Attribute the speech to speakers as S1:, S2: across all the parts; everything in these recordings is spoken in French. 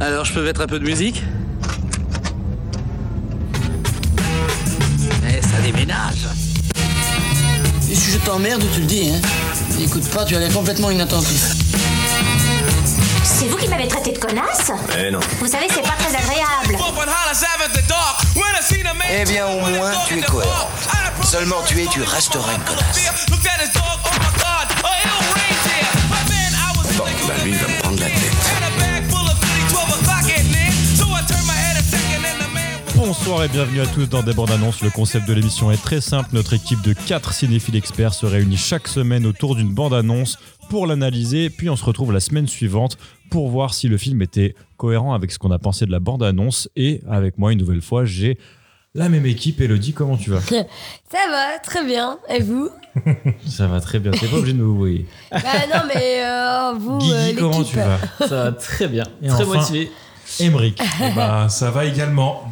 S1: Alors je peux mettre un peu de musique Eh, ça déménage
S2: Et si je t'emmerde, tu le dis, hein. Écoute pas, tu as l'air complètement inattentif.
S3: C'est vous qui m'avez traité de connasse
S4: Eh non.
S3: Vous savez, c'est pas très agréable.
S4: Eh bien, au moins, tu es cohérent. Seulement tu es, tu resteras une connasse.
S1: Oh,
S4: Bon, bah lui, il va me prendre la tête.
S5: Bonsoir et bienvenue à tous dans Des Bandes Annonces. Le concept de l'émission est très simple. Notre équipe de 4 cinéphiles experts se réunit chaque semaine autour d'une bande annonce pour l'analyser. Puis on se retrouve la semaine suivante pour voir si le film était cohérent avec ce qu'on a pensé de la bande annonce. Et avec moi, une nouvelle fois, j'ai la même équipe. Elodie, comment tu vas
S6: Ça va, très bien. Et vous
S5: Ça va très bien. T'es pas obligé de nous oui.
S6: Bah non, mais euh, vous, euh,
S5: Guigui,
S6: l'équipe.
S5: comment tu vas
S7: Ça va très bien,
S5: Et
S7: très
S5: enfin-
S7: motivé.
S5: Emmerich.
S8: ah,
S5: bah, ça va également.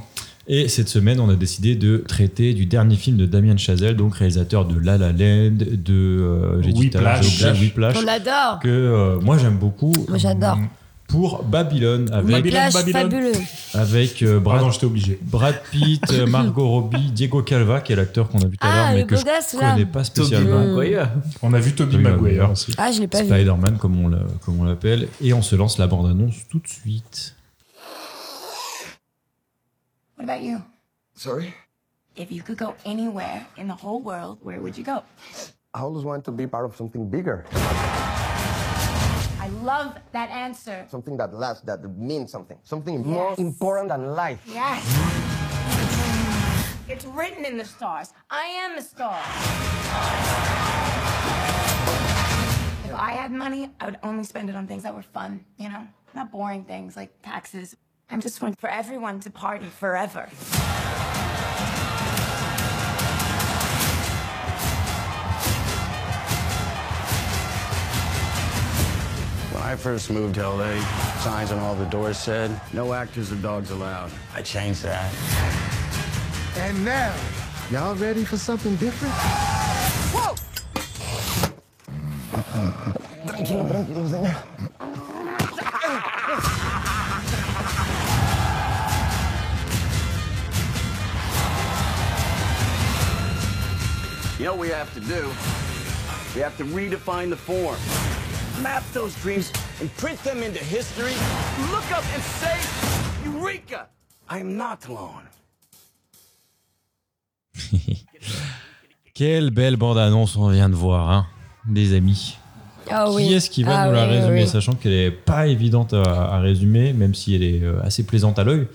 S5: Et cette semaine, on a décidé de traiter du dernier film de Damien Chazelle, donc réalisateur de La La Land, de euh, j'ai dit tout à l'heure,
S8: Whiplash.
S5: j'ai oublié, Whiplash,
S6: On l'adore.
S5: que euh, moi j'aime beaucoup.
S6: Moi, j'adore.
S5: Mm, Pour Babylone avec,
S8: Babylone,
S6: Plage
S8: Babylone.
S6: fabuleux.
S5: avec euh,
S8: Ah
S5: Brad,
S8: non, j'étais obligé.
S5: Brad Pitt, euh, Margot Robbie, Diego Calva, qui est l'acteur qu'on a vu tout à l'heure,
S6: Ah,
S5: mais
S6: le
S5: que
S6: beau
S5: je
S6: gosse là.
S5: connais pas
S7: Toby
S5: spécialement.
S7: Maguire.
S8: On a vu Toby
S7: bah,
S5: Toby
S8: Maguire
S5: Maguire.
S8: aussi.
S6: Ah, je l'ai pas vu.
S5: Spider-Man, comme on l'a- comme on l'appelle. Et on se lance la bande-annonce tout de suite.
S9: What about you?
S4: Sorry?
S9: If you could go anywhere in the whole world, where would you go?
S10: I always want to be part of something bigger,
S9: I love that answer.
S10: something that lasts, that means something, something more important than life.
S9: Yes. It's written in the stars. I am a star. If I had money, I would only spend it on things that were fun, you know? Not boring things like taxes. I'm just one for everyone to party forever.
S4: When I first moved to LA, signs on all the doors said, no actors or dogs allowed. I changed that.
S10: And now, y'all ready for something different?
S4: You know what we have to do? We have to redefine the form. Map those dreams and print them into history. Look up and say, Eureka! I am not alone.
S5: Quelle belle bande-annonce on vient de voir, hein, les amis.
S6: Ah oui.
S5: Qui est-ce qui va
S6: Ah
S5: nous la
S6: oui, oui,
S5: résumer,
S6: oui.
S5: sachant qu'elle est pas évidente à, à résumer, même si elle est euh, assez plaisante à l'œil.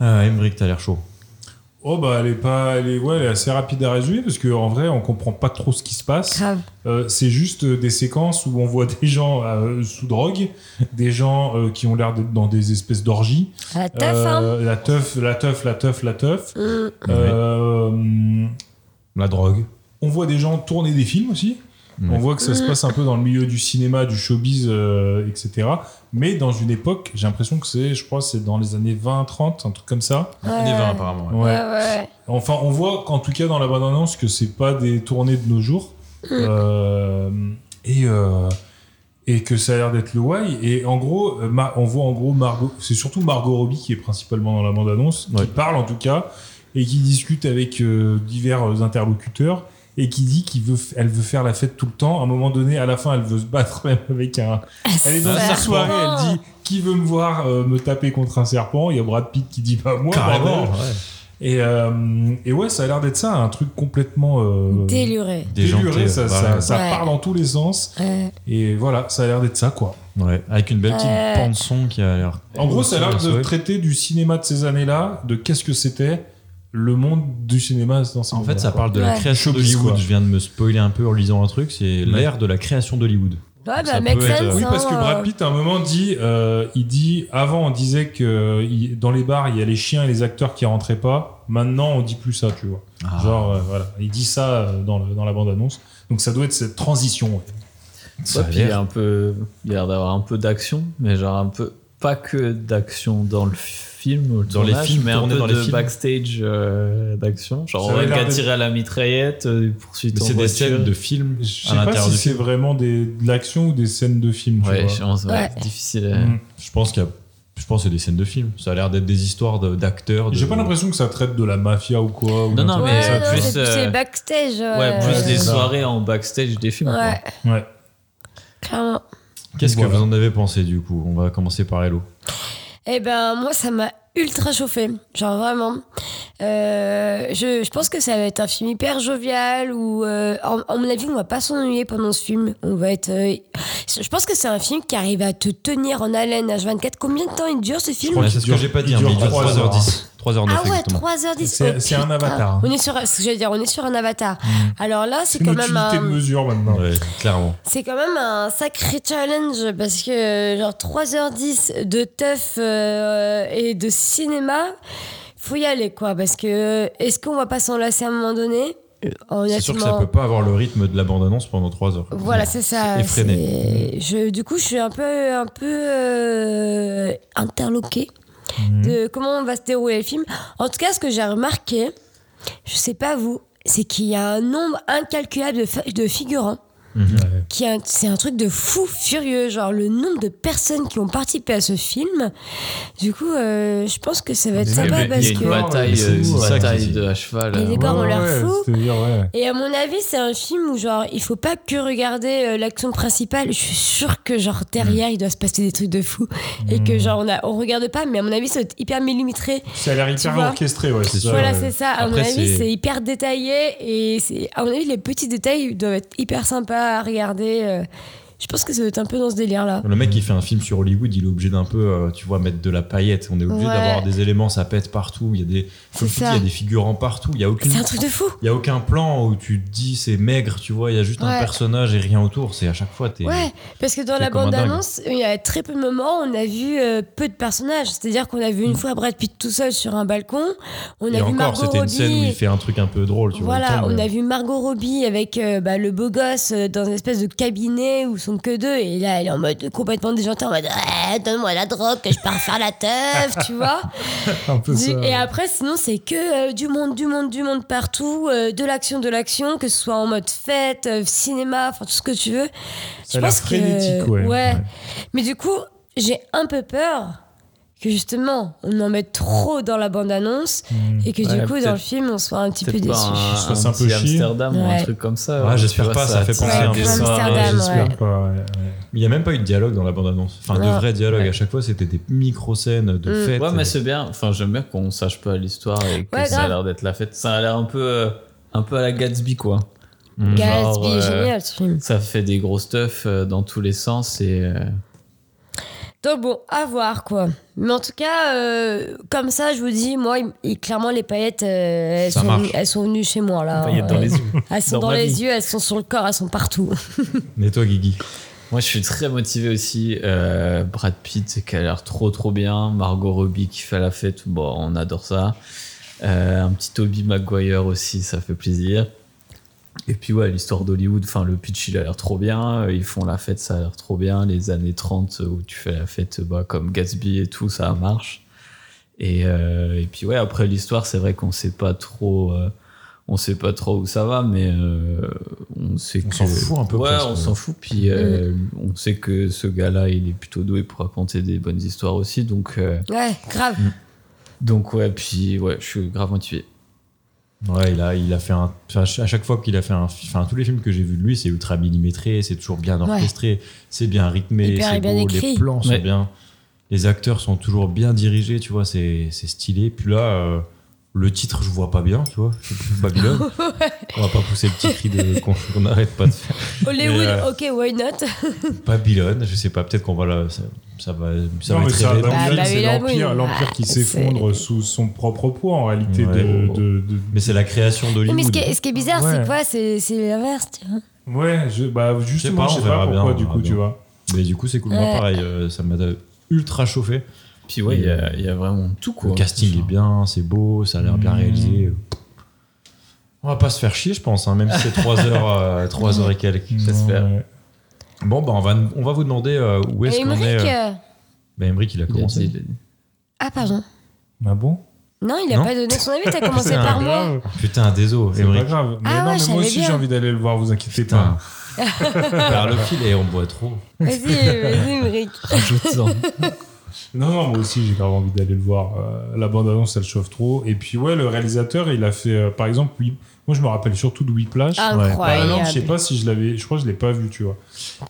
S5: Ah, Emmerich, t'as l'air chaud.
S8: Oh bah elle est pas, elle est, ouais, elle est assez rapide à résumer parce que en vrai on comprend pas trop ce qui se passe.
S6: Grave.
S8: Euh, c'est juste euh, des séquences où on voit des gens euh, sous drogue, des gens euh, qui ont l'air d'être dans des espèces d'orgies.
S6: À la teuf, hein.
S8: Euh, La teuf, la teuf, la teuf, la teuf.
S6: Mm.
S8: Euh,
S5: La drogue.
S8: On voit des gens tourner des films aussi. On
S5: Ouais.
S8: voit que ça se passe un peu dans le milieu du cinéma, du showbiz, euh, etc. Mais dans une époque, j'ai l'impression que c'est, je crois, c'est dans les années 20-30, un truc comme ça.
S5: On est
S6: ouais.
S5: 20 apparemment. ouais.
S8: Ouais.
S6: Ouais, ouais.
S8: Enfin, on voit qu'en tout cas dans la bande-annonce que c'est pas des tournées de nos jours Euh, et euh, et que ça a l'air d'être le why. Et en gros, euh, Mar- on voit en gros Margot, c'est surtout Margot Robbie qui est principalement dans la bande-annonce,
S5: Ouais.
S8: qui parle en tout cas et qui discute avec euh, divers euh, interlocuteurs et qui dit qu'il veut, f- elle veut faire la fête tout le temps. À un moment donné, à la fin, elle veut se battre même avec un. Elle est dans
S5: Un
S8: une
S5: serpent.
S8: soirée, elle dit qui veut me voir euh, me taper contre un serpent. Il y a Brad Pitt qui dit pas moi.
S5: Carrément.
S8: bordel. Et, euh, et ouais, ça a l'air d'être ça, un truc complètement euh,
S6: Déluré.
S8: déluré,
S5: Déjanté,
S8: ça,
S5: ouais.
S8: ça, ça
S6: Ouais.
S8: part dans tous les sens.
S6: Ouais.
S8: Et voilà, ça a l'air d'être ça, quoi.
S5: Ouais, Avec une belle petite
S6: Ouais.
S5: bande son qui a l'air.
S8: En gros, ça a l'air de
S5: Ouais.
S8: traiter du cinéma de ces années-là, de qu'est-ce que c'était le monde du cinéma dans ces
S5: En fait,
S8: années-là,
S5: ça
S8: quoi.
S5: parle de la
S6: Ouais.
S5: création
S8: Showbiz,
S5: d'Hollywood.
S8: quoi.
S5: Je viens de me spoiler un peu en lisant un truc. C'est l'ère de la création d'Hollywood.
S6: Ouais,
S5: Ça
S6: bah, make
S5: peut
S6: sense.
S5: être-
S8: Oui, parce que
S6: hein,
S8: Brad Pitt, à un moment, dit, euh, il dit, avant, on disait que euh, il- dans les bars, il y a les chiens et les acteurs qui rentraient pas. Maintenant, on dit plus ça, tu vois.
S5: Ah.
S8: Genre, euh, voilà. Il dit ça euh, dans, le- dans la bande-annonce. Donc, ça doit être cette transition. ouais.
S5: Ça
S7: Ouais,
S5: a
S7: puis il y
S5: l'air-
S7: a un peu, il y a l'air d'avoir un peu d'action, mais genre un peu pas que d'action dans le film ou le
S5: Dans les
S7: tournage,
S5: films
S7: mais un
S5: tournés
S7: peu
S5: dans les
S7: de
S5: films.
S7: backstage euh, d'action. Genre
S8: Ça
S7: on
S8: avait
S7: va
S8: l'air de-
S7: tirer à la mitraillette, euh, des poursuites
S5: Mais
S7: en
S5: c'est des
S7: voiture.
S5: scènes de films
S8: Je
S5: à
S8: sais pas
S5: l'intérieur
S8: si
S5: du
S8: c'est
S5: film.
S8: vraiment des, de l'action ou des scènes de film. tu
S7: Ouais,
S8: vois.
S7: je pense, ouais,
S6: Ouais.
S7: difficile. à-
S8: Mm.
S5: Je pense qu'il y a. Je pense que c'est des scènes de film. Ça a l'air d'être des histoires de- d'acteurs. de-
S8: J'ai pas l'impression que ça traite de la mafia ou quoi. ou
S7: Non,
S8: un
S7: non,
S8: truc
S7: mais
S8: comme
S7: euh,
S8: ça.
S6: non,
S7: plus,
S6: c'est-
S7: euh,
S6: c'est backstage.
S7: Ouais,
S6: euh,
S7: plus
S8: c'est
S7: les
S8: ça.
S7: soirées en backstage des films.
S6: Ouais,
S7: quoi.
S8: Ouais.
S6: clairement.
S5: Qu'est-ce que
S8: Voilà.
S5: vous en avez pensé du coup On va commencer par Hello.
S6: Eh ben, moi, ça m'a ultra chauffé. Genre, vraiment. Euh, je, je pense que ça va être un film hyper jovial où, euh, en, en mon avis, on va pas s'ennuyer pendant ce film. On va être. euh, je pense que c'est un film qui arrive à te tenir en haleine H24. Combien de temps il dure ce film
S8: crois
S5: Ouais,
S8: qu'il
S5: c'est ce que
S8: dure-
S5: j'ai pas dit,
S8: il
S5: hein,
S8: dure
S5: mais il dure
S8: trois heures.
S5: 3h10. 3h09
S6: Ah ouais,
S5: exactement.
S6: 3h10.
S8: C'est-
S6: oh
S8: c'est un
S6: putain.
S8: avatar, hein. Mm.
S6: On est sur, ce que j'allais dire, on est sur un avatar. Alors là, c'est
S8: C'est une
S6: quand même
S8: utilité de
S6: un,
S8: mesure maintenant.
S5: Ouais, clairement.
S6: c'est quand même un sacré challenge parce que genre 3h10 de teuf euh, et de cinéma, faut y aller quoi parce que est-ce qu'on va pas s'enlacer à un moment donné
S5: C'est sûr que ça peut pas avoir le rythme de la bande-annonce pendant 3 heures.
S6: Voilà, c'est ça.
S5: effréné.
S6: c'est- Je, du coup, je suis un peu, un peu euh, interloquée
S7: Mhm.
S6: de comment va se dérouler le film. En tout cas, ce que j'ai remarqué, je sais pas vous, c'est qu'il y a un nombre incalculable de, fa- de figurants.
S7: Mhm.
S8: Ouais.
S6: qui est un- C'est un truc de fou furieux, genre le nombre de personnes qui ont participé à ce film. Du coup, euh, je pense que ça va être
S8: Mais
S7: Il
S6: sympa
S7: y a
S6: parce
S7: une
S6: que.
S8: Ouais,
S7: bataille,
S8: mais c'est
S7: euh, une
S8: fou, ouais.
S7: bataille de à cheval.
S6: Et
S7: euh,
S6: les gars, on leur fout.
S8: c'est-à-dire, ouais.
S6: Et à mon avis, c'est un film où genre il faut pas que regarder euh, l'action principale. Je suis sûre que genre
S5: Mm.
S6: derrière il doit se passer des trucs de fou et que genre on a on regarde pas. Mais à mon avis, c'est hyper millimétré.
S8: Ça a l'air
S6: Tu
S8: hyper
S6: vois
S8: orchestré, ouais.
S5: C'est
S8: ça,
S5: sûr.
S6: voilà,
S8: ouais.
S6: c'est ça. À mon
S5: Après,
S6: avis,
S5: c'est-
S6: c'est hyper détaillé et c'est à mon avis les petits détails doivent être hyper sympas à regarder. euh. Je pense que ça doit être un peu dans ce délire là.
S5: Le mec qui fait un film sur Hollywood, il est obligé d'un peu, euh, tu vois, mettre de la paillette. On est obligé
S6: Ouais.
S5: d'avoir des éléments, ça pète partout. Il y a des, comme tu dis,
S6: C'est
S5: il y a
S6: ça.
S5: des figurants partout. Il y a aucune,
S6: C'est un truc de fou.
S5: il y a aucun plan où tu te dis c'est maigre, tu vois. Il y a juste un
S6: Ouais.
S5: personnage et rien autour. C'est à chaque fois t'es.
S6: Ouais, parce que dans
S5: t'es
S6: la
S5: comme un dingue.
S6: bande-annonce, il y a très peu de moments, on a vu euh, peu de personnages. C'est-à-dire qu'on a vu une fois Brad Pitt tout seul sur un balcon, on a
S5: Mm. et
S6: vu
S5: encore,
S6: Margot
S5: c'était une scène où il
S6: Robbie.
S5: fait un truc un peu drôle, tu vois.
S6: Voilà,
S5: euh, le temps
S6: on
S5: de-
S6: a vu Margot Robbie avec euh, bah, le beau gosse euh, dans une espèce de cabinet où sont que deux. Et là, elle est en mode complètement déjantée, en mode Ouais, donne-moi la drogue que je pars faire la teuf, tu vois.
S8: Un peu
S6: Du-
S8: ça.
S6: et après, sinon, c'est que euh, du monde, du monde, du monde partout, euh, de l'action, de l'action, que ce soit en mode fête, euh, cinéma, enfin tout ce que tu veux.
S8: Ça a l'air frénétique, ouais. Ouais.
S6: Mais du coup, j'ai un peu peur que justement, on en mette trop dans la bande-annonce
S8: Hmm.
S6: et que
S7: Ouais,
S6: du coup,
S7: peut-être-
S6: dans le film, on soit un petit peu
S7: Peut-être
S6: déçus.
S7: pas un,
S8: Ça fasse un
S7: un
S8: peu
S7: petit
S8: chier.
S7: Amsterdam ou un
S6: Ouais.
S7: truc comme ça.
S5: Ouais,
S7: tu
S5: Ah, j'espère
S7: vois,
S5: pas, ça fait penser
S6: Ouais,
S5: un peu
S6: comme
S5: ça,
S6: Amsterdam,
S8: J'espère
S6: ouais.
S8: pas, ouais, ouais.
S5: Il n'y a même pas eu de dialogue dans la bande-annonce. Enfin, de
S6: Non.
S5: vrai dialogue.
S7: Ouais.
S5: À chaque fois, c'était des micro-scènes de
S6: Mm.
S5: fête.
S7: Ouais, mais c'est bien. Enfin, j'aime bien qu'on sache pas l'histoire et que
S6: Ouais,
S7: ça a
S6: grave.
S7: l'air d'être la fête. Ça a l'air un peu, euh, un peu à la Gatsby, quoi.
S6: Gatsby,
S7: Genre, euh,
S6: génial ce film.
S7: Ça fait des gros stuff euh, dans tous les sens et euh,
S6: Donc bon, à voir quoi. Mais en tout cas, euh, comme ça, je vous dis, moi, il- il- clairement, les paillettes, euh, elles,
S5: Ça
S6: sont,
S5: marche.
S6: elles sont venues chez moi là.
S7: paillettes dans
S6: Euh,
S7: les yeux.
S6: Elles sont
S7: Dans
S6: dans,
S7: ma
S6: les
S7: vie.
S6: yeux, elles sont sur le corps, elles sont partout.
S5: Mais toi, Guigui.
S7: Moi, je suis très motivé aussi. Euh, Brad Pitt, qui a l'air trop, trop bien. Margot Robbie qui fait la fête. Bon, on adore ça. Euh, un petit Toby Maguire aussi, ça fait plaisir. Et puis, ouais, l'histoire d'Hollywood. Enfin, le pitch, il a l'air trop bien. Euh, Ils font la fête, ça a l'air trop bien. Les années 30 où tu fais la fête bah, comme Gatsby et tout, ça marche. Et, euh, et puis, ouais, après l'histoire, c'est vrai qu'on sait pas trop. euh, on sait pas trop où ça va, mais euh, on sait
S5: On
S7: que-
S5: s'en fout un peu,
S7: Ouais,
S5: presque.
S7: on s'en fout. Puis euh, on sait que ce gars-là, il est plutôt doué pour raconter des bonnes histoires aussi. Donc, euh,
S6: Ouais, grave.
S7: donc ouais, puis ouais, je suis grave motivé.
S5: Ouais, il a, il a fait un. enfin, à chaque fois qu'il a fait un. Enfin, tous les films que j'ai vus de lui, c'est ultra millimétré, c'est toujours bien orchestré, c'est bien rythmé,
S6: Hyper
S5: c'est
S6: bien
S5: beau,
S6: écrit.
S5: les plans sont
S7: Ouais.
S5: bien. Les acteurs sont toujours bien dirigés, tu vois, c'est c'est stylé. Puis là, euh, le titre, je vois pas bien, tu vois, c'est plus Babylone. On va pas pousser le petit cri de- qu'on qu'on arrête pas de faire.
S6: Hollywood,
S5: Mais, euh,
S6: ok, why not
S5: Babylone, je sais pas, peut-être qu'on va la- Ça, ça va, ça
S8: Non,
S5: va
S8: mais
S5: être
S8: ça,
S5: révélé.
S8: dans
S6: Bah,
S8: le film,
S6: bah,
S8: c'est
S6: oui, là, oui.
S8: l'Empire, l'Empire qui
S6: Ah,
S8: s'effondre
S6: c'est-
S8: sous son propre poids, en réalité,
S5: Ouais.
S8: de, de- de-
S5: Mais c'est la création
S6: Non, Mais ce
S5: d'Hollywood.
S6: qui est, ce qui est bizarre,
S8: Ouais.
S6: c'est quoi C'est c'est l'inverse, tu vois.
S8: Ouais, je, bah, justement,
S5: pas,
S8: je
S5: on
S8: sais pas,
S5: verra bien,
S8: pourquoi,
S5: on
S8: du
S5: verra
S8: coup,
S5: bien.
S8: tu vois.
S5: Mais du coup, c'est cool. Moi,
S6: Ouais.
S5: pareil, euh, ça m'a ultra chauffé. euh,
S7: Puis ouais, il y, a- il y a vraiment tout quoi. Mmh.
S5: Le casting est bien, c'est beau, ça a l'air bien réalisé. On va pas se faire chier, je pense, hein, même si c'est 3 heures, euh, trois heures et quelques.
S8: Ouais, ouais.
S5: Bon, bah, on va, on va vous demander euh, où est-ce
S6: Et
S5: qu'on est.
S6: Emmerich,
S5: euh,
S6: euh,
S5: Bah, Emmerich, il a
S7: Il a
S5: commencé.
S7: dit- il a dit-
S6: Ah, pardon.
S8: Ah bon
S6: Non, il a
S5: Non.
S6: pas donné son avis, t'as commencé
S5: C'est un
S6: par moi.
S8: Grave.
S5: Putain, désolé,
S8: C'est pas
S5: Emmerich.
S8: grave. Mais
S6: Ah
S8: non,
S6: ouais,
S8: mais
S6: je
S8: moi
S6: savais
S8: aussi,
S6: bien.
S8: j'ai envie d'aller le voir, vous inquiétez
S5: Putain.
S8: pas.
S7: Ah.
S5: Par le fil et on boit trop.
S6: Vas-y, vas-y, Emmerich.
S7: rajoute-en.
S8: Non, non, moi aussi, j'ai grave envie d'aller le voir. Euh, la bande-annonce, elle chauffe trop. Et puis, ouais, le réalisateur, il a fait, euh, par exemple, Whip- moi, je me rappelle surtout de Whiplash.
S6: Incroyable.
S8: La La Land, Bah, je sais pas si je l'avais, je crois que je l'ai pas vu, tu vois.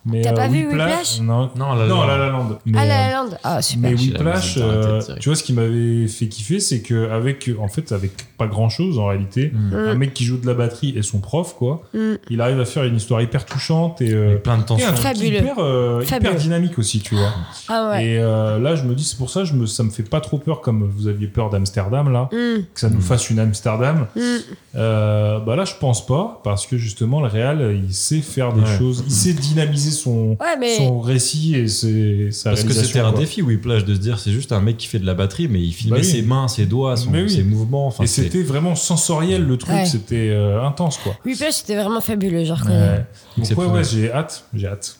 S8: Mais, euh,
S6: T'as pas vu Whiplash
S8: Non,
S5: Non, La La
S8: non,
S5: Land.
S8: La La Land. Mais,
S6: Ah,
S8: euh,
S6: la Lande. Ah, super.
S8: mais
S7: Je l'avais
S8: Whiplash,
S7: dans la tête
S8: euh,
S7: direct.
S8: tu vois, ce qui m'avait fait kiffer, c'est que avec, en fait, avec pas grand chose en réalité,
S7: Mm.
S8: un mec qui joue de la batterie et son prof, quoi,
S6: Mm.
S8: il arrive à faire une histoire hyper touchante et,
S5: Il y
S8: euh,
S5: a plein de
S8: et un
S5: tensions.
S8: truc
S6: Fabuleux.
S8: hyper, euh, hyper
S6: Fabuleux.
S8: dynamique aussi, tu vois.
S6: Ah ouais.
S8: Et euh, là, je me dis, c'est pour ça, je me, ça me fait pas trop peur comme vous aviez peur d'Amsterdam là,
S6: Mm,
S8: que ça nous fasse une Amsterdam.
S6: mm.
S8: Euh, bah là, je pense pas, parce que justement, le Real, euh, il sait faire des
S5: Ouais.
S8: choses, il sait dynamiser son,
S6: Ouais, mais-
S8: son récit et ses, sa
S5: Parce que
S8: réalisation,
S5: c'était un
S8: quoi.
S5: défi Whiplash de se dire c'est juste un mec qui fait de la batterie mais il filmait
S8: Bah oui.
S5: ses mains, ses doigts, son-
S8: Mais oui.
S5: ses mouvements. Enfin,
S8: et
S5: c'est-
S8: c'était vraiment sensoriel le truc,
S6: Ouais.
S8: c'était euh, intense quoi.
S6: Whiplash, c'était vraiment fabuleux, je reconnais.
S8: Ouais. Donc, ouais,
S5: Exceptionnel.
S8: ouais, j'ai hâte, j'ai hâte.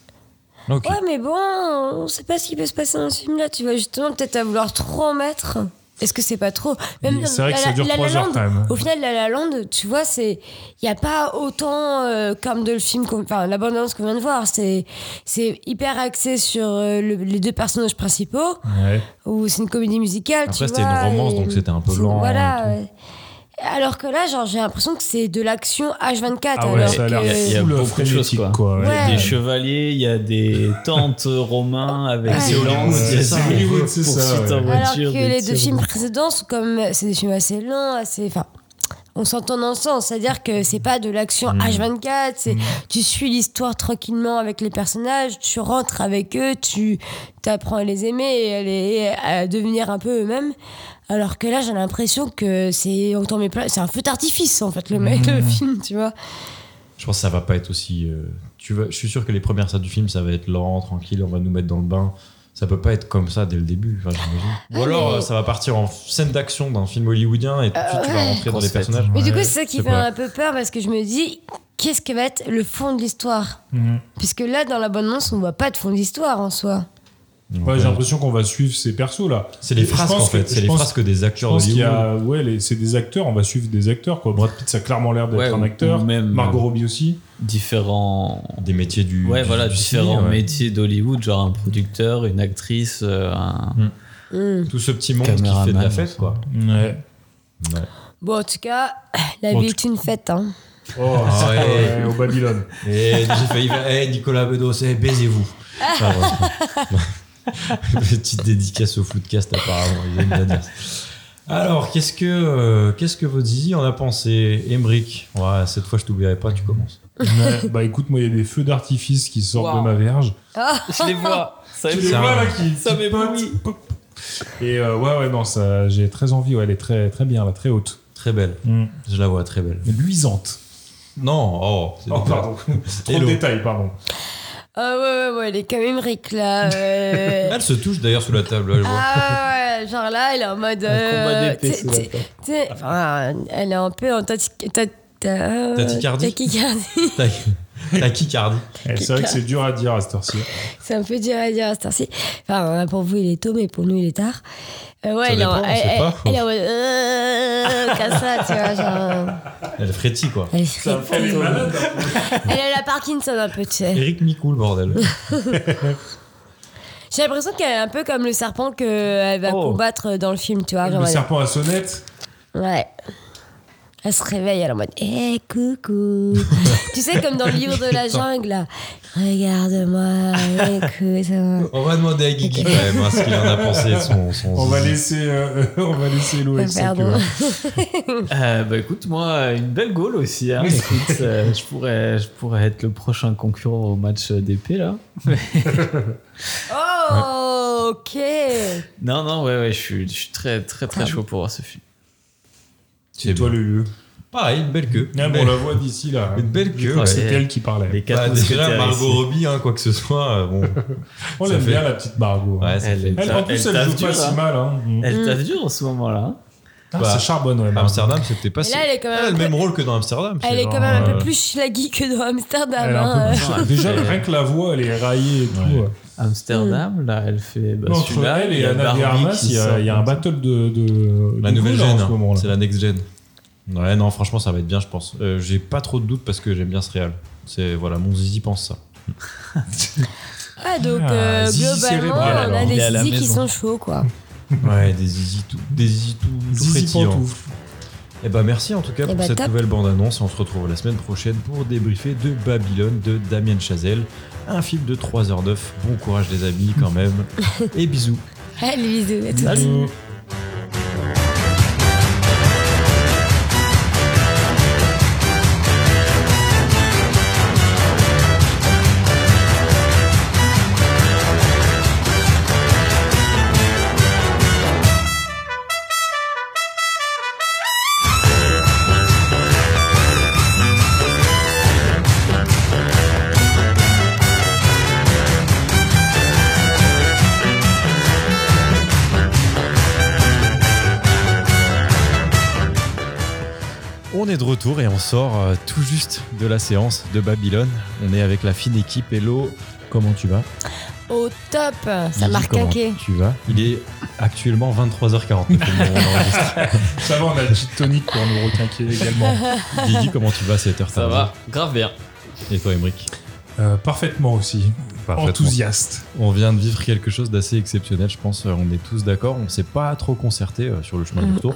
S5: Ok.
S6: Ouais, mais bon, on sait pas ce qui peut se passer dans ce film-là. Tu vois, justement, peut-être à vouloir trop en mettre. Est-ce que c'est pas trop
S8: Mais
S6: dans
S8: c'est vrai que
S6: La-
S8: ça dure
S6: La La
S8: trois heures,
S6: Land,
S8: quand même.
S6: Au final, La La Land, tu vois, c'est il y a pas autant euh, comme de le film, qu'on- enfin l'abondance qu'on vient de voir. C'est c'est hyper axé sur euh, le- les deux personnages principaux
S8: Ouais.
S6: ou c'est une comédie musicale. tu
S5: Après, c'était une
S6: vois,
S5: romance,
S6: et-
S5: donc c'était un peu
S6: Faut-
S5: lent. et
S6: Voilà.
S5: tout.
S6: ouais. Alors que là, genre, j'ai l'impression que c'est de l'action H24.
S8: Ah ouais,
S6: alors
S8: ça a l'air
S6: que-
S7: Il y a
S8: Full
S7: beaucoup de choses,
S8: frénétique,
S7: quoi.
S8: quoi, ouais.
S7: Il y a
S6: Ouais.
S7: des chevaliers, il y a des tentes romains avec
S6: Ouais.
S7: des
S6: C'est
S7: lances, il
S8: Hollywood,
S7: y a
S8: c'est
S7: des
S8: ça, Hollywood, c'est ça,
S7: poursuites en
S8: ouais.
S7: voiture,
S6: Alors que
S7: des
S6: les deux
S7: tirs.
S6: films précédents sont comme euh, c'est des films assez lents, assez enfin on s'entend dans le sens, c'est-à-dire que c'est pas de l'action H24, c'est tu suis l'histoire tranquillement avec les personnages, tu rentres avec eux, tu t'apprends à les aimer et à, les- à devenir un peu eux-mêmes. Alors que là, j'ai l'impression que c'est autant mais c'est un feu d'artifice en fait le, mec, le film, tu vois.
S5: Je pense que ça va pas être aussi. euh, tu vas, je suis sûr que les premières scènes du film, ça va être lent, tranquille, on va nous mettre dans le bain. Ça peut pas être comme ça dès le début, enfin, j'imagine. Ou
S6: Ah,
S5: alors
S6: mais-
S5: euh, ça va partir en scène d'action d'un film hollywoodien et tout de suite tu vas rentrer dans les
S7: Grosse fête.
S5: personnages.
S6: Euh, Mais du
S5: Ouais,
S6: coup, c'est ça qui
S5: je
S6: fait
S5: sais pas.
S6: un peu peur parce que je me dis qu'est-ce que va être le fond de l'histoire
S8: Mhm.
S6: Puisque là, dans l'abondance, on voit pas de fond d'histoire en soi.
S5: Donc,
S8: Ouais,
S5: euh,
S8: j'ai l'impression qu'on va suivre ces persos là.
S5: C'est les
S8: Je
S5: phrases
S8: pense
S5: en fait,
S8: que-
S5: c'est
S8: je
S5: les
S8: pense-
S5: phrases que des
S8: Je
S5: acteurs
S8: pense qu'il y
S5: d'Hollywood.
S8: a, ouais, les- c'est des acteurs, on va suivre des acteurs quoi. Brad Pitt, ça a clairement l'air d'être
S7: Ouais,
S8: un
S7: ou-
S8: acteur.
S7: ou même,
S8: Margot
S7: euh,
S8: Robbie aussi.
S7: Différents.
S5: Des métiers du.
S7: Ouais,
S5: du-
S7: voilà,
S5: du ciné,
S7: différents
S5: ouais.
S7: métiers d'Hollywood, genre un producteur, une actrice, euh, un.
S6: Mm.
S5: Tout ce petit monde qui fait de la
S7: Caméraman,
S5: fête, quoi.
S8: Ouais.
S5: Ouais.
S6: Bon, en tout cas, la
S5: En
S6: vie
S5: tout-
S6: est une fête. Hein.
S8: Oh,
S5: Ah ouais.
S8: ouais, au Babylone.
S5: Et j'ai failli faire hey, Nicolas Bedos, eh, baisez-vous. Ah, ouais. Petite dédicace au Floodcast, apparemment. Ils aiment bien dire ça. Alors, qu'est-ce que, euh, qu'est-ce que votre Zizi en a pensé Emric ouais, Cette fois, je t'oublierai pas, tu commences.
S8: Ouais, bah écoute, moi il y a des feux d'artifice qui sortent
S7: Wow.
S8: de ma verge.
S7: Je les vois. Ça
S8: Tu
S7: me
S8: les
S5: ça,
S8: vois là qui
S7: ça
S8: qui
S7: m'éblouit.
S8: potent. Et euh, ouais, ouais, non, ça, j'ai très envie. Ouais, elle est très, très bien, là, très haute,
S5: Très belle.
S8: Mm.
S5: Je la vois très belle.
S8: luisante.
S5: Non, oh, c'est
S8: Oh,
S5: dégueulasse.
S8: pardon, trop de
S5: Hello.
S8: détails, pardon.
S6: Ah ouais, ouais, ouais, il est quand même ric là. euh.
S5: Elle se touche d'ailleurs sous la table. elle voit.
S6: ah ouais, ouais, genre là, il est en mode.
S7: combat
S6: euh,
S7: d'épée
S6: t'sais-
S7: sous la
S6: t'sais-
S7: table.
S6: t'sais, enfin, elle est un peu en tati- ta- ta-
S5: Tachycardie.
S6: tachycardie.
S5: T'as t'as Kikardie.
S8: Eh, C'est vrai que c'est dur à dire à cette heure-ci.
S6: C'est un peu dur à dire à cette heure-ci. Enfin, euh, pour vous, il est tôt, mais pour nous, il est tard. Euh, ouais,
S5: Ça
S6: il est en-
S5: dépend, on
S6: elle-
S5: sait
S6: elle-
S5: pas.
S6: elle est en mode. euh, Comme ça, tu vois, genre.
S5: Elle frétille, quoi.
S6: Elle est fripée.
S8: hein.
S6: Elle a la Parkinson un peu, tu sais.
S5: Eric Micou, le bordel.
S6: J'ai l'impression qu'elle est un peu comme le serpent qu'elle va
S7: Oh.
S6: combattre dans le film, tu vois. genre,
S8: Le
S6: elle-
S8: serpent à sonnette.
S6: ouais. Elle se réveille, elle est en mode Eh, coucou Tu sais, comme dans le livre de la jungle, là. Regarde-moi, eh, écoute-moi.
S5: On va demander à Guigui, quand même, hein, ce qu'il en a pensé de son, son
S8: On va
S5: Zizi.
S8: laisser, euh, on va laisser Loé avec ça, tu
S6: Pardon.
S8: vois.
S7: Euh, bah écoute, moi, une belle goal aussi. hein. Écoute, euh, je, pourrais, je pourrais être le prochain concurrent au match euh, d'épée là.
S6: Oh, ok
S7: Non, non, ouais, ouais, je suis, je suis très, très, très chaud pour voir ce film.
S5: C'est
S8: Toi,
S5: bien.
S8: le lieu.
S5: Pareil, une belle queue.
S8: Ah,
S5: Une
S8: bon, on
S5: belle-
S8: la voit d'ici, là.
S5: Une belle
S8: Je
S5: queue.
S8: crois que
S5: ouais.
S8: C'est
S7: Ouais.
S8: elle qui parlait.
S7: Les Ah, quatre
S5: Bah, déjà,
S7: mousquetaires
S5: Margot
S7: ici.
S5: Robbie, hein, quoi que ce soit, euh, bon.
S8: On
S5: Ça
S8: l'aime
S5: fait-
S8: Oh, bien, la petite Margot. hein.
S5: Ouais, ça
S7: Elle
S5: fait-
S7: est-
S8: Elle, en plus, elle,
S7: Elle
S8: joue
S7: taffe
S8: pas
S7: dur,
S8: si
S7: hein.
S8: mal. Hein.
S7: Elle tape dur en ce hein. moment là.
S8: Ah,
S5: Mm. Bah,
S8: ça charbonne, ouais. Margot.
S5: Amsterdam, c'était pas si-
S6: là, elle est quand même
S5: a
S6: un
S5: le
S6: peu-
S5: même rôle que dans Amsterdam. c'est
S6: Elle est
S5: genre,
S6: quand même un peu
S5: euh,
S6: plus schlaggy que dans Amsterdam.
S8: Elle est un
S6: hein,
S8: peu
S6: euh.
S8: machin. Déjà,
S7: Ouais.
S8: rien que la voix, elle est raillée et tout.
S5: Ouais.
S7: Amsterdam, là, elle fait. Bah,
S8: Non, entre
S7: celui-là,
S8: elle
S7: il
S8: et
S7: y a
S8: Anna de
S7: Barbie
S8: Armas,
S7: qui
S8: il y, a-
S7: sort.
S8: il y a un battle de. de
S5: La
S8: de
S5: nouvelle
S6: hein,
S8: coups, là,
S5: gène,
S8: en ce moment, là.
S5: c'est la next gen. Ouais, non, franchement, ça va être bien, je pense. Euh, J'ai pas trop de doutes parce que j'aime bien ce réal. C'est voilà, mon zizi pense ça.
S6: Ah, donc
S8: Ah,
S6: euh,
S5: Zizi
S6: globalement,
S5: cérébral,
S6: on a
S5: alors. Il est à
S6: des
S5: la
S6: zizi qui
S5: maison.
S6: sont chauds, quoi.
S5: Ouais, des zizi tout, des zizi tout, tout
S8: Zizi
S5: frétillants.
S8: pantoufle.
S5: Eh ben merci en tout cas
S6: Eh
S5: pour
S6: ben,
S5: cette
S6: top.
S5: nouvelle bande-annonce. On se retrouve la semaine prochaine pour débriefer de Babylone de Damien Chazelle, un film de 3h09. Bon courage les amis quand même. Et bisous.
S6: Allez, bisous à tous.
S5: On est de retour et on sort euh, tout juste de la séance de Babylone. On est avec la fine équipe. Hello, comment tu vas
S6: Au top, ça
S5: Guigui,
S6: m'a
S5: comment
S6: recaqué.
S5: Tu vas Il est actuellement 23h49. au moment où on enregistre.
S8: Ça va, on a le gin tonic pour nous requinquer également.
S5: Guigui, comment tu vas à cette heure
S7: Ça
S8: Ah,
S7: va, grave bien.
S5: Et toi, Emric
S8: Euh, parfaitement aussi. Enthousiaste.
S5: On vient de vivre quelque chose d'assez exceptionnel, je pense. euh, On est tous d'accord. On ne s'est pas trop concerté euh, sur le chemin du retour.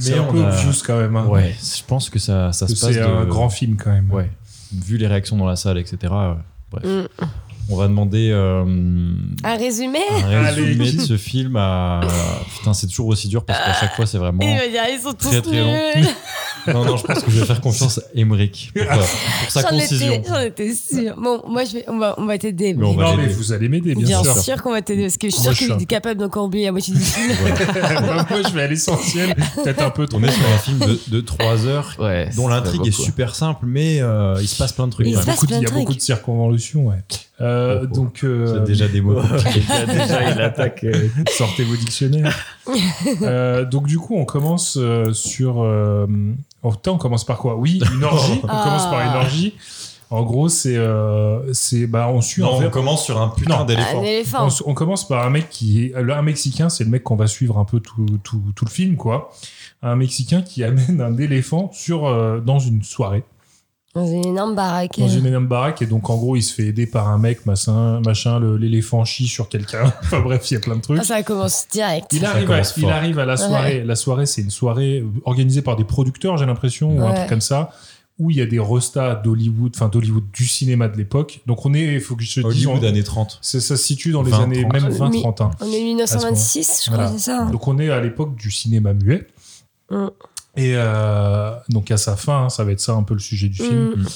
S8: C'est un
S5: on
S8: peu
S5: a-
S8: obvious quand même. hein.
S5: Ouais, je pense que ça, ça se
S8: Parce que
S5: passe.
S8: C'est
S5: de-
S8: un grand film quand même.
S5: Ouais. Vu les réactions dans la salle, etc. euh, bref.
S6: Mm.
S5: On va demander euh,
S6: Un résumé
S5: un
S8: Allez,
S5: résumé de
S8: Guy.
S5: ce film à. Putain, c'est toujours aussi dur parce qu'à chaque fois, c'est vraiment.
S6: Il va dire, Eh ben, ils sont tous
S5: Très, très long.
S6: nuls.
S5: Non, non, je pense que je vais faire confiance à Emmerich pour, euh, pour sa
S6: Ah. J'en
S5: concision.
S6: étais, j'en étais sûre. Bon, moi, je vais, on va, on va t'aider.
S5: Mais on va
S8: Non,
S5: l'aider.
S8: mais vous allez m'aider, bien,
S6: Bien
S8: sûr.
S6: sûr, qu'on va t'aider parce que je suis sûre
S8: Moi, je suis
S6: qu'il
S8: un-
S6: est capable d'encore oublier la moitié du film.
S8: Bah, moi, je vais à l'essentiel. Peut-être un peu trop.
S5: On est sur un film de, de 3 heures
S7: Ouais.
S5: dont
S7: ça
S5: l'intrigue
S7: va
S5: est
S7: beaucoup.
S5: super simple, mais euh, il se passe plein de trucs.
S6: Il
S5: quand
S6: se
S5: même.
S6: passe
S8: Beaucoup de-
S6: plein
S8: il y
S6: de
S8: a beaucoup
S6: trucs.
S8: de circonvolutions, ouais. Euh,
S5: Oh, oh.
S8: donc, euh,
S5: C'est déjà des mots.
S7: Déjà, déjà, il attaque. euh,
S8: sortez vos dictionnaires. Euh, donc, du coup, on commence euh, sur. euh, oh, putain, on commence par quoi Oui, une orgie. On
S6: Ah.
S8: commence par une orgie. En gros, c'est. euh, c'est- bah, on suit
S5: Non,
S8: en
S5: on
S8: vrai-
S5: commence sur un putain
S8: Non.
S5: d'éléphant.
S6: Un
S8: On,
S6: éléphant.
S8: s- on commence par un mec qui est le- un mexicain, c'est le mec qu'on va suivre un peu tout, tout, tout le film quoi. Un mexicain qui amène un éléphant sur euh, dans une soirée,
S6: Dans une énorme baraque.
S8: dans une énorme baraque et donc en gros il se fait aider par un mec machin, machin le- l'éléphant chie sur quelqu'un. enfin bref, il y a plein de trucs.
S6: Ah, ça commence direct.
S8: Il
S5: Ça
S8: arrive, à,
S5: commence
S8: il
S5: fort.
S8: arrive à la soirée. La soirée, c'est une soirée euh, organisée par des producteurs, j'ai l'impression, ou un
S6: Ouais.
S8: truc comme ça, où il y a des restas d'Hollywood, enfin d'Hollywood du cinéma de l'époque. Donc on est, il faut que je te dise, on-
S5: Hollywood années 30.
S8: ça, ça se situe dans les
S5: 20,
S8: années
S5: 30.
S8: même 20-30.
S6: Oui. On est 1926, je crois,
S8: Voilà.
S6: c'est ça. hein.
S8: Donc on est à l'époque du cinéma muet.
S6: Mm.
S8: Et euh, donc à sa fin, hein, ça va être ça un peu le sujet du film.
S5: Mm.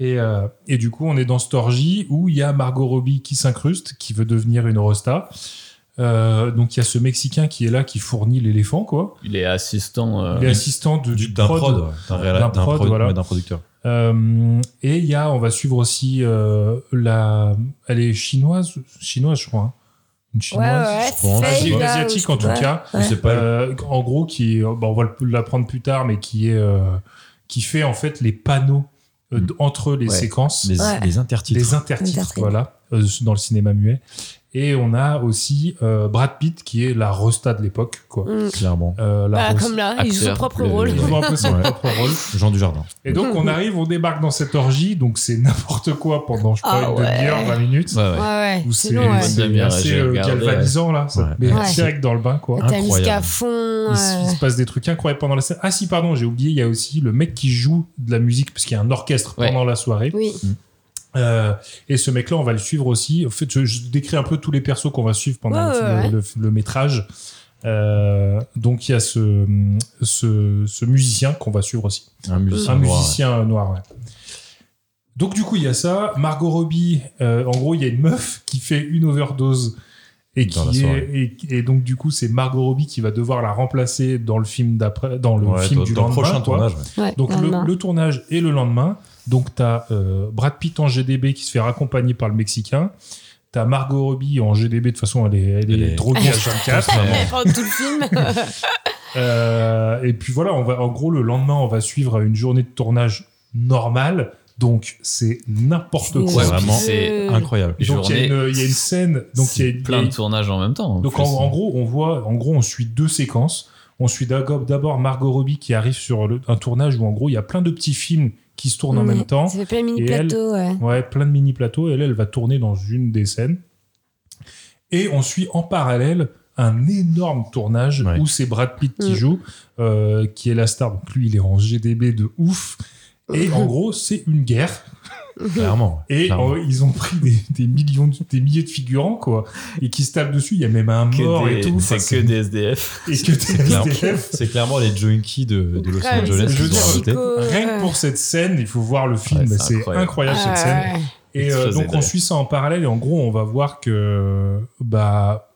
S8: Et, euh, et du coup, on est dans cette orgie où il y a Margot Robbie qui s'incruste, qui veut devenir une rosta. Euh, donc il y a ce Mexicain qui est là, qui fournit l'éléphant, quoi.
S7: Il est assistant. euh,
S8: Il est assistant de,
S5: Ah Du- D'un prod, ouais. D'un réel-
S8: D'un
S5: d'un
S8: prod,
S5: prod-
S8: voilà.
S5: ouais, d'un producteur.
S8: Euh, et il y a, on va suivre aussi euh, la, elle est chinoise, chinoise je crois. hein. Une
S6: Ouais, ouais,
S8: chinoise.
S6: ouais.
S5: pense.
S6: Fei
S8: Asiatique,
S6: Gao,
S8: asiatique en tout
S6: ouais.
S8: cas.
S5: Je sais pas.
S8: Euh, en gros, qui, euh, bah, on va le- l'apprendre plus tard, mais qui est, euh, qui fait en fait les panneaux euh, d- entre les
S7: Ouais.
S8: séquences,
S5: Mm. Les,
S6: Ouais.
S5: les intertitres.
S8: les intertitres,
S6: Intertitres.
S8: voilà, euh, dans le cinéma muet. Et on a aussi euh, Brad Pitt, qui est la resta de l'époque, quoi.
S6: Mm.
S5: Clairement.
S8: Euh, la
S6: Bah,
S8: rosta-
S6: comme là, il joue son
S7: Acteur,
S6: propre
S7: le-
S6: rôle.
S8: Il joue un peu son
S5: Ouais.
S8: propre rôle.
S5: Jean du Jardin.
S8: Et donc on arrive, on débarque dans cette orgie, donc c'est n'importe quoi pendant je crois
S6: Ah
S8: une
S6: ouais.
S8: demi-heure, 20 minutes.
S7: Ouais, ouais.
S6: Ouais, ouais.
S8: Où
S6: C'est
S8: c'est
S6: long, ouais.
S8: c'est
S7: Demi-heure,
S8: assez
S7: j'ai
S8: euh,
S7: regardé,
S8: galvanisant là, ça
S5: Ouais.
S8: te met
S6: Ouais.
S8: direct dans le bain quoi.
S6: T'as
S5: Incroyable.
S6: musique à fond.
S8: Il, s- il
S6: ouais.
S8: se passe des trucs incroyables pendant la scène. Ah si, pardon, j'ai oublié, il y a aussi le mec qui joue de la musique, parce qu'il y a un orchestre
S7: Ouais.
S8: pendant la soirée.
S6: Oui.
S8: Euh, et ce mec-là, on va le suivre aussi. En fait, je, je décris un peu tous les persos qu'on va suivre pendant
S6: Ouais,
S8: le,
S6: ouais,
S8: le- le- le métrage. Euh, donc il y a ce, ce, ce musicien qu'on va suivre aussi.
S5: Un musicien.
S8: Un
S5: noir,
S8: musicien noir, ouais. Donc du coup, il y a ça. Margot Robbie, euh, en gros, il y a une meuf qui fait une overdose. Et,
S5: Dans la
S8: qui
S5: soirée.
S8: est, et, et donc du coup c'est Margot Robbie qui va devoir la remplacer dans le film d'après dans le
S5: ouais. Ouais,
S8: film
S5: dans-
S8: du
S5: dans le
S8: lendemain
S5: prochain
S8: quoi.
S5: tournage. ouais.
S6: Ouais,
S8: donc
S6: non,
S8: le,
S6: non.
S8: le tournage et le lendemain donc t'as euh, Brad Pitt en GDB qui se fait raccompagner par le mexicain t'as Margot Robbie en GDB de toute façon elle est, elle
S5: Elle
S8: est
S5: est-
S8: droguée à 24
S5: Vraiment.
S6: Pendant tout le film.
S8: euh, et puis voilà, on va, en gros, le lendemain, on va suivre une journée de tournage normale. Donc, c'est n'importe
S6: C'est euh,
S8: quoi.
S5: Ouais, vraiment
S7: c'est
S5: Incroyable.
S8: Donc, il y, a
S7: journée.
S8: une- il y a une scène. Donc, il y a une-
S7: plein
S8: il y a-
S7: de tournages en même temps. en
S8: donc
S7: plus.
S8: en, en gros, on voit, en gros, on suit deux séquences. On suit d'abord d'abord Margot Robbie qui arrive sur le- un tournage où, en gros, il y a plein de petits films qui se tournent en
S6: Ouais,
S8: même temps.
S6: mm. Ça fait plein de mini
S8: Et
S6: plateaux, ouais.
S8: Ouais, plein de mini plateaux. Et elle, elle va tourner dans une des scènes. Et on suit en parallèle un énorme tournage
S5: Ouais.
S8: où c'est Brad Pitt qui
S6: Mm.
S8: joue, euh, qui est la star. Donc lui, il est en GDB de ouf. Et en gros, c'est une guerre.
S5: Clairement.
S8: Et
S5: clairement.
S8: euh, ils ont pris des, des millions, de- des milliers de figurants, quoi. Et qui se tapent dessus. Il y a même un mort
S7: Que
S8: et tout.
S7: des-
S8: Enfin,
S7: C'est que des SDF.
S8: et que des
S5: clair.
S8: SDF.
S5: C'est clairement les junkies de, de Los
S6: Grave,
S5: Angeles
S6: c'est
S5: qui
S8: Je veux
S5: sont
S8: dire,
S5: invités.
S6: psycho,
S8: Rien
S6: ouais.
S8: que pour cette scène, il faut voir le film.
S7: Ouais, c'est
S8: c'est
S7: incroyable.
S8: incroyable
S6: Ah,
S8: cette scène.
S6: ouais.
S8: Et euh,
S7: Explosé
S8: donc on
S7: d'ailleurs.
S8: suit ça en parallèle et en gros on va voir que bah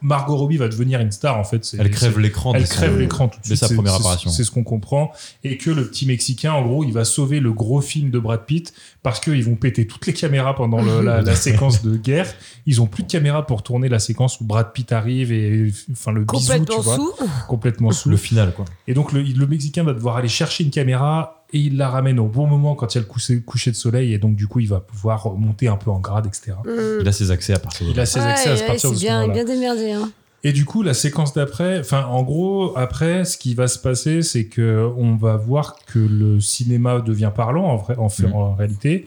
S8: Margot Robbie va devenir une star en fait. C'est-
S5: Elle crève
S8: c'est-
S5: l'écran.
S8: elle
S5: dès son-
S8: crève l'écran tout de
S5: dès
S8: suite.
S5: sa
S8: C'est-
S5: première
S8: c'est-
S5: apparition.
S8: C'est ce qu'on comprend et que le petit Mexicain en gros il va sauver le gros film de Brad Pitt parce qu'ils vont péter toutes les caméras pendant le- la, la séquence de guerre. Ils ont plus de caméras pour tourner la séquence où Brad Pitt arrive et enfin le bisou tu
S6: Complètement
S8: vois
S6: sous.
S8: complètement sous.
S5: Le final, quoi.
S8: Et donc le, le Mexicain va devoir aller chercher une caméra et il la ramène au bon moment quand il y a le coucher, coucher de soleil et donc du coup il va pouvoir monter un peu en grade, etc.
S6: Mm.
S5: Il a ses accès à partir de
S8: Il
S5: là.
S8: a ses
S6: Ouais,
S8: accès à
S6: ouais,
S8: se partir de
S6: c'est
S8: ce
S6: bien,
S8: moment-là.
S6: bien démerdé. Hein.
S8: Et du coup la séquence d'après, enfin en gros après ce qui va se passer c'est que on va voir que le cinéma devient parlant en vrai, en, fait,
S5: Mhm.
S8: en réalité.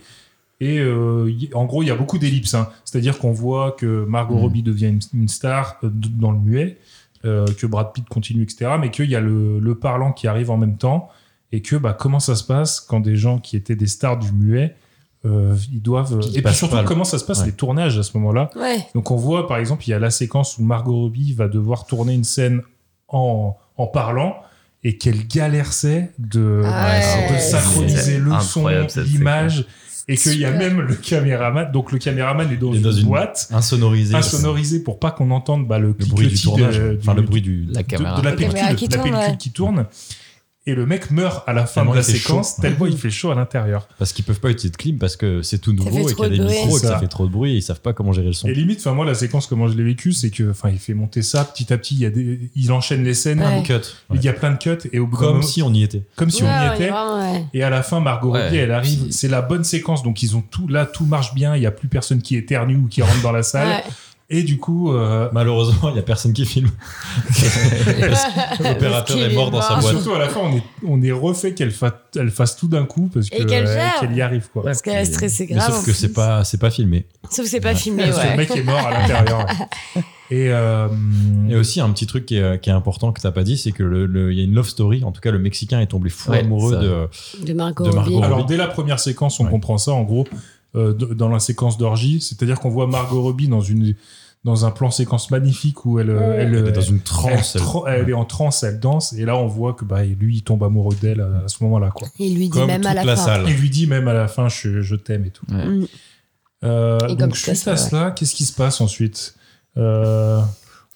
S8: Et euh, y- en gros, il y a beaucoup d'ellipses. hein. C'est-à-dire qu'on voit que Margot
S5: Mhm.
S8: Robbie devient une, une star euh, d- dans le muet, euh, que Brad Pitt continue, etc. Mais qu'il y a le, le parlant qui arrive en même temps et que bah, comment ça se passe quand des gens qui étaient des stars du muet, euh, ils doivent...
S5: Qui
S8: Et puis
S5: passent
S8: surtout,
S5: pas le-
S8: comment ça se passe
S5: Ouais.
S8: les tournages à ce moment-là.
S6: Ouais.
S8: Donc on voit, par exemple, il y a la séquence où Margot Robbie va devoir tourner une scène en, en parlant et quelle galère c'est de,
S6: Ah ouais.
S8: de synchroniser
S7: C'est
S8: le son,
S7: incroyable, cette
S8: l'image, et qu'il y a
S6: Super.
S8: même le caméraman. Donc le caméraman est dans,
S5: Il est dans
S8: une,
S5: une-
S8: boîte,
S5: Insonorisé.
S8: insonorisé pour pas qu'on entende bah, le,
S5: Le bruit du
S8: cliquetis
S5: tournage.
S8: de-
S5: Enfin, le
S8: du-
S5: bruit du.
S7: La
S8: de,
S7: caméra.
S8: de la
S6: La caméra
S8: pellicule,
S6: qui
S8: de la
S6: tourne,
S8: pellicule
S6: ouais.
S8: qui tourne. Et le mec meurt à la fin
S5: Tellement
S8: de la
S5: il fait
S8: séquence,
S5: chaud.
S8: tellement il fait chaud à l'intérieur.
S5: Parce qu'ils peuvent pas utiliser de clim parce que c'est tout
S6: fait
S5: nouveau et qu'il
S6: trop
S5: y a des
S6: de bruit.
S5: micros et que
S8: C'est ça.
S5: ça fait trop de bruit et ils savent pas comment gérer le son.
S8: Et limite, enfin moi la séquence comment je l'ai vécu, c'est que enfin il fait monter ça petit à petit. Il y a des, il enchaîne les scènes.
S6: Ouais.
S5: Cut. Ouais.
S8: Il y a plein de cuts et au bout d'un
S5: Comme
S8: moment-
S5: si on y était.
S8: comme si
S6: Ouais,
S8: on y
S6: ouais,
S8: était.
S6: vraiment, ouais.
S8: Et à la fin, Margot
S7: Ouais.
S8: Robbie, elle arrive. C'est la bonne séquence. Donc, ils ont tout, là, tout marche bien. Il n'y a plus personne qui éternue ou qui rentre dans la salle.
S6: Ouais.
S8: Et du coup, euh,
S5: Malheureusement, il y a personne qui filme. L'opérateur
S6: Parce qu'il
S5: est mort dans sa
S6: mort.
S5: boîte.
S8: surtout à la fin, on est, on est refait qu'elle fa- elle fasse tout d'un coup parce que,
S6: Et qu'elle
S8: euh,
S6: gère.
S8: qu'elle y arrive, quoi.
S6: Parce qu'elle a stressé
S5: Mais
S6: grave.
S5: sauf que c'est pas, c'est pas filmé.
S6: Sauf que c'est pas filmé,
S8: parce que le
S6: ouais.
S8: mec est mort à l'intérieur. et, euh,
S5: Il y a aussi un petit truc qui est, qui est important que t'as pas dit, c'est que le, le- il y a une love story. En tout cas, le Mexicain est tombé fou
S7: Ouais,
S5: amoureux
S7: ça.
S5: de.
S6: De Margot
S5: De Margot
S6: Robbie.
S8: alors, dès la première séquence, on
S5: Ouais.
S8: comprend ça, en gros, euh, d- dans la séquence d'orgie. C'est-à-dire qu'on voit Margot Robbie dans une, dans un plan séquence magnifique où elle, euh, elle,
S5: Elle est
S8: euh,
S5: dans une transe.
S8: elle, tra- elle est en transe, elle danse, et là on voit que bah, lui il tombe amoureux d'elle à, à ce moment-là. quoi.
S6: Il lui dit
S5: Comme
S6: même
S5: toute
S6: à
S5: la,
S6: la, fin.
S5: salle.
S8: Il lui dit même à la fin je, je t'aime et tout.
S7: Ouais.
S6: Mm.
S8: Euh,
S6: Et comme
S8: donc
S6: ça,
S8: suite à
S6: ouais.
S8: cela, qu'est-ce qui se passe ensuite Euh,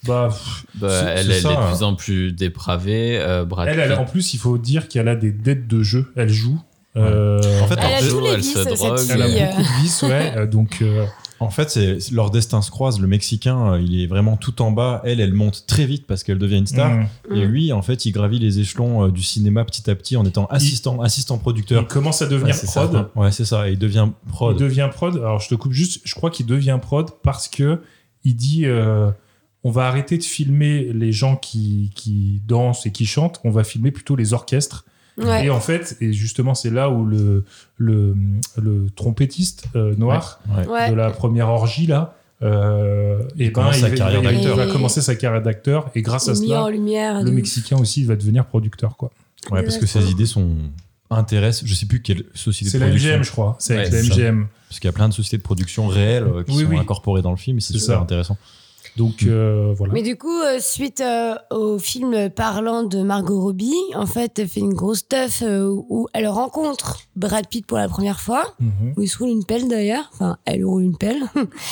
S8: bah, pff,
S7: Bah,
S8: C'est-
S7: elle,
S8: c'est
S7: elle
S8: ça,
S7: est
S8: hein.
S7: de plus en plus dépravée. euh, Brad
S8: elle, elle-
S7: Pitt,
S8: en plus il faut dire qu'elle a des dettes de jeu, elle joue. Euh,
S5: En fait,
S6: Elle a
S5: en,
S7: joue,
S6: tous les
S7: Ah, elle
S6: vices,
S7: se
S6: cette
S7: drogue,
S6: fille.
S8: elle a
S7: Oui,
S8: beaucoup de vices, ouais. euh, donc euh,
S5: en fait, c'est c'est- leur destin se croise. Le Mexicain, euh, il est vraiment tout en bas. Elle, elle monte très vite parce qu'elle devient une star.
S8: mm,
S5: Et lui, en fait, il gravit les échelons euh, du cinéma petit à petit en étant assistant, assistant
S8: il
S5: producteur.
S8: commence à devenir
S5: Ouais, c'est ça.
S8: prod.
S5: Ouais, c'est ça. Il devient prod.
S8: Il devient prod. Alors je te coupe juste, je crois qu'il devient prod parce que il dit euh, on va arrêter de filmer les gens qui, qui dansent et qui chantent, on va filmer plutôt les orchestres.
S6: euh, Ouais.
S8: Et en fait, et justement c'est là où le, le, le trompettiste euh, noir
S5: Ouais.
S6: Ouais.
S8: de la première orgie là, euh, et ben,
S5: commence
S8: il,
S5: sa
S8: va-
S5: carrière
S8: il va- il
S6: d'acteur.
S8: va commencer sa carrière d'acteur et grâce à
S6: Mis en
S8: cela,
S6: lumière.
S8: le
S6: de-
S8: Mexicain aussi il va devenir producteur quoi.
S5: Ouais, parce que ses idées sont intéressent. Je sais plus quelle société
S8: C'est
S5: de
S8: la
S5: production.
S8: MGM je crois, c'est avec
S7: Ouais,
S8: la
S5: c'est ça.
S8: MGM.
S5: Parce qu'il y a plein de sociétés de production réelles euh, qui
S8: Oui,
S5: sont
S8: oui.
S5: incorporées dans le film. Et c'est
S8: C'est
S5: super
S8: ça.
S5: intéressant.
S8: Donc euh, voilà.
S6: Mais du coup, euh, suite euh, au film parlant de Margot Robbie, en fait, elle fait une grosse teuf euh, où elle rencontre Brad Pitt pour la première fois,
S8: Mhm.
S6: où il se roule une pelle d'ailleurs. Enfin, elle roule une pelle.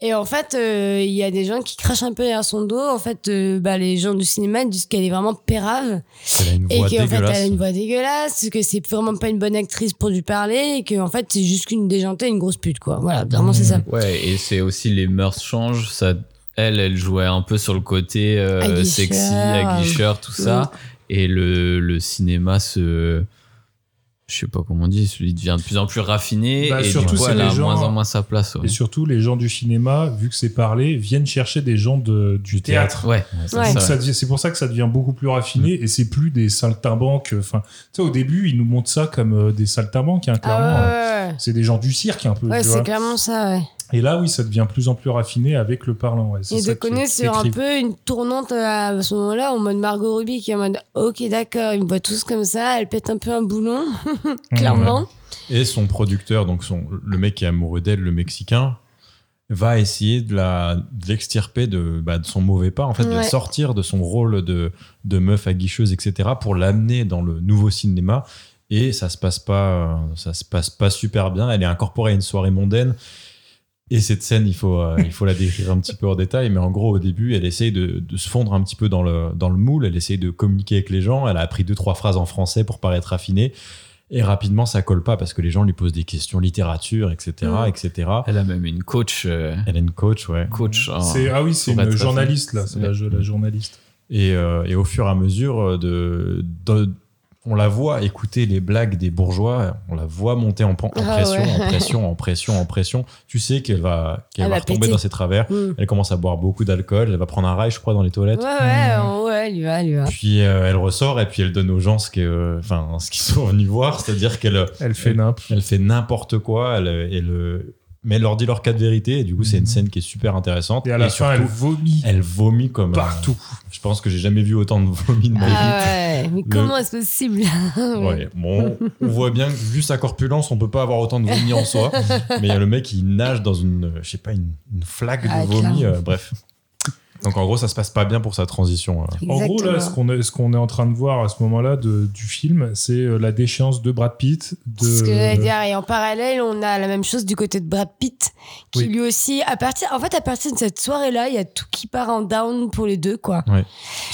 S6: Et en fait, euh, il y a des gens qui crachent un peu derrière son dos. En fait, euh, bah, les gens du cinéma disent qu'elle est vraiment pérave
S5: Elle a une
S6: et
S5: voix
S6: qu'en fait, elle
S5: dégueulasse.
S6: a une voix dégueulasse, que c'est vraiment pas une bonne actrice pour lui parler et qu'en fait, c'est juste qu'une déjantée, une grosse pute, quoi. Voilà, vraiment, c'est ça.
S8: Mmh.
S7: Ouais, et c'est aussi les mœurs changent. Ça, elle, elle jouait un peu sur le côté euh,
S6: Aguicheur.
S7: sexy, aguicheur, tout ça. Et le, le cinéma se. je sais pas comment on dit, celui devient de plus en plus raffiné
S8: Bah,
S7: et
S8: surtout,
S7: du coup,
S8: c'est
S7: elle
S8: les
S7: a
S8: gens-
S7: moins en moins sa place. ouais.
S8: Et surtout, les gens du cinéma, vu que c'est parlé, viennent chercher des gens de, du théâtre.
S7: Ouais, ouais, c'est
S6: Ouais.
S8: Donc
S7: ça. Mm.
S8: ça devient- C'est pour ça que ça devient beaucoup plus raffiné et c'est plus des saltimbanques. euh, Enfin, tu sais, au début, ils nous montrent ça comme euh, des saltimbanques, hein, clairement.
S6: Ah ouais, ouais,
S8: C'est des gens du cirque un peu.
S6: ouais. Ouais,
S8: tu vois.
S6: c'est clairement ça, ouais.
S8: Et là, oui, ça devient de plus en plus raffiné avec le parlant. Ouais, c'est
S6: Et
S8: ça
S6: de
S8: qui est
S6: connaître sur un
S8: écrit.
S6: peu une tournante euh, à à ce moment-là, en mode Margot Robbie, qui est en mode Ok, d'accord, ils me voient tous comme ça, elle pète un peu un boulon,
S8: Mmh,
S6: clairement.
S5: Et son producteur, donc son, le mec qui est amoureux d'elle, le Mexicain, va essayer de la- de l'extirper de, bah, de son mauvais pas, en fait, de la
S6: Ouais.
S5: sortir de son rôle de, de meuf aguicheuse, etc., pour l'amener dans le nouveau cinéma. Et ça se passe pas, euh, ça se passe pas super bien. Elle est incorporée à une soirée mondaine. Et cette scène, il faut, euh, il faut la décrire un petit peu en détail, mais en gros, au début, elle essaye de, de se fondre un petit peu dans le, dans le moule, elle essaye de communiquer avec les gens, elle a appris deux, trois phrases en français pour paraître raffinée, et rapidement, ça colle pas parce que les gens lui posent des questions littérature, etc.,
S6: Mm.
S5: etc.
S7: Elle a même une coach. euh,
S5: Elle a une coach, ouais.
S7: coach en-
S8: C'est- Ah oui, c'est
S7: Pour
S8: une
S7: être
S8: journaliste, là.
S7: raffiné.
S8: C'est la,
S7: Ouais.
S8: la journaliste.
S5: Et, euh, et au fur et à mesure euh, de, de- on la voit écouter les blagues des bourgeois, on la voit monter en, pan- en
S6: Ah
S5: pression,
S6: ouais.
S5: en pression, en pression, en pression. Tu sais qu'elle va, qu'elle
S6: Elle
S5: va
S6: va
S5: retomber
S6: péter.
S5: dans ses travers.
S6: Mm.
S5: Elle commence à boire beaucoup d'alcool, elle va prendre un rail, je crois, dans les toilettes.
S6: Ouais, ouais,
S8: Hmm.
S6: ouais, elle y va, elle y va.
S5: Puis euh, elle ressort et puis elle donne aux gens ce que, euh, enfin, ce qu'ils sont venus voir, c'est-à-dire qu'elle euh,
S8: Elle fait n'importe
S5: elle fait n'importe quoi, elle, euh, elle, euh, mais elle leur dit leur cas de vérité et du coup c'est une
S8: Mhm.
S5: scène qui est super intéressante.
S8: Et à la fin, elle
S5: surtout,
S8: vomit.
S5: elle, vomit comme euh,
S8: Partout.
S5: je pense que j'ai jamais vu autant de vomi de ma vie.
S6: Ah ouais, mais comment est-ce possible
S5: Ouais, bon, on voit bien que vu sa corpulence, on peut pas avoir autant de vomi en soi. Mais il y a le mec, il nage dans une, euh, je sais pas, une, une flaque de
S6: Ah,
S5: vomi.
S6: clairement.
S5: euh, bref. Donc en gros, ça se passe pas bien pour sa transition. euh.
S8: En gros, là, ce
S6: Exactement.
S8: qu'on est, ce qu'on est en train de voir à ce moment-là de- du film, c'est euh, la déchéance de Brad Pitt. De...
S6: C'est ce que j'allais dire. Et en parallèle, on a la même chose du côté de Brad Pitt, qui
S8: Oui.
S6: lui aussi, à partir, en fait, à partir de cette soirée-là, il y a tout qui part en down pour les deux, quoi.
S8: Parce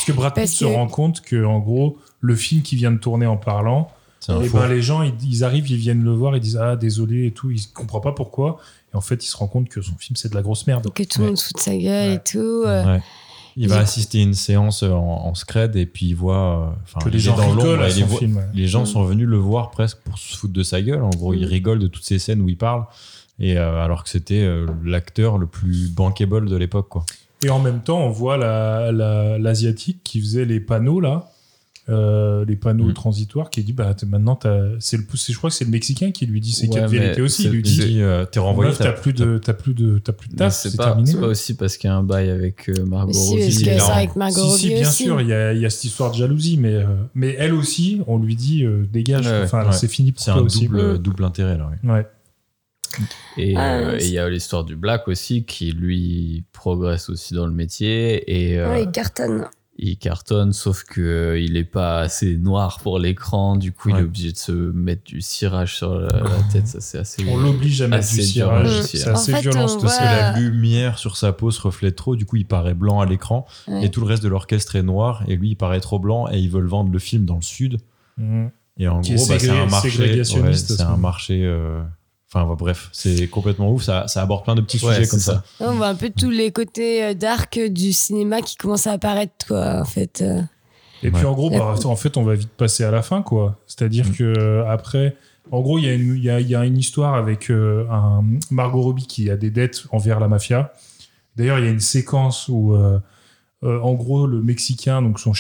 S8: que Brad Pitt
S6: Parce
S8: se
S6: que-
S8: rend compte que, en gros, le film qui vient de tourner en parlant,
S5: C'est un
S8: et
S5: faux.
S8: ben, les gens, ils, ils arrivent, ils viennent le voir, ils disent Ah, désolé et tout, ils comprennent pas pourquoi. Et en fait, ils se rendent compte que son film, c'est de la grosse merde.
S6: Que tout le
S8: Ouais.
S6: monde se fout de sa gueule
S8: Ouais.
S6: et tout. euh.
S5: Ouais. Il va
S6: Il-
S5: assister à une séance en, en scred et puis il voit. euh, Enfin,
S8: Que
S5: il
S8: les
S5: est
S8: gens
S5: dans
S8: rigolent
S5: l'ombre
S8: à
S5: et les,
S8: son
S5: voit-
S8: film. ouais.
S5: les
S7: Mm.
S5: gens sont venus le voir presque pour se foutre de sa gueule. En gros, il
S6: Mm.
S5: rigole de toutes ces scènes où il parle. Et euh, alors que c'était euh, l'acteur le plus bankable de l'époque, quoi.
S8: Et en même temps, on voit la- la- l'asiatique qui faisait les panneaux là, euh, les panneaux
S5: Mhm.
S8: transitoires, qui dit bah t'es- maintenant t'as- c'est le c'est- je crois que c'est le mexicain qui lui dit c'est
S7: Ouais,
S8: quatre
S7: mais
S8: vérités aussi,
S7: c'est-
S8: il lui
S5: Il
S8: dit
S5: dit, euh, t'es renvoyé.
S8: meuf t'as plus de t'as plus de t'as plus de
S7: Mais
S8: taf,
S7: c'est
S8: c'est
S7: pas,
S8: terminé. hein."
S7: c'est pas aussi parce qu'il y a un bail avec euh, Margot
S6: Si,
S7: Robbie.
S6: parce
S5: il
S6: que
S5: est
S6: ça
S5: marrant.
S6: avec Margot
S8: Si,
S6: Robbie
S8: si, bien
S6: aussi.
S8: sûr, il y, a, il y a cette histoire de jalousie, mais, euh, mais elle aussi, on lui dit euh, dégage,
S7: Ouais,
S8: enfin
S5: ouais.
S8: c'est fini pour
S5: C'est
S8: toi
S5: un
S8: aussi.
S5: double, double intérêt, là. oui.
S8: Ouais.
S7: Et
S6: Ah,
S7: euh, et il
S6: c'est-
S7: y a l'histoire du Black aussi qui lui progresse aussi dans le métier et euh,
S6: Ouais, il cartonne.
S7: il cartonne sauf que euh, il est pas assez noir pour l'écran du coup il
S5: Ouais.
S7: est obligé de se mettre du cirage sur la, la
S8: Oh.
S7: tête ça c'est assez
S8: On l'oblige à mettre
S7: Assez dur,
S8: du cirage,
S7: hein,
S8: c'est
S7: c'est-
S8: assez
S6: En fait,
S8: violent
S6: on
S8: cette
S6: voit-
S5: Parce que la
S6: Ouais.
S5: lumière sur sa peau se reflète trop, du coup il paraît blanc à l'écran,
S6: Ouais.
S5: et tout le reste de l'orchestre est noir, et lui il paraît trop blanc, et ils veulent vendre le film dans le sud.
S8: Mhm.
S5: Et en
S8: Qui
S5: gros,
S8: est
S5: bah, c'est
S8: ségré-
S5: un marché.
S8: ségrégationniste,
S5: ouais,
S8: à ce
S5: c'est un
S8: moment.
S5: marché. euh, Enfin bah, bref, c'est complètement ouf. Ça, ça aborde plein de petits
S7: Ouais,
S5: sujets
S7: c'est
S5: comme ça.
S6: Là, on voit un peu tous les côtés euh, dark du cinéma qui commencent à apparaître, quoi, en fait. euh.
S8: Et puis
S5: Ouais. Mm.
S8: en gros, bah, en fait, on va vite passer à la fin, quoi. C'est-à-dire que euh, après, en gros, il y, a une- il y a, il y a une histoire avec euh, un Margot Robbie qui a des dettes envers la mafia. D'ailleurs, il y a une séquence où, euh, euh, en gros, le Mexicain, donc son chéri,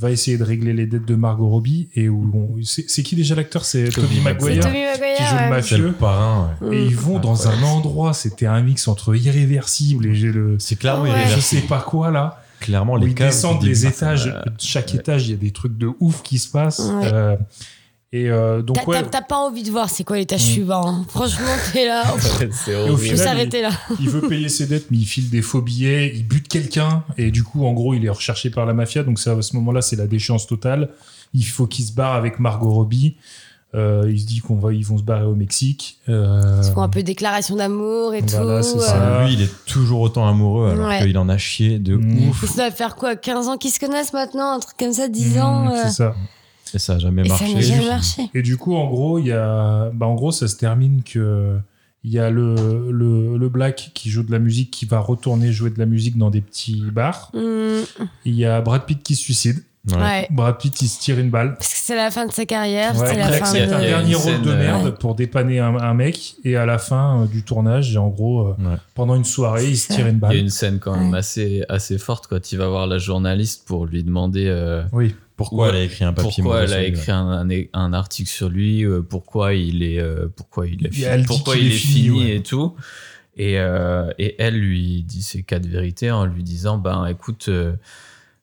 S8: va essayer de régler les dettes de Margot Robbie et où on- c'est c'est qui déjà l'acteur C'est
S7: Tobey
S8: Toby
S6: C'est
S8: Maguire. euh,
S6: Tommy
S8: qui joue le
S6: Maguire. ouais.
S5: C'est le
S8: mafieux.
S5: parrain. ouais.
S8: Et ils vont dans un endroit. C'était un mix entre irréversible et j'ai le
S5: C'est clairement
S6: Ouais.
S8: je
S5: irréversible.
S8: sais pas quoi là
S5: Clairement
S8: où
S5: les
S8: ils
S5: caves euh,
S8: descendent
S5: du
S8: les
S5: début.
S8: étages. Chaque étage, il y a des trucs de ouf qui se passent.
S6: Ouais.
S8: Euh, et euh,
S6: T'as
S8: donc, ouais, Hmm.
S6: t'as- t'as pas envie de voir c'est quoi l'étage suivant. hein. Franchement, t'es là.
S7: c'est
S8: et au
S6: On peut
S8: final,
S6: s'arrêter là.
S8: il veut payer ses dettes, mais il file des faux billets, il bute quelqu'un, et du coup, en gros, il est recherché par la mafia. Donc, ça, à ce moment-là, c'est la déchéance totale. Il faut qu'il se barre avec Margot Robbie. Euh, il se dit qu'on va, ils vont se barrer au Mexique. Euh,
S6: Ils font un peu déclaration d'amour et
S8: Voilà,
S6: tout.
S8: c'est ça.
S6: euh.
S5: Ah, Lui, il est toujours autant amoureux alors
S6: Ouais.
S5: qu'il en a chié de
S8: Mm.
S5: ouf.
S6: Ils doivent faire quoi 15 ans qu'ils se connaissent maintenant Un truc comme ça, 10 ans
S8: hmm,
S6: euh,
S8: c'est ça.
S5: Et ça a jamais
S6: Et ça
S5: marché.
S6: n'a jamais marché.
S8: Et du coup, en gros, il y a, bah, en gros, ça se termine que il y a le, le, le Black qui joue de la musique, qui va retourner jouer de la musique dans des petits bars.
S6: Hum,
S8: Il y a Brad Pitt qui se suicide.
S6: Ouais.
S8: Brad Pitt, il se tire une balle.
S6: Parce que c'est la fin de sa carrière,
S8: Ouais,
S6: c'est la
S8: après,
S6: fin
S7: c'est
S8: c'est
S6: de.
S8: un
S7: Il y a une
S8: dernier rôle de
S7: scène, euh,
S8: merde
S6: ouais.
S8: pour dépanner un, un mec. Et à la fin euh, du tournage, en gros, euh,
S5: Ouais.
S8: pendant une soirée, il se
S6: C'est
S8: tire une
S7: Il y a
S8: balle.
S7: une scène quand même assez, assez forte quand il va voir la journaliste pour lui demander euh,
S8: Oui.
S5: Pourquoi
S7: Ouais.
S5: elle a écri un papier
S7: pourquoi
S5: mauvais
S7: elle
S5: sur
S7: a
S5: lui, ouais.
S7: écrit un, un- un article sur lui, euh, pourquoi il est, euh, pourquoi il a
S8: Et
S7: fini,
S8: elle dit
S7: pourquoi
S8: qu'il
S7: il
S8: est
S7: est
S8: fini,
S7: fini,
S8: ouais.
S7: et tout. Et, euh, et elle lui dit ses quatre vérités en lui disant ben écoute euh,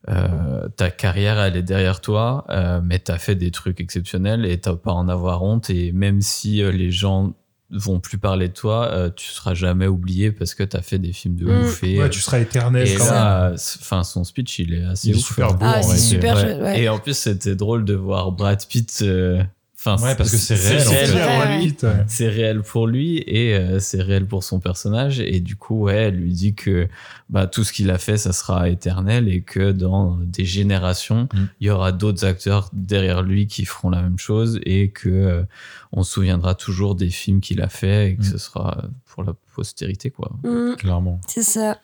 S7: euh, ta carrière elle est derrière toi euh, mais t'as fait des trucs exceptionnels et t'as pas à en avoir honte et même si euh, les gens vont plus parler de toi euh, tu seras jamais oublié parce que t'as fait des films de
S6: Mm.
S7: ouf et, euh,
S8: Ouais, tu seras éternel
S7: et
S8: quand
S7: là enfin son speech il est assez
S8: Il est
S7: ouf.
S8: super beau.
S6: Ah,
S8: en
S6: c'est
S8: vrai.
S6: super
S7: Ouais.
S6: chouette, ouais.
S7: Et en plus, c'était drôle de voir Brad Pitt. euh, Enfin,
S5: Ouais, parce que c'est
S8: C'est
S5: réel, en
S8: super
S6: fait.
S8: Brad
S6: Ouais, ouais.
S8: Pitt, ouais.
S7: C'est réel pour lui et euh, c'est réel pour son personnage. Et du coup, ouais, elle lui dit que bah, tout ce qu'il a fait, ça sera éternel et que dans des générations,
S5: Mm.
S7: il y aura d'autres acteurs derrière lui qui feront la même chose et que euh, on se souviendra toujours des films qu'il a fait et que
S5: Mm.
S7: ce sera pour la postérité, quoi.
S6: Mm,
S5: Clairement.
S6: c'est ça.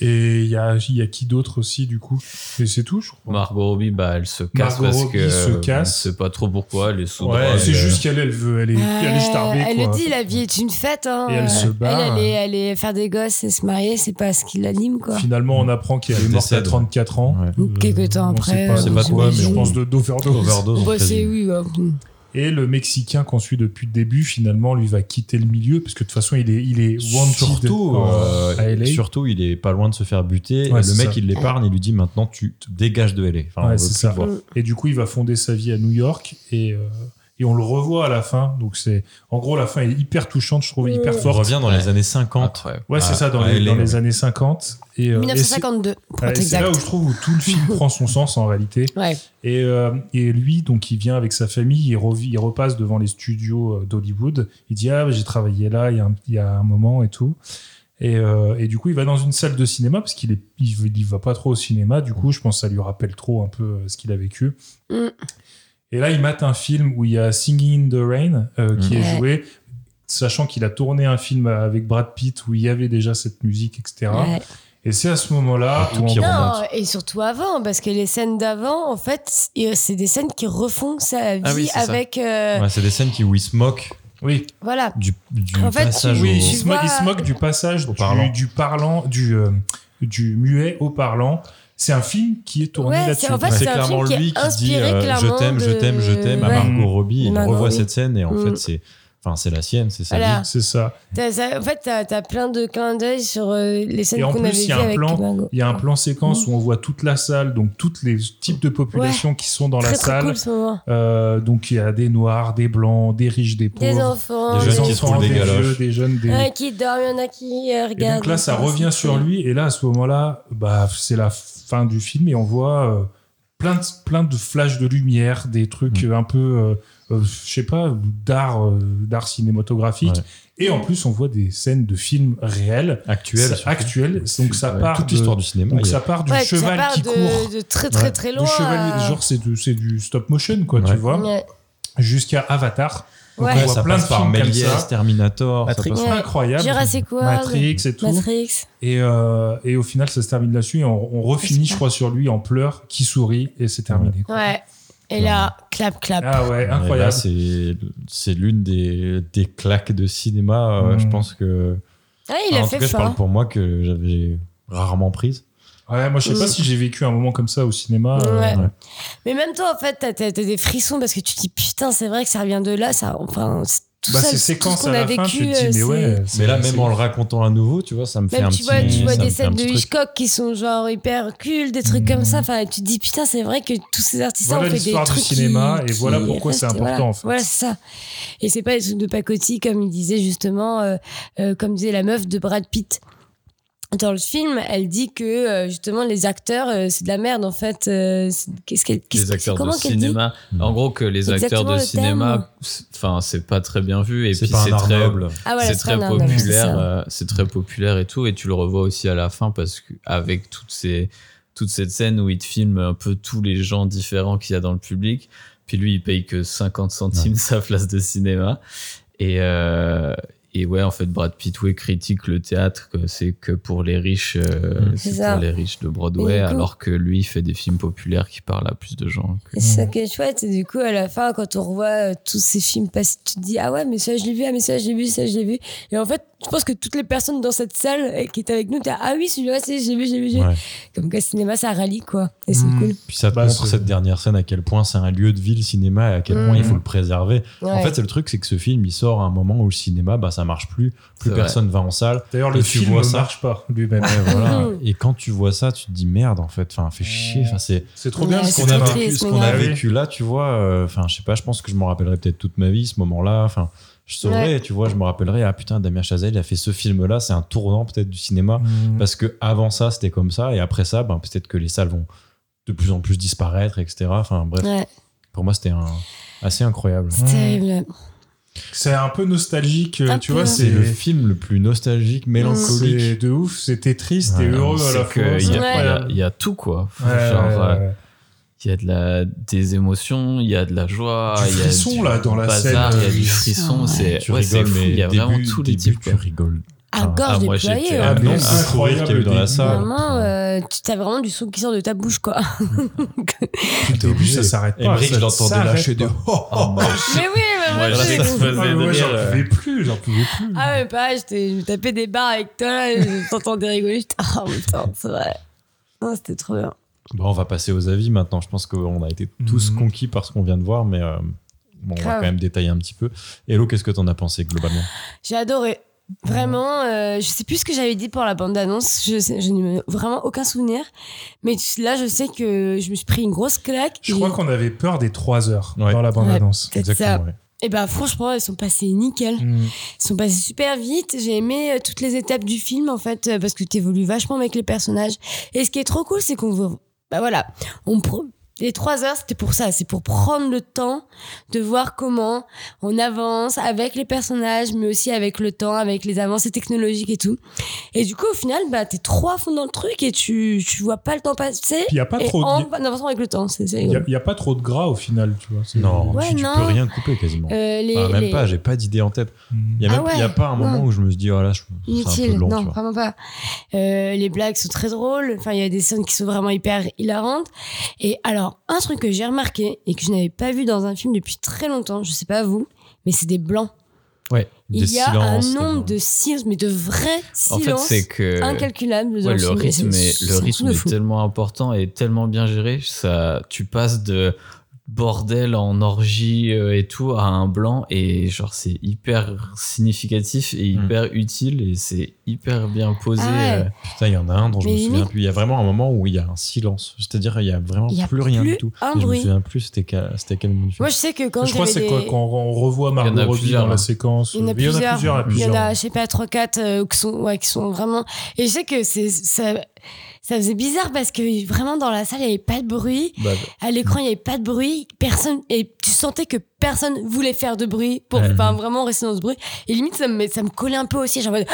S8: Et il y a, il y a qui d'autre aussi, du coup Et c'est tout, je crois.
S7: Margot Robbie, bah, elle se casse
S8: Margot
S7: parce
S8: Robbie
S7: que
S8: se
S7: euh,
S8: casse.
S7: on sait pas trop pourquoi. Elle est sous
S8: Ouais,
S7: drogue,
S8: c'est
S7: euh,
S8: juste qu'elle, elle veut, elle est, elle est starbée,
S6: Euh, elle
S8: quoi.
S6: le dit, la vie est une fête. hein.
S8: Et elle se barre.
S6: Elle, aller, aller faire des gosses et se marier, c'est pas ce qui l'anime, quoi.
S8: Finalement, on apprend qu'elle est
S5: Elle
S8: morte à
S5: décède.
S8: 34 ans.
S5: Ouais.
S6: Ou quelques temps
S8: on
S6: après,
S8: sait
S6: euh,
S8: pas,
S5: on
S8: de
S5: sait
S8: quoi,
S5: pas,
S8: mais je
S5: mais
S8: pense
S5: on-
S8: de d'overdose.
S5: Overdose. on
S6: Bah, c'est
S5: présume.
S6: oui, ouais.
S8: Et le Mexicain qu'on suit depuis le début, finalement, lui va quitter le milieu parce que de toute façon, il est, il est wanted
S5: Surtout,
S8: en-
S5: euh,
S8: Oh. à LA.
S5: surtout, il est pas loin de se faire buter.
S8: Ouais,
S5: et le
S8: c'est
S5: mec,
S8: ça.
S5: il l'épargne. Il lui dit maintenant, tu te dégages de LA. Enfin, on
S8: Ouais,
S5: veut
S8: c'est
S5: plus
S8: ça.
S5: te
S6: Euh,
S5: voir.
S8: Et du coup, il va fonder sa vie à New York et, euh, et on le revoit à la fin. Donc c'est, en gros, la fin est hyper touchante, je trouve, hyper
S5: On
S8: forte.
S5: revient dans
S7: Ouais.
S5: les années 50.
S7: incroyable.
S8: Ouais, c'est
S5: à-
S8: ça, dans,
S5: à
S8: les,
S5: LA,
S8: dans les
S5: ouais.
S8: années 50. Et, euh, et c'est-
S6: 1952, pour
S8: ouais,
S6: être
S8: c'est là
S6: exact.
S8: où je trouve où tout le film prend son sens en réalité.
S6: Ouais.
S8: Et, euh, et lui, donc, il vient avec sa famille, il, revi- il repasse devant les studios euh, d'Hollywood. Il dit Ah, j'ai travaillé là il y, a un, il y a un moment et tout. Et, euh, et du coup, il va dans une salle de cinéma parce qu'il est, il, veut- il va pas trop au cinéma. Du coup, je pense que ça lui rappelle trop un peu euh, ce qu'il a vécu.
S6: Mm.
S8: Et là, il mate un film où il y a Singing in the Rain euh, qui
S6: Mm.
S8: est
S6: Ouais.
S8: joué, sachant qu'il a tourné un film avec Brad Pitt où il y avait déjà cette musique, etc.
S6: Ouais.
S8: Et c'est à ce moment-là
S5: Un tout
S8: où
S5: petit
S8: on-
S5: roman.
S6: Non,
S5: remonte.
S6: et surtout avant, parce que les scènes d'avant, en fait, c'est euh, c'est des scènes qui refont sa vie
S7: Ah oui, c'est ça.
S6: avec. euh,
S5: Ouais, c'est des scènes qui, où il se moque
S8: Oui,
S6: Voilà.
S5: du, du
S6: En fait,
S5: passage
S8: oui,
S5: au-
S8: il,
S6: tu
S8: se mo-
S6: vois-
S8: il se moque du passage du
S5: parlant.
S8: du parlant, du, euh, du muet au parlant. C'est un film qui est tourné
S6: Ouais,
S8: là-dessus.
S6: c'est- en fait,
S5: Ouais, c'est
S6: un film
S5: clairement
S6: qui est
S5: lui qui dit
S6: inspiré
S5: euh, je
S6: clairement
S5: t'aime, je
S6: de-
S5: t'aime, je t'aime à
S6: Ouais.
S5: Margot Robbie. Il
S6: Non, non,
S5: revoit
S6: oui.
S5: cette scène et en
S6: Mm.
S5: fait, c'est enfin, c'est la sienne, c'est sa
S6: Voilà.
S5: vie.
S8: C'est ça.
S6: T'as- ça- en fait, t'as as plein de clins d'œil sur euh, les scènes
S8: Et en
S6: qu'on
S8: plus,
S6: avait
S8: il y
S6: vues
S8: a un
S6: avec
S8: plan-
S6: Margot.
S8: Il y a un plan
S6: Mm.
S8: séquence où on voit toute la salle, donc tous les types de populations qui sont dans
S6: très,
S8: la
S6: très
S8: salle.
S6: cool ce moment.
S8: Euh, donc il y a des noirs, des blancs, des riches, des pauvres,
S6: Des enfants,
S5: Des
S8: des
S5: jeunes qui se
S8: enfants,
S5: roulent des galoches.
S8: vieux, des jeunes, des,
S6: Il y en a qui dorment, il y en a qui euh,
S8: Et
S6: regardent.
S8: donc là, ça
S6: Enfin,
S8: revient
S6: c'est
S8: sur
S6: cool.
S8: lui. Et là, à ce moment-là, bah, c'est la fin du film et on voit euh, plein, de, plein de flashs de lumière, des trucs
S5: Mm.
S8: euh, un peu, euh, euh, je sais pas, d'art, euh, d'art cinématographique.
S5: Ouais.
S8: Et en plus, on voit des scènes de films réels,
S5: Actuelle.
S8: ça-
S5: surtout.
S8: actuels. Donc ça
S5: Ouais,
S8: part
S5: toute
S8: de-
S5: l'histoire du cinéma.
S8: donc
S5: il y a-
S8: ça part du
S6: Ouais, puis
S8: cheval
S6: ça part
S8: qui
S6: de,
S8: court.
S6: de très très
S5: Ouais.
S6: très
S8: Du
S6: loin.
S8: chevalier,
S6: à-
S8: genre c'est du, c'est du stop motion, quoi, tu
S5: Ouais.
S8: vois,
S6: Ouais.
S8: jusqu'à Avatar. Donc
S6: Ouais.
S8: on
S5: Ouais,
S8: voit
S5: ça
S8: plein de
S5: passe par
S8: films comme
S5: Méliès,
S8: ça.
S5: Terminator. ça
S8: Matrix,
S5: passe-
S6: Ouais.
S8: incroyable.
S6: Jurassic World,
S8: Matrix et tout.
S6: Matrix.
S8: Et, euh, et au final, ça se termine là-dessus. et On, on
S6: Ah,
S8: refinit, je crois, sur lui en pleurs, qui sourit, et c'est terminé. quoi.
S6: Ouais. Et là, clap clap.
S8: Ah ouais,
S5: Et là,
S8: incroyable.
S5: Eh bah, ben, c'est c'est l'une des, des claques de cinéma. euh,
S8: Mm.
S5: Je pense que.
S6: Ah, il
S5: Enfin,
S6: a
S5: en tout
S6: fait
S5: cas, je parle
S6: fort.
S5: pour moi que j'avais rarement prise.
S8: ouais, moi, je sais pas
S6: Mm.
S8: si j'ai vécu un moment comme ça au cinéma. euh,
S6: Ouais.
S5: ouais.
S6: Mais même toi, en fait, t'as t'as- t'as des frissons parce que tu te dis putain, c'est vrai que ça revient de là. Ça, enfin, c'est tout
S8: bah,
S6: ça,
S8: ces
S6: tout
S8: séquences
S6: ce qu'on
S8: à
S6: a
S8: la
S6: vécu.
S8: fin, tu te
S6: euh,
S8: dis, mais
S6: c'est-
S8: ouais. c'est-
S5: Mais là,
S8: c'est-
S5: même en le racontant à nouveau, tu vois, ça me fait
S6: Même
S5: un
S6: tu
S5: petit.
S6: vois, tu vois
S5: ça me
S6: des
S5: fait un
S6: scènes de
S5: petit truc.
S6: Hitchcock qui sont genre hyper cool, des trucs comme ça. Enfin, tu te dis putain, c'est vrai que tous ces artistes
S8: Mmh. Voilà
S6: ont fait des
S8: l'histoire du
S6: trucs
S8: cinéma
S6: qui-
S8: et voilà
S6: qui
S8: pourquoi c'est
S6: restent, et voilà.
S8: important, en fait.
S6: Voilà, c'est ça. Et c'est pas des trucs de pacotille comme il disait justement, euh, euh, comme disait la meuf de Brad Pitt. Dans le film, elle dit que euh, justement les acteurs, euh, c'est de la merde en fait. euh, c'est- Qu'est-ce qu'elle qu'est-ce-
S7: les acteurs de
S6: comment qu'elle dit
S7: cinéma. En gros, que les
S6: Exactement
S7: acteurs de
S6: le terme.
S7: cinéma, c'est- enfin, c'est pas très bien vu. Et puis,
S5: C'est pas
S7: c'est
S5: un art
S7: très,
S5: noble.
S6: Ah, voilà,
S7: c'est
S6: c'est
S7: très
S6: pas un arnaque, c'est ça.
S7: populaire. euh, C'est très populaire et tout. Et tu le revois aussi à la fin parce que avec toutes ces, toute cette scène où il te filme un peu tous les gens différents qu'il y a dans le public. Puis lui, il paye que 50 centimes sa place de cinéma. Et, euh, Et ouais, en fait, Brad Pitt ouais, critique le théâtre, que c'est que pour les riches, euh,
S6: Mmh. C'est
S7: c'est
S6: ça.
S7: pour les riches de Broadway,
S6: Et du coup-
S7: alors que lui il fait des films populaires qui parlent à plus de gens. que-
S6: Et c'est ça qui est chouette. Et du coup, à la fin, quand on revoit euh, tous ces films passés, tu te dis Ah ouais, mais ça, je l'ai vu, ah, mais ça, je l'ai vu, ça, je l'ai vu. Et en fait, je pense que toutes les personnes dans cette salle euh, qui étaient avec nous, t'es Ah oui, celui-là, c'est, j'ai vu, j'ai vu, j'ai vu.
S5: Ouais.
S6: Comme quoi, le cinéma, ça rallie, quoi. Et c'est
S8: Mm.
S6: cool.
S5: Puis ça te
S8: Bah,
S5: montre
S8: c'est-
S5: cette dernière scène à quel point c'est un lieu de vie, le cinéma, et à quel
S6: Mm.
S5: point il faut le préserver. En
S6: Ouais.
S5: fait, c'est le truc, c'est que ce film, il sort à un moment où le cinéma, bah, ça marche plus, plus
S7: C'est vrai.
S5: personne va en salle.
S8: D'ailleurs, le
S5: Et tu
S8: film
S5: vois
S8: ne
S5: ça.
S8: marche pas lui-même.
S5: Ouais, voilà.
S6: Mm.
S5: Et quand tu vois ça, tu te dis merde, en fait, enfin, fait chier. Enfin, c'est
S8: C'est trop
S6: Ouais, Ah
S8: bien ce
S6: c'est
S8: qu'on
S6: très
S8: a.
S5: a
S6: triste.
S8: marqué.
S5: vécu, ce
S6: mais
S5: qu'on a
S8: grave.
S7: Ah
S5: vécu là, tu vois. euh, Enfin, je sais pas, je pense que je m'en rappellerai peut-être toute ma vie, ce moment-là. Enfin, je saurais, tu vois, je me rappellerai, ah putain, Damien Chazelle, il a fait ce film-là, c'est un tournant peut-être du cinéma. Parce que avant ça, c'était comme ça, et après ça, ben, peut-être que les salles vont de plus en plus disparaître, etc. Enfin, bref.
S6: Ouais,
S5: Pour moi, c'était un... assez incroyable.
S6: c'est terrible.
S8: C'est un peu nostalgique, euh,
S6: Un
S8: tu
S6: peu.
S8: vois.
S5: C'est
S8: C'est
S5: le film le plus nostalgique,
S8: c'est
S5: mélancolique.
S8: de ouf. C'était triste et
S5: Ouais,
S8: heureux à
S7: C'est
S8: la
S7: que
S8: fois.
S7: il y,
S8: C'est
S7: a- il
S6: Ouais.
S7: y a-
S8: incroyable.
S7: il y a tout quoi.
S8: Ouais,
S7: Genre,
S8: ouais,
S7: euh,
S8: ouais.
S7: il y a de la, des émotions, il y a de la joie,
S8: Du
S7: il y a
S8: frisson, là, dans la
S7: bazar,
S8: scène. euh, ah,
S7: il y a du frisson, c'est
S5: Tu
S7: ouais, c'est
S5: rigoles,
S7: fou,
S5: mais
S7: il y a
S5: début,
S7: vraiment tous les
S5: début,
S7: types.
S5: tu
S7: quoi.
S5: rigoles.
S6: À gorge
S7: moi,
S6: déployée.
S7: j'étais-
S6: hein.
S5: Ah,
S8: mais
S5: non,
S8: c'est
S5: un sourire qu'il y a eu dans la
S8: incroyable,
S5: salle.
S6: Vraiment, euh, tu t'as vraiment du son qui sort de ta bouche, quoi.
S8: Depuis le début, ça s'arrête
S7: Ah,
S8: pas.
S5: Emmerich,
S8: ça
S5: je l'entendais
S8: s'arrête
S5: lâcher des.
S8: pas.
S5: Oh, oh, moi,
S6: mais oui, mais
S7: Ouais,
S6: moi,
S7: là, ça
S6: j'ai-
S7: me
S8: Ah,
S7: faisait
S8: mais
S7: de
S8: ouais,
S7: rire,
S8: j'en
S7: euh.
S8: pouvais plus, j'en pouvais plus.
S6: Ah ouais, pareil, je t'ai- je tapais des barres avec toi, je t'entendais rigoler, j'étais « Oh putain, c'est vrai. Non, C'était trop bien.
S5: Bon, Bah, on va passer aux avis maintenant. Je pense qu'on a été tous
S8: Mhm.
S5: conquis par ce qu'on vient de voir, mais euh, bon, on va
S6: Grave.
S5: quand même détailler un petit peu. Hello, qu'est-ce que t'en as pensé globalement
S6: J'ai adoré. Vraiment, euh, je sais plus ce que j'avais dit pour la bande-annonce, je, sais- je n'ai vraiment aucun souvenir. Mais tu- là, je sais que je me suis pris une grosse claque.
S8: Je crois
S6: et,
S8: qu'on avait peur des 3 heures
S5: Ouais.
S8: dans la bande-annonce.
S6: Ouais, peut-être ça.
S5: ouais.
S6: et ben franchement, elles sont passées nickel.
S8: Mm.
S6: Ils sont passés super vite. J'ai aimé euh, toutes les étapes du film, en fait, euh, parce que tu évolues vachement avec les personnages. Et ce qui est trop cool, c'est qu'on vous. Bah voilà. On pro- Les trois heures, c'était pour ça. C'est pour prendre le temps de voir comment on avance avec les personnages, mais aussi avec le temps, avec les avancées technologiques et tout. Et du coup, au final, bah, t'es trop à fond dans le truc et tu, tu vois pas le temps passer.
S8: Puis il n'y a pas
S6: et
S8: trop
S6: en
S8: de.
S6: en avançant avec le temps. C'est c'est
S8: Il
S6: rigolo.
S8: n'y a, pas trop de gras au final, tu vois. C'est-
S5: Non,
S6: Ouais,
S5: tu, tu
S6: non.
S5: peux rien couper quasiment.
S6: Euh, les-
S8: Bah,
S5: Ah, même
S6: les-
S5: pas, j'ai pas d'idée en tête.
S8: Mm.
S5: Il n'y a,
S6: Ah
S5: même- il y a
S6: ouais,
S5: pas un moment
S6: non.
S5: où je me suis dit, oh là, je- c'est un peu
S6: Inutile,
S5: long. tu
S6: non,
S5: vois.
S6: vraiment pas. Euh, les blagues sont très drôles. Enfin, il y a des scènes qui sont vraiment hyper hilarantes. Et alors, un truc que j'ai remarqué et que je n'avais pas vu dans un film depuis très longtemps, je sais pas vous, mais c'est des blancs.
S5: Des
S6: il y a
S5: silences,
S6: un
S5: des-
S6: nombre de silences, mais de vrais
S7: En fait,
S6: silences
S7: c'est que
S6: incalculables. dans
S7: Ouais, le
S6: film. Et
S7: rythme,
S6: c'est-
S7: est, le
S6: c'est un truc
S7: rythme
S6: de
S7: est
S6: fou.
S7: tellement important et tellement bien géré. Ça, tu passes de bordel en orgie euh, et tout à un blanc et genre c'est hyper significatif et
S8: Hmm.
S5: Mm.
S7: hyper utile et c'est hyper bien posé.
S6: Ah ouais.
S7: euh.
S5: Putain, il y en a un dont je
S6: Mais
S5: me souviens
S6: limite-
S5: plus. Il y a vraiment un moment où il y a un silence. C'est-à-dire, il y a vraiment
S6: Il y a
S5: plus rien
S6: plus
S5: du tout.
S6: un
S5: Et je me
S6: bruit.
S5: souviens plus, c'était quel, c'était quel moment du film.
S6: Moi, je sais que quand
S8: je crois que
S6: j'avais
S8: c'est
S6: des-
S8: quoi quand on revoit
S7: Il y en a
S8: Margot Robbie
S7: plusieurs,
S8: dans la
S7: hein.
S8: séquence
S6: Il y en a
S8: mais il y en a
S6: plusieurs.
S8: plusieurs, à
S6: Il y
S8: plusieurs.
S6: en a, je sais pas, 3-4 qui, sont, ouais, qui sont vraiment. Et je sais que c'est, ça, ça faisait bizarre parce que vraiment dans la salle, il n'y avait pas de bruit.
S5: Bah,
S6: À l'écran, il n'y avait pas de bruit. Personne, et tu sentais que personne voulait faire de bruit pour
S5: Ouais.
S6: enfin, vraiment rester dans ce bruit. Et limite, ça me, ça me collait un peu aussi. J'en mode, oh,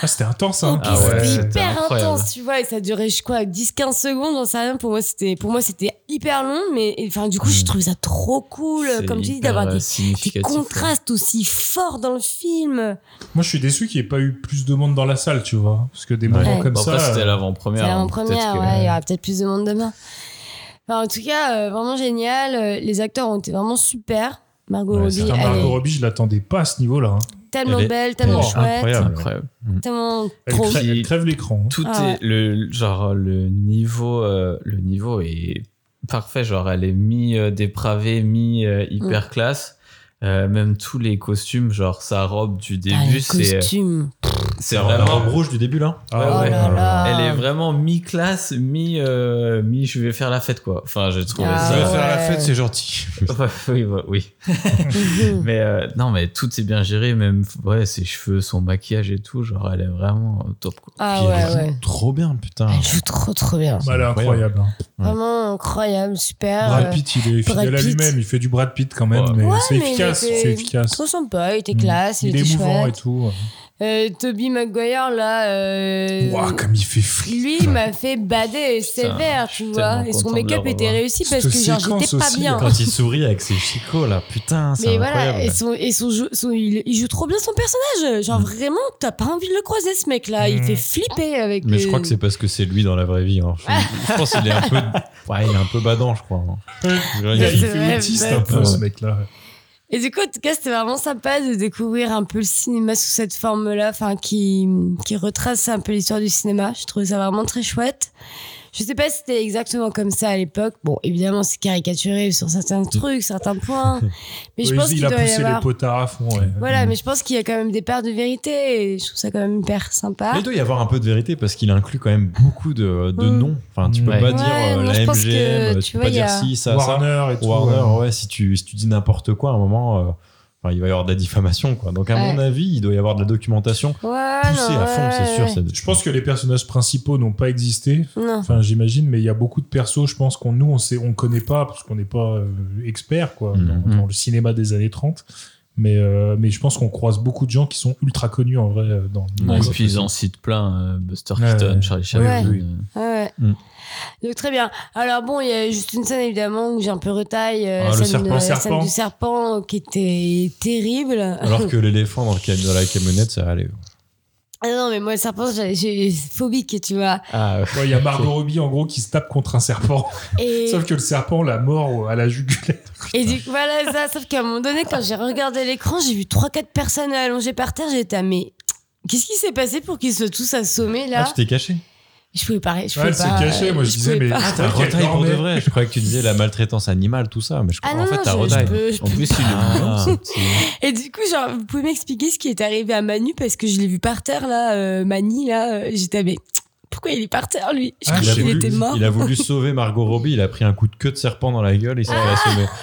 S8: Ah, c'était intense hein.
S7: Ah ouais,
S6: c'était
S7: c'était
S6: hyper
S7: incroyable.
S6: intense, tu vois. Et ça durait, je crois, 10-15 secondes, j'en sais rien. Pour moi, c'était, pour moi, c'était hyper long. Mais et, enfin, du coup, je
S5: Mm.
S6: trouve ça trop cool,
S7: C'est
S6: comme tu dis,
S7: hyper,
S6: d'avoir
S7: euh,
S6: des, des
S7: significatif, ouais.
S6: contrastes aussi forts dans le film.
S8: moi je suis déçu qu'il n'y ait pas eu plus de monde dans la salle tu vois parce que des moments
S6: Ouais.
S8: comme
S7: Bon,
S8: ça
S7: après, c'était
S8: euh,
S7: l'avant-première.
S6: C'est
S7: hein,
S6: en
S7: peut-être
S6: première,
S7: que-
S6: ouais, il y aura peut-être plus de monde demain. Enfin, en tout cas, euh, vraiment génial. Euh, Les acteurs ont été vraiment super. Margot
S5: Ouais, c'est
S6: Robbie,
S8: putain,
S6: elle
S8: Margot
S6: est
S8: Robbie je l'attendais pas à ce hein. niveau là
S6: tellement
S5: Elle est-
S6: belle, tellement
S8: elle est
S6: chouette,
S7: C'est
S5: incroyable.
S7: incroyable.
S6: tellement
S8: elle,
S6: trop.
S8: crè-
S7: Puis-
S8: elle crève l'écran hein.
S7: Tout
S6: Ah ouais.
S7: est le genre le niveau euh, le niveau est parfait genre elle est mi euh, dépravée mi euh,
S6: Mm.
S7: hyper classe. Euh, même tous les costumes, genre sa robe du
S6: Ah,
S7: début,
S6: les
S7: c'est euh,
S6: costumes.
S7: c'est
S5: la
S7: vraiment
S5: robe rouge du début, là
S8: Ah
S6: Oh
S8: ouais.
S6: là là.
S7: Elle est vraiment mi-classe, mi, euh, mi, je vais faire la fête, quoi. Enfin, j'ai trouvé
S6: Ah
S5: Ça
S6: ouais.
S5: va faire la fête, c'est gentil.
S7: ça. oui, ouais, oui.
S6: Mhm.
S7: Mais euh, non, mais tout est bien géré, même ouais, ses cheveux, son maquillage et tout. Genre, elle est vraiment au top, quoi.
S6: Ah
S5: Puis elle
S6: ouais, Ah,
S5: joue
S6: ouais.
S5: Trop bien, putain.
S6: Elle joue trop, trop bien.
S8: Bah, elle est incroyable hein.
S6: Vraiment incroyable, super.
S8: Brad
S6: euh,
S8: Pitt il est
S6: Brad
S8: fidèle à
S6: Pitt.
S8: lui-même il fait du Brad Pitt quand même
S7: Ouais.
S8: mais
S6: Ouais,
S8: c'est
S6: mais il
S8: efficace
S6: était
S8: c'est efficace
S6: Trop sympa, il était
S8: Mm.
S6: classe, il,
S8: il est
S6: était
S8: émouvant et
S6: chouette.
S8: tout
S6: Euh, Toby Maguire, là. euh,
S8: Ouah, comme il fait flic.
S6: lui, il m'a fait bader sévère,
S7: je suis
S6: tu vois.
S7: tellement
S6: Et son
S7: content de le
S6: make-up était
S7: revoir.
S6: réussi parce
S8: Cette
S6: que, genre, j'étais
S8: séquence
S6: pas
S8: aussi,
S6: bien.
S5: Quand il sourit avec ses chicots là, putain, c'est
S6: Mais voilà, et,
S5: incroyable.
S6: son, et son, jeu- son- il, il joue trop bien son personnage. Genre, vraiment, t'as pas envie de le croiser, ce mec-là. Il
S8: Mm.
S6: fait flipper avec
S5: Mais je
S6: les-
S5: crois que c'est parce que c'est lui dans la vraie vie. hein. Je, je pense qu'il est un peu, ouais, il est un peu badant, je crois. hein.
S8: Il
S6: C'est
S8: fait
S6: vrai,
S8: autiste
S6: peut-être.
S8: un peu, ce mec-là.
S6: Et du coup, en tout cas, c'était vraiment sympa de découvrir un peu le cinéma sous cette forme-là, enfin, qui, qui retrace un peu l'histoire du cinéma. Je trouvais ça vraiment très chouette. Je sais pas si c'était exactement comme ça à l'époque. Bon, évidemment, c'est caricaturé sur certains trucs, certains points. Mais je
S8: Oui,
S6: pense qu'il
S8: il a
S6: doit y
S8: poussé les
S6: avoir.
S8: potards à fond, ouais.
S6: Voilà, mais je pense qu'il y a quand même des parts de vérité et je trouve ça quand même hyper sympa.
S5: Mais il doit y avoir un peu de vérité parce qu'il inclut quand même beaucoup de, de
S6: Mm.
S5: noms. Enfin, tu peux
S7: Ouais.
S5: pas
S6: Ouais,
S5: dire euh,
S6: moi, je
S5: la
S6: pense que,
S5: MGM,
S6: tu
S5: tu peux
S6: vois,
S5: pas
S6: il y
S5: dire
S6: a-
S5: si, ça, ça.
S8: Warner et tout.
S5: Warner,
S8: ouais.
S5: ouais, si tu, si tu dis n'importe quoi, à un moment, euh, enfin, il va y avoir de la diffamation, quoi. Donc, à
S6: Ouais.
S5: mon avis, il doit y avoir de la documentation
S6: Ouais,
S5: poussée
S6: non,
S5: à fond,
S6: ouais,
S5: c'est sûr.
S6: ouais.
S5: c'est-
S8: Je pense que les personnages principaux n'ont pas existé.
S6: Non.
S8: Enfin, j'imagine, mais il y a beaucoup de persos, je pense qu'on nous, on sait, on connaît pas parce qu'on n'est pas euh, expert, quoi,
S5: Mhm.
S8: dans, dans le cinéma des années 30. Mais, euh, mais je pense qu'on croise beaucoup de gens qui sont ultra connus en vrai. euh, Dans, dans
S7: Et
S8: les-
S7: puis ils en citent plein, euh, Buster
S8: Ouais,
S7: Keaton,
S8: ouais.
S7: Charlie Chaplin.
S8: oui.
S7: euh,
S6: Ouais, ouais.
S5: Mm.
S6: Donc très bien. Alors bon, il y a juste une scène évidemment où j'ai un peu retaille euh, la,
S8: Ah, le
S6: scène,
S8: serpent.
S6: de- la scène
S8: Serpent.
S6: du serpent euh, qui était terrible.
S5: Alors que l'éléphant dans, le cam- dans la camionnette, ça allait.
S6: Ah non mais moi le serpent j'ai- j'ai phobique tu vois.
S7: Ah, ouais.
S8: Ouais, Il y a Margot Robbie en gros qui se tape contre un serpent.
S6: Et,
S8: Sauf que le serpent la mord à la jugulaire.
S6: et du coup voilà ça. Sauf qu'à un moment donné quand j'ai regardé l'écran j'ai vu trois quatre personnes allongées par terre j'étais ah, mais qu'est-ce qui s'est passé pour qu'ils soient tous assommés
S5: Ah,
S6: là
S5: tu t'es caché
S6: Je pouvais pas. Je
S8: Ouais,
S6: pouvais
S8: elle s'est
S6: pas,
S8: cachée.
S6: euh,
S8: Moi je, disais,
S6: pouvais
S8: mais.
S6: pas.
S8: Ah,
S5: T'as retaille pour de vrai. Je croyais que tu disais la maltraitance animale, tout ça. Mais je crois
S6: Ah non,
S5: en fait,
S6: non,
S5: t'as
S6: je- je
S5: retaille.
S6: peux- je
S7: En plus, il est
S5: Ah.
S7: mignon, ce petit-
S6: Et du coup, genre, vous pouvez m'expliquer ce qui est arrivé à Manu parce que je l'ai vu par terre là, euh, Mani là, euh, j'étais mais pourquoi il est par terre lui Je
S8: Ah,
S6: crois
S5: il, a
S6: qu'il
S5: voulu,
S6: était mort.
S5: il a voulu sauver Margot Robbie, il a pris un coup de queue de serpent dans la gueule et il s'est fait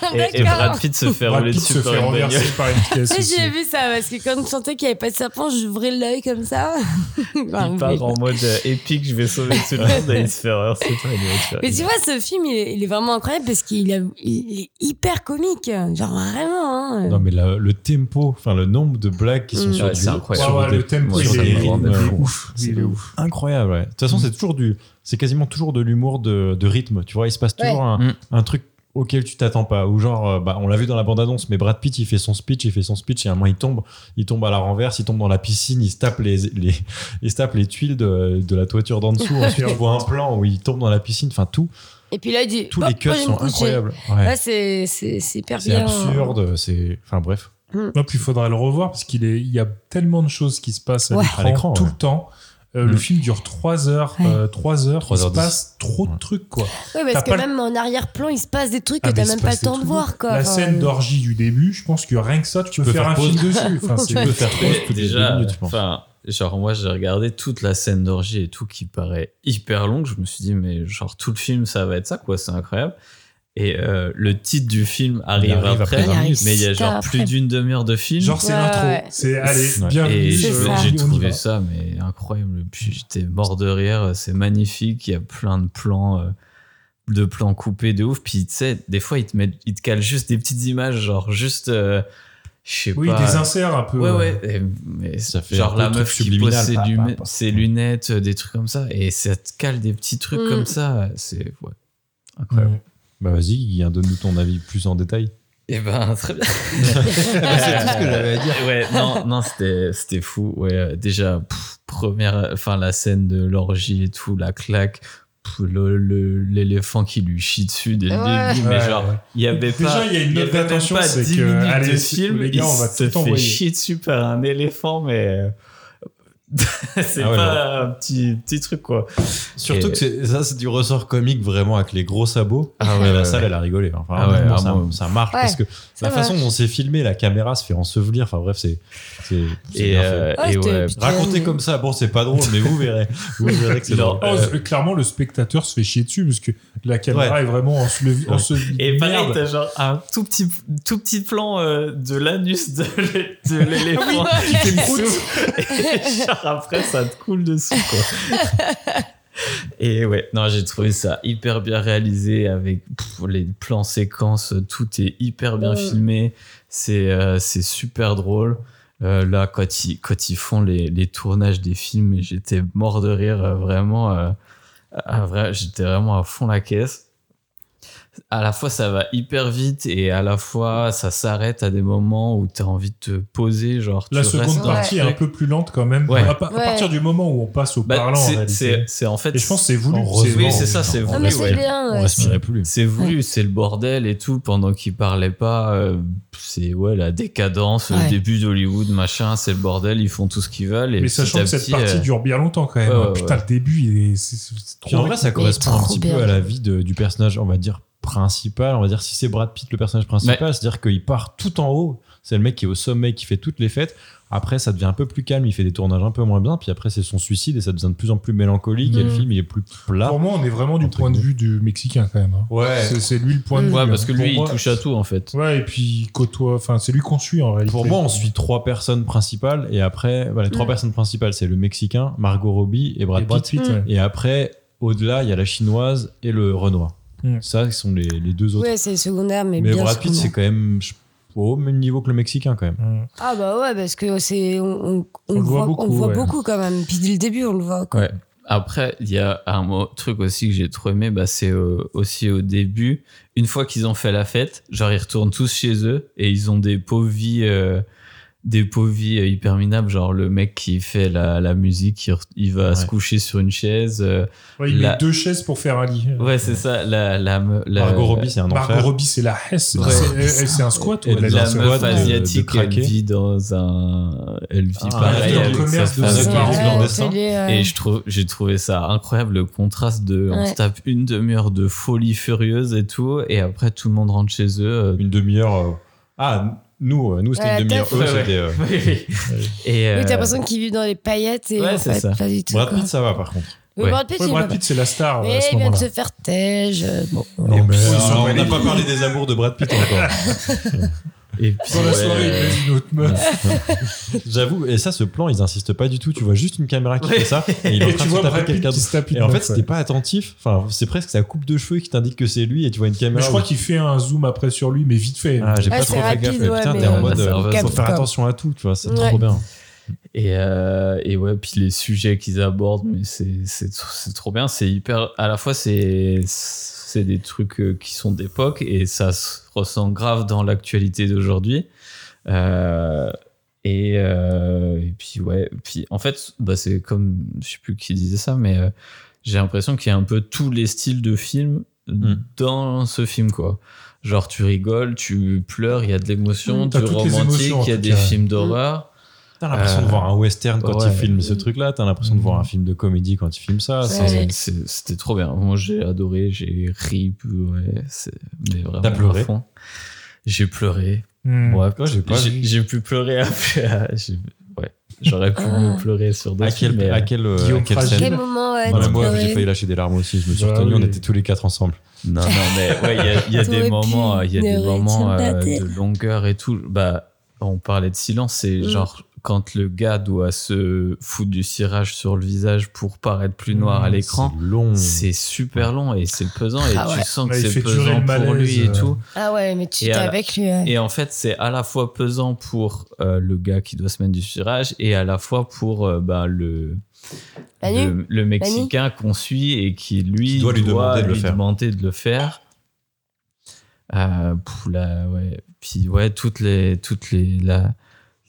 S6: Ah.
S5: assommer.
S7: Et, et Brad Pitt se fait
S8: Brad
S7: rouler
S8: Pitt
S7: dessus
S8: se
S7: par
S8: fait
S7: une bagnole.
S8: renverser par une caisse.
S6: Ça,
S8: aussi.
S6: j'ai vu ça parce que quand je sentais qu'il n'y avait pas de serpent, j'ouvrais l'œil comme ça. Enfin,
S7: Il
S6: oui.
S7: part en mode euh, épique, je vais sauver tout le monde et il se fait renverser par une voiture.
S6: Mais tu vois, ce film, il est, il est vraiment incroyable parce qu'il a- il est hyper comique. Genre vraiment. hein.
S5: Non, mais la- le tempo, enfin le nombre de blagues qui sont
S6: Mm.
S5: sur
S7: Ouais,
S5: du-
S7: c'est
S8: Ouais,
S7: incroyable.
S5: sur
S8: ouais,
S5: des-
S8: le thème,
S5: sur
S8: il
S5: des
S8: est- il
S5: rythmes,
S8: est
S5: euh,
S8: ouf. Il est ouf.
S5: incroyable. ouais. De toute façon, c'est toujours du, c'est quasiment toujours de l'humour de, de rythme. Tu vois, il se passe toujours
S6: Ouais.
S5: un,
S7: Mm.
S5: un truc auquel tu t'attends pas. Ou genre, euh, bah, on l'a vu dans la bande-annonce, mais Brad Pitt, il fait son speech, il fait son speech, et à un moment, il tombe, il tombe à la renverse, il tombe dans la piscine, il se tape les, les, il se tape les tuiles de, de la toiture d'en dessous. Ensuite, on voit un plan où il tombe dans la piscine. Enfin, tout,
S6: Et puis là, il dit
S5: tous
S6: Bon,
S5: les
S6: moi,
S5: cuts
S6: je vais me
S5: sont
S6: coucher.
S5: incroyables. Ouais.
S6: Là, c'est c'est- c'est hyper
S5: C'est
S6: bien.
S5: absurde, c'est. Enfin bref.
S8: Non, puis il faudra le revoir parce qu'il est, il y a tellement de choses qui se passent à
S6: Ouais.
S5: À l'écran,
S8: l'écran tout
S5: ouais.
S8: le temps. Euh, Le
S5: Mm.
S8: film dure 3 heures,
S6: Ouais.
S8: euh, 3 heures,
S5: Trois
S8: il
S5: heures
S8: se
S5: dix.
S8: passe trop
S5: Ouais.
S8: de trucs quoi.
S6: Ouais, parce
S8: T'as
S6: que
S8: pas le-
S6: même en arrière-plan, il se passe des trucs que
S8: Ah, mais
S6: t'as
S8: il se
S6: même pas le
S8: passe des
S6: temps de
S8: trucs.
S6: voir. Quoi.
S8: La
S6: Enfin,
S8: scène d'orgie du début, je pense que rien que ça, tu, peux, faire, un
S5: pause.
S8: film dessus. Enfin, c'est-
S5: Tu peux faire
S7: Mais
S5: pause toutes les deux
S7: déjà,
S5: minutes, je pense.
S7: enfin, genre moi j'ai regardé toute la scène d'orgie et tout qui paraît hyper longue. Je me suis dit mais genre tout le film ça va être ça quoi, c'est incroyable. Et euh, le titre du film arrive,
S5: arrive
S7: après,
S5: après vingt minutes.
S7: mais il y a
S6: Il
S7: genre
S6: arrive
S7: plus d'une demi-heure de film.
S8: Genre c'est
S6: Ouais,
S8: l'intro,
S6: ouais.
S8: c'est allez,
S5: Ouais.
S8: bienvenue.
S7: et
S6: C'est
S8: euh,
S6: ça.
S8: on y
S7: j'ai
S8: va.
S7: trouvé ça mais incroyable. Puis j'étais mort de rire, c'est magnifique. Il y a plein de plans, euh, de plans coupés de ouf. Puis tu sais, des fois ils te mettent, ils te calent juste des petites images, genre juste, euh, je sais
S8: Oui,
S7: pas.
S8: des inserts un peu.
S7: Ouais,
S8: euh,
S7: ouais. et- mais
S5: Ça fait un
S7: genre
S5: peu
S7: la
S5: truc
S7: meuf qui pose
S5: subliminal,
S7: ses,
S5: pas-
S7: lune-
S5: pas- pas-
S7: ses lunettes, euh, des trucs comme ça. Et ça te cale des petits trucs
S6: Mm.
S7: comme ça. C'est. Ouais.
S8: ouais.
S7: Incroyable.
S5: Bah vas-y, Guy, hein, donne-nous ton avis plus en détail.
S7: Et ben, très bien.
S5: tout ce que j'avais à dire.
S7: Ouais, non, non c'était c'était fou. Ouais, euh, déjà, pff, première. Enfin, la scène de l'orgie et tout, la claque. pff, le- le- L'éléphant qui lui chie dessus dès le
S6: Ouais.
S7: début, mais
S8: Ouais,
S7: genre,
S8: ouais.
S7: il y avait
S8: Déjà,
S7: pas.
S8: il y a une note
S7: avait même
S8: d'attention,
S7: pas
S8: c'est
S7: 10
S8: que,
S7: minutes
S8: allez,
S7: de
S8: c'est-
S7: film,
S8: les gars,
S7: il
S8: on va
S7: se
S8: tout
S7: fait
S8: envoyer.
S7: chier dessus par un éléphant, mais. euh, c'est
S5: Ah ouais,
S7: pas un petit, petit truc, quoi.
S5: Surtout
S7: Et-
S5: que c'est- ça, c'est du ressort comique vraiment avec les gros sabots. Mais la salle, elle a rigolé. hein. Enfin,
S7: Ah ouais,
S5: honnêtement,
S7: ah
S5: ça,
S7: bon.
S5: ça marche
S6: Ouais,
S5: parce que
S6: ça
S5: la
S6: marche.
S5: façon dont c'est filmé, la caméra se fait ensevelir. Enfin bref, c'est. c'est- c'est
S7: Et,
S5: bien
S7: euh,
S5: fait.
S6: Ouais,
S7: et
S6: Ah, c'était-
S7: ouais,
S6: putain,
S5: Raconter
S6: mais-
S5: comme ça, bon, c'est pas drôle, mais vous verrez. Vous verrez que c'est
S7: Non.
S5: drôle.
S8: Oh,
S7: Euh,
S8: Clairement, le spectateur se fait chier dessus parce que la caméra est vraiment en se
S5: Ouais.
S8: en se-
S7: Et pareil,
S8: merde.
S7: t'as genre un tout petit, tout petit plan euh, de l'anus de l'é- de l'éléphant qui fait Et genre après, ça te coule dessus, quoi. Et ouais, non, j'ai trouvé ça hyper bien réalisé avec pff, les plans séquences, tout est hyper bien
S6: Ouais.
S7: filmé, c'est euh, c'est super drôle. Euh, là, quand ils, quand ils font les, les tournages des films, j'étais mort de rire, euh, vraiment. euh, à vrai- j'étais vraiment à fond la caisse. À la fois, ça va hyper vite et à la fois, ça s'arrête à des moments où t'as envie de te poser. Genre,
S8: La
S7: tu restes
S8: seconde
S7: dans le
S8: partie hein, est un
S7: truc.
S8: peu plus lente quand même.
S7: Ouais.
S8: À, pa- à
S6: Ouais.
S8: partir du moment où on passe au
S7: Bah,
S8: parlant, en
S7: c'est-
S8: réalité.
S7: c'est c'est en fait.
S8: Et je pense que c'est voulu.
S5: Heureusement.
S7: Oui, c'est ça, c'est
S5: Non,
S6: Non,
S7: voulu.
S6: Ah, mais
S5: oui,
S6: c'est
S5: ouais.
S6: bien.
S5: On
S6: ouais.
S5: respirait plus.
S7: C'est voulu, c'est le bordel et tout. Pendant qu'il parlait pas, euh, c'est ouais la décadence, le
S6: Ouais.
S7: début d'Hollywood, machin, c'est le bordel. Ils font tout ce qu'ils veulent. Et
S8: Mais
S7: petit
S8: sachant
S7: à
S8: que cette
S7: petit,
S8: partie
S7: euh,
S8: dure bien longtemps quand même. hein.
S7: ouais, ouais,
S8: Putain,
S7: ouais.
S8: le début, il est- c'est c'est- c'est
S5: Puis en
S8: trop.
S5: vrai, ça correspond un
S6: trop
S5: petit
S6: bien.
S5: peu à la vie de- du personnage, on va dire, principal. On va dire si c'est Brad Pitt le personnage principal, c'est-à-dire qu'il part tout en haut. C'est le mec qui est au sommet, qui fait toutes les fêtes. Après, ça devient un peu plus calme, il fait des tournages un peu moins bien. Puis après, c'est son suicide et ça devient de plus en plus mélancolique. Et le
S6: Mhm.
S5: film, il est plus plat.
S8: Pour moi, on est vraiment du
S5: Entre
S8: point de
S5: guillemets.
S8: vue du Mexicain quand même. hein.
S5: Ouais.
S8: C'est- C'est lui le point de vue.
S7: Ouais,
S8: hein.
S7: parce que
S8: Pour
S7: lui,
S8: moi-
S7: il touche à tout en fait.
S8: Ouais, et puis il côtoie. Enfin, c'est lui qu'on suit en réalité.
S5: Pour moi, on suit trois personnes principales. Et après, voilà, les trois
S6: Mhm.
S5: personnes principales, c'est le Mexicain, Margot Robbie et Brad
S8: Et Brad
S5: Pitt.
S8: Pitt,
S6: Mm.
S8: ouais.
S5: Et après, au-delà, il y a la Chinoise et le Renoir.
S8: Mhm.
S5: Ça, ce sont les, les deux autres.
S6: Ouais, c'est secondaire, mais,
S5: Mais
S6: bien
S5: Brad Pitt,
S6: secondaire.
S5: c'est quand même je- au même niveau que le Mexicain, quand même.
S8: Mm.
S6: Ah bah ouais, parce que c'est on, on, on
S8: le
S6: le
S8: voit
S6: voit,
S8: beaucoup,
S6: on le voit
S8: ouais.
S6: beaucoup quand même. Puis dès le début, on le voit. Quoi.
S7: Ouais. Après, il y a un mo- truc aussi que j'ai trop aimé, bah, c'est euh, aussi au début, une fois qu'ils ont fait la fête, genre ils retournent tous chez eux et ils ont des pauvres vies, euh, des pauvres vies euh, hyper minables, genre le mec qui fait la, la musique, il, re- il va
S5: Ouais.
S7: se coucher sur une chaise. euh,
S8: Ouais, il
S7: La-
S8: met deux chaises pour faire un lit.
S7: ouais, c'est ça, la, la, me- la-
S5: Margot Robbie, c'est un
S8: Margot
S5: enfer.
S8: Robbie, c'est la Hesse.
S7: Ouais.
S8: C'est- elle- elle- C'est un squat.
S5: Et
S8: ou elle a
S5: de
S7: la
S5: la
S8: dit-
S7: meuf
S5: squad euh, de-
S7: asiaque,
S5: de
S7: elle
S5: craquer.
S7: vit dans un, elle vit
S5: Ah,
S7: pareil
S8: dans le
S7: avec sa
S8: commerce de
S7: femme.
S8: ses
S6: Ouais,
S8: parents.
S6: ouais,
S5: Irlandais, hein.
S6: c'est les, euh,
S7: Et je trouve, j'ai trouvé ça incroyable le contraste de on
S6: Ouais.
S7: se tape une demi-heure de folie furieuse et tout, et après tout le monde rentre chez eux. euh,
S5: Une demi-heure. euh, Ah, nous, euh, nous c'était
S6: Ouais,
S5: une demi-heure.
S6: peut-être.
S5: Eux,
S7: Ouais,
S5: c'était. euh,
S7: et euh,
S6: Oui, t'as l'impression qu'ils vivent dans les paillettes et
S7: Ouais,
S6: en
S7: c'est
S6: fait,
S7: ça.
S6: pas du tout.
S5: Brad
S6: quoi.
S5: Pitt, ça va, par contre.
S6: Oui,
S7: Ouais.
S6: Brad Pitt,
S8: Ouais,
S6: il
S8: Brad
S6: va-
S8: Pitt, c'est la star euh, à
S6: Mais
S8: ce
S6: il vient de
S8: moment-là.
S6: se faire tège. euh, Bon.
S8: Non, mais
S5: Ah,
S8: ils sont
S5: on
S8: pas
S5: n'a
S8: les-
S5: pas parlé des amours de Brad Pitt encore.
S7: et puis,
S8: Dans la
S7: ouais,
S8: soirée, il met une autre meuf.
S5: J'avoue, et ça, ce plan, ils insistent pas du tout. Tu vois juste une caméra qui fait ça et il est en train
S8: Et tu
S5: de se
S8: vois
S5: taper
S8: Brad Pitt
S5: quelqu'un
S8: qui
S5: d'autre.
S8: se tape une
S5: Et en
S8: meuf,
S5: fait, si t'es
S8: ouais.
S5: pas attentif, enfin, c'est presque sa coupe de cheveux qui t'indique que c'est lui et tu vois une
S8: Mais
S5: caméra.
S8: je crois
S5: où-
S8: qu'il fait un zoom après sur lui, mais vite fait.
S5: Ah, j'ai
S6: Ouais,
S5: pas
S6: c'est
S5: trop fait
S6: rapide,
S5: gaffe, mais
S6: ouais,
S5: putain,
S6: mais
S5: t'es en
S7: on
S5: mode. euh,
S7: capte
S5: Faut faire
S6: pas.
S5: attention à tout, tu vois, c'est
S6: Ouais.
S5: trop bien.
S7: et, euh, et ouais, puis les sujets qu'ils abordent, mais c'est c'est tr- c'est trop bien. C'est hyper. À la fois, c'est c'est des trucs euh, qui sont d'époque et ça se ressent grave dans l'actualité d'aujourd'hui. Euh, et, euh, et puis ouais, puis en fait, bah, c'est comme je sais plus qui disait ça, mais euh, j'ai l'impression qu'il y a un peu tous les styles de films
S8: Mm.
S7: dans ce film quoi. Genre tu rigoles, tu pleures, il y a de l'émotion,
S8: Mm,
S7: du
S8: t'as toutes les
S7: romantique,
S8: émotions, en
S7: il y a
S8: tout
S7: des
S8: cas.
S7: films d'horreur.
S5: T'as l'impression
S7: Euh,
S5: de voir un western quand
S7: ouais.
S5: il filme ce truc-là, t'as l'impression de voir un film de comédie quand il filme ça.
S7: C'est-
S5: c'est-
S6: Ouais.
S7: Ah, c'est- C'était trop bien. Moi, j'ai adoré, j'ai ri. Ouais, c'est- mais vraiment.
S5: T'as pleuré Mmh.
S7: à fond. J'ai pleuré.
S8: Hmm.
S7: Ouais,
S5: Moi, j'ai pas vu.
S7: j'ai pu pleurer après. à- j'ai- Ouais, j'aurais pu
S6: Ah.
S7: me pleurer sur
S5: À
S7: d'autres films.
S5: quel,
S7: mais,
S5: à quel, euh,
S8: Guillaume
S5: à quelle
S8: Fragile.
S5: scène
S6: Quel moment ouais,
S5: Dans la
S6: tu
S5: moi,
S6: pleurais.
S5: j'ai failli lâcher des larmes aussi. Je me suis
S8: Bah
S5: retenu, on
S8: oui.
S5: était tous les quatre ensemble.
S7: Non, non, mais ouais, il y a- il y a,
S6: T'aurais
S7: des
S6: pu
S7: moments, euh, il y a des
S6: pleurer sur
S7: moments
S6: la
S7: euh,
S6: terre.
S7: de longueur et tout. Bah, on parlait de silence, c'est
S6: Mm.
S7: genre quand le gars doit se foutre du cirage sur le visage pour paraître plus noir à
S8: Mm,
S7: l'écran.
S5: Mmh, C'est Mmh. long.
S7: C'est super long et c'est pesant et
S6: Ah
S7: tu
S6: ouais.
S7: sens que
S8: Ouais, il
S7: c'est
S8: fait durer
S7: pesant
S8: le
S7: pour
S8: malaise,
S7: lui et
S8: euh.
S7: tout.
S6: Ah ouais, mais tu
S7: Et
S6: t'es
S7: à la-
S6: avec lui. ouais.
S7: Et en fait, c'est à la fois pesant pour euh, le gars qui doit se mettre du cirage et à la fois pour euh, bah, le,
S6: Manu
S7: le, le Mexicain qu'on suit et qui, lui,
S5: Qui doit lui demander de le faire.
S7: demander de le faire. Euh, pff, là, ouais. Puis, ouais, toutes les, toutes les, la,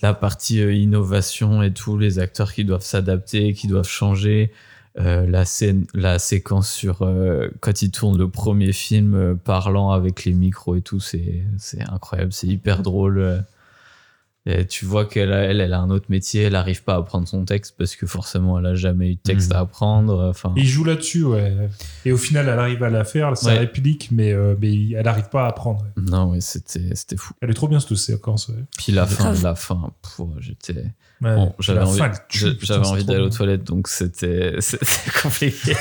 S7: la partie euh, innovation et tout, les acteurs qui doivent s'adapter, qui doivent changer. Euh, la scène, la séquence sur euh, quand il tourne le premier film euh, parlant avec les micros et tout, c'est c'est incroyable, c'est hyper drôle. euh. Et tu vois qu'elle a- elle, elle a un autre métier, elle n'arrive pas à apprendre son texte parce que forcément elle a jamais eu de texte
S5: Mhm.
S7: à apprendre. Enfin,
S8: Et il joue là-dessus, ouais. Et au final, elle arrive à la faire, sa
S7: Ouais.
S8: réplique, mais, euh, mais il- elle arrive pas à apprendre.
S7: non, ouais, c'était c'était fou.
S8: Elle est trop bien cette séquence. Ouais.
S7: Puis la fin,
S6: Grave.
S7: la fin, pff, j'étais.
S8: Ouais.
S7: Bon, j'avais
S8: La
S7: envie,
S8: fin, elle tue,
S7: j'a-
S8: putain,
S7: j'avais
S8: c'est
S7: envie
S8: trop
S7: d'aller aux
S8: bien.
S7: toilettes, donc c'était c'était compliqué.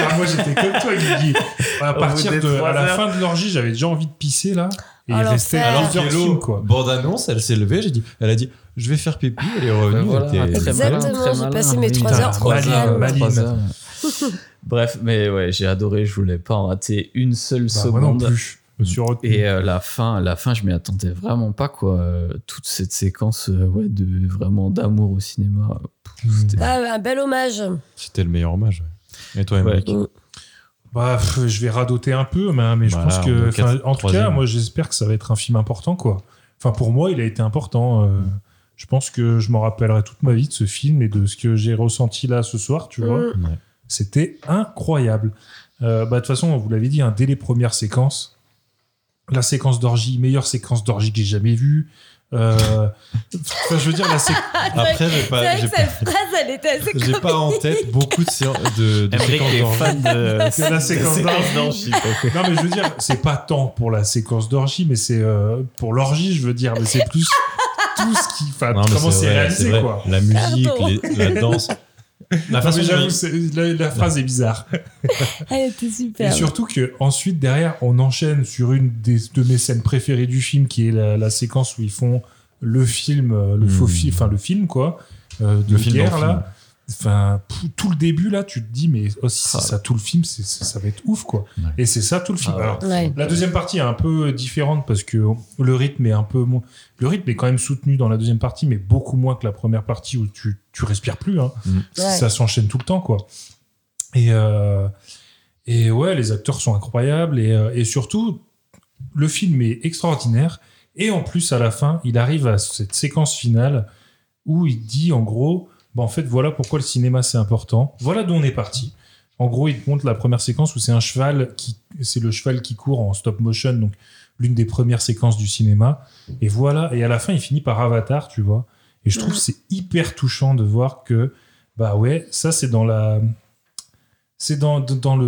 S8: Ah, moi, j'étais comme toi, Guigui. À
S7: bout
S8: partir
S7: des
S8: de
S7: trois
S8: à la
S7: heures.
S8: fin de l'orgie, j'avais déjà envie de pisser là. Et
S6: Oh,
S8: il restait
S6: l'enfer.
S8: alors
S6: Alors,
S8: plusieurs films, quoi.
S5: Bande annonce, elle s'est levée, j'ai dit, elle a dit, je vais faire pipi, elle est
S7: Ben
S5: revenue.
S7: voilà,
S5: elle était-
S7: très malin,
S6: Exactement,
S7: très
S6: j'ai
S7: malin,
S6: passé mes
S7: oui.
S6: trois
S8: Putain, heures trop maline, calmes. maline.
S7: Trois heures. Bref, mais ouais, j'ai adoré, je voulais pas en rater une seule
S8: Bah, moi non
S7: seconde.
S8: plus. sur
S7: Et euh, la fin, la fin, je m'y attendais vraiment pas quoi. Euh, Toute cette séquence, euh, ouais, de vraiment d'amour au cinéma.
S8: Mmh.
S7: Pff, c'était-
S6: Ah, un bel hommage.
S5: C'était le meilleur hommage. ouais. Et toi,
S7: Ouais.
S5: Emmerich
S8: Bah, pff, je vais radoter un peu, mais, mais je
S5: Voilà, Bah on est
S8: pense que,
S5: au
S8: enfin,
S5: quatre-
S8: en tout
S5: troisième.
S8: cas, moi, j'espère que ça va être un film important, quoi. Enfin, pour moi, il a été important. euh, je pense que je m'en rappellerai toute ma vie de ce film et de ce que j'ai ressenti là ce soir, tu vois.
S6: Mm.
S5: Ouais.
S8: C'était incroyable. Euh, bah, de toute façon, vous l'avez dit, hein, dès les premières séquences, la séquence d'orgie, meilleure séquence d'orgie que j'ai jamais vue. Euh, enfin, je veux dire, la sé-
S5: Après, j'ai
S6: Ah, C'est
S5: pas,
S6: vrai
S5: j'ai
S6: que
S5: pas,
S6: cette phrase, elle était assez
S5: j'ai pas en tête beaucoup de, séan- de, de
S7: Emmerich
S5: séquences
S7: est
S5: d'orgie.
S7: fan de
S8: la séquence d'orgie. Non, mais je veux dire, c'est pas tant pour la séquence d'orgie, mais c'est euh, pour l'orgie, je veux dire, mais c'est plus tout ce qui. Enfin,
S5: Non, mais
S8: comment c'est
S5: vrai,
S8: réalisé,
S5: vrai.
S8: quoi.
S5: La musique,
S6: Pardon.
S5: les- la danse. La
S8: Enfin,
S5: façon
S8: mais
S5: dont
S8: j'avoue,
S5: il-
S8: c'est- la, la phrase est bizarre.
S6: Elle était
S8: Et
S6: super.
S8: surtout que ensuite derrière, on enchaîne sur une des, de mes scènes préférées du film, qui est la, la séquence où ils font le film, euh, le faux
S5: Hmm.
S8: film, enfin le film quoi, euh, de
S5: Le film dans le
S8: guerre
S5: film.
S8: là. Enfin, pou- tout le début là, tu te dis mais oh, si c'est
S7: Ah.
S8: ça tout le film, c'est- c'est- ça va être ouf quoi.
S5: Ouais.
S8: Et c'est ça tout le film.
S7: Ah ouais.
S8: Alors,
S6: Ouais.
S8: La deuxième partie est un peu différente parce que le rythme est un peu moins- le rythme est quand même soutenu dans la deuxième partie, mais beaucoup moins que la première partie où tu tu respires plus. hein.
S5: Mm.
S8: Ça-
S6: Ouais.
S8: Ça s'enchaîne tout le temps quoi. Et euh, et ouais, les acteurs sont incroyables et, euh, et surtout le film est extraordinaire. Et en plus à la fin, il arrive à cette séquence finale où il dit en gros, bah en fait voilà pourquoi le cinéma c'est important. Voilà d'où on est parti. En gros, il te montre la première séquence où c'est un cheval qui, c'est le cheval qui court en stop motion, donc l'une des premières séquences du cinéma. Et voilà. Et à la fin, il finit par Avatar, tu vois. Et je trouve que c'est hyper touchant de voir que, bah ouais, ça c'est dans la, c'est dans, dans- dans le,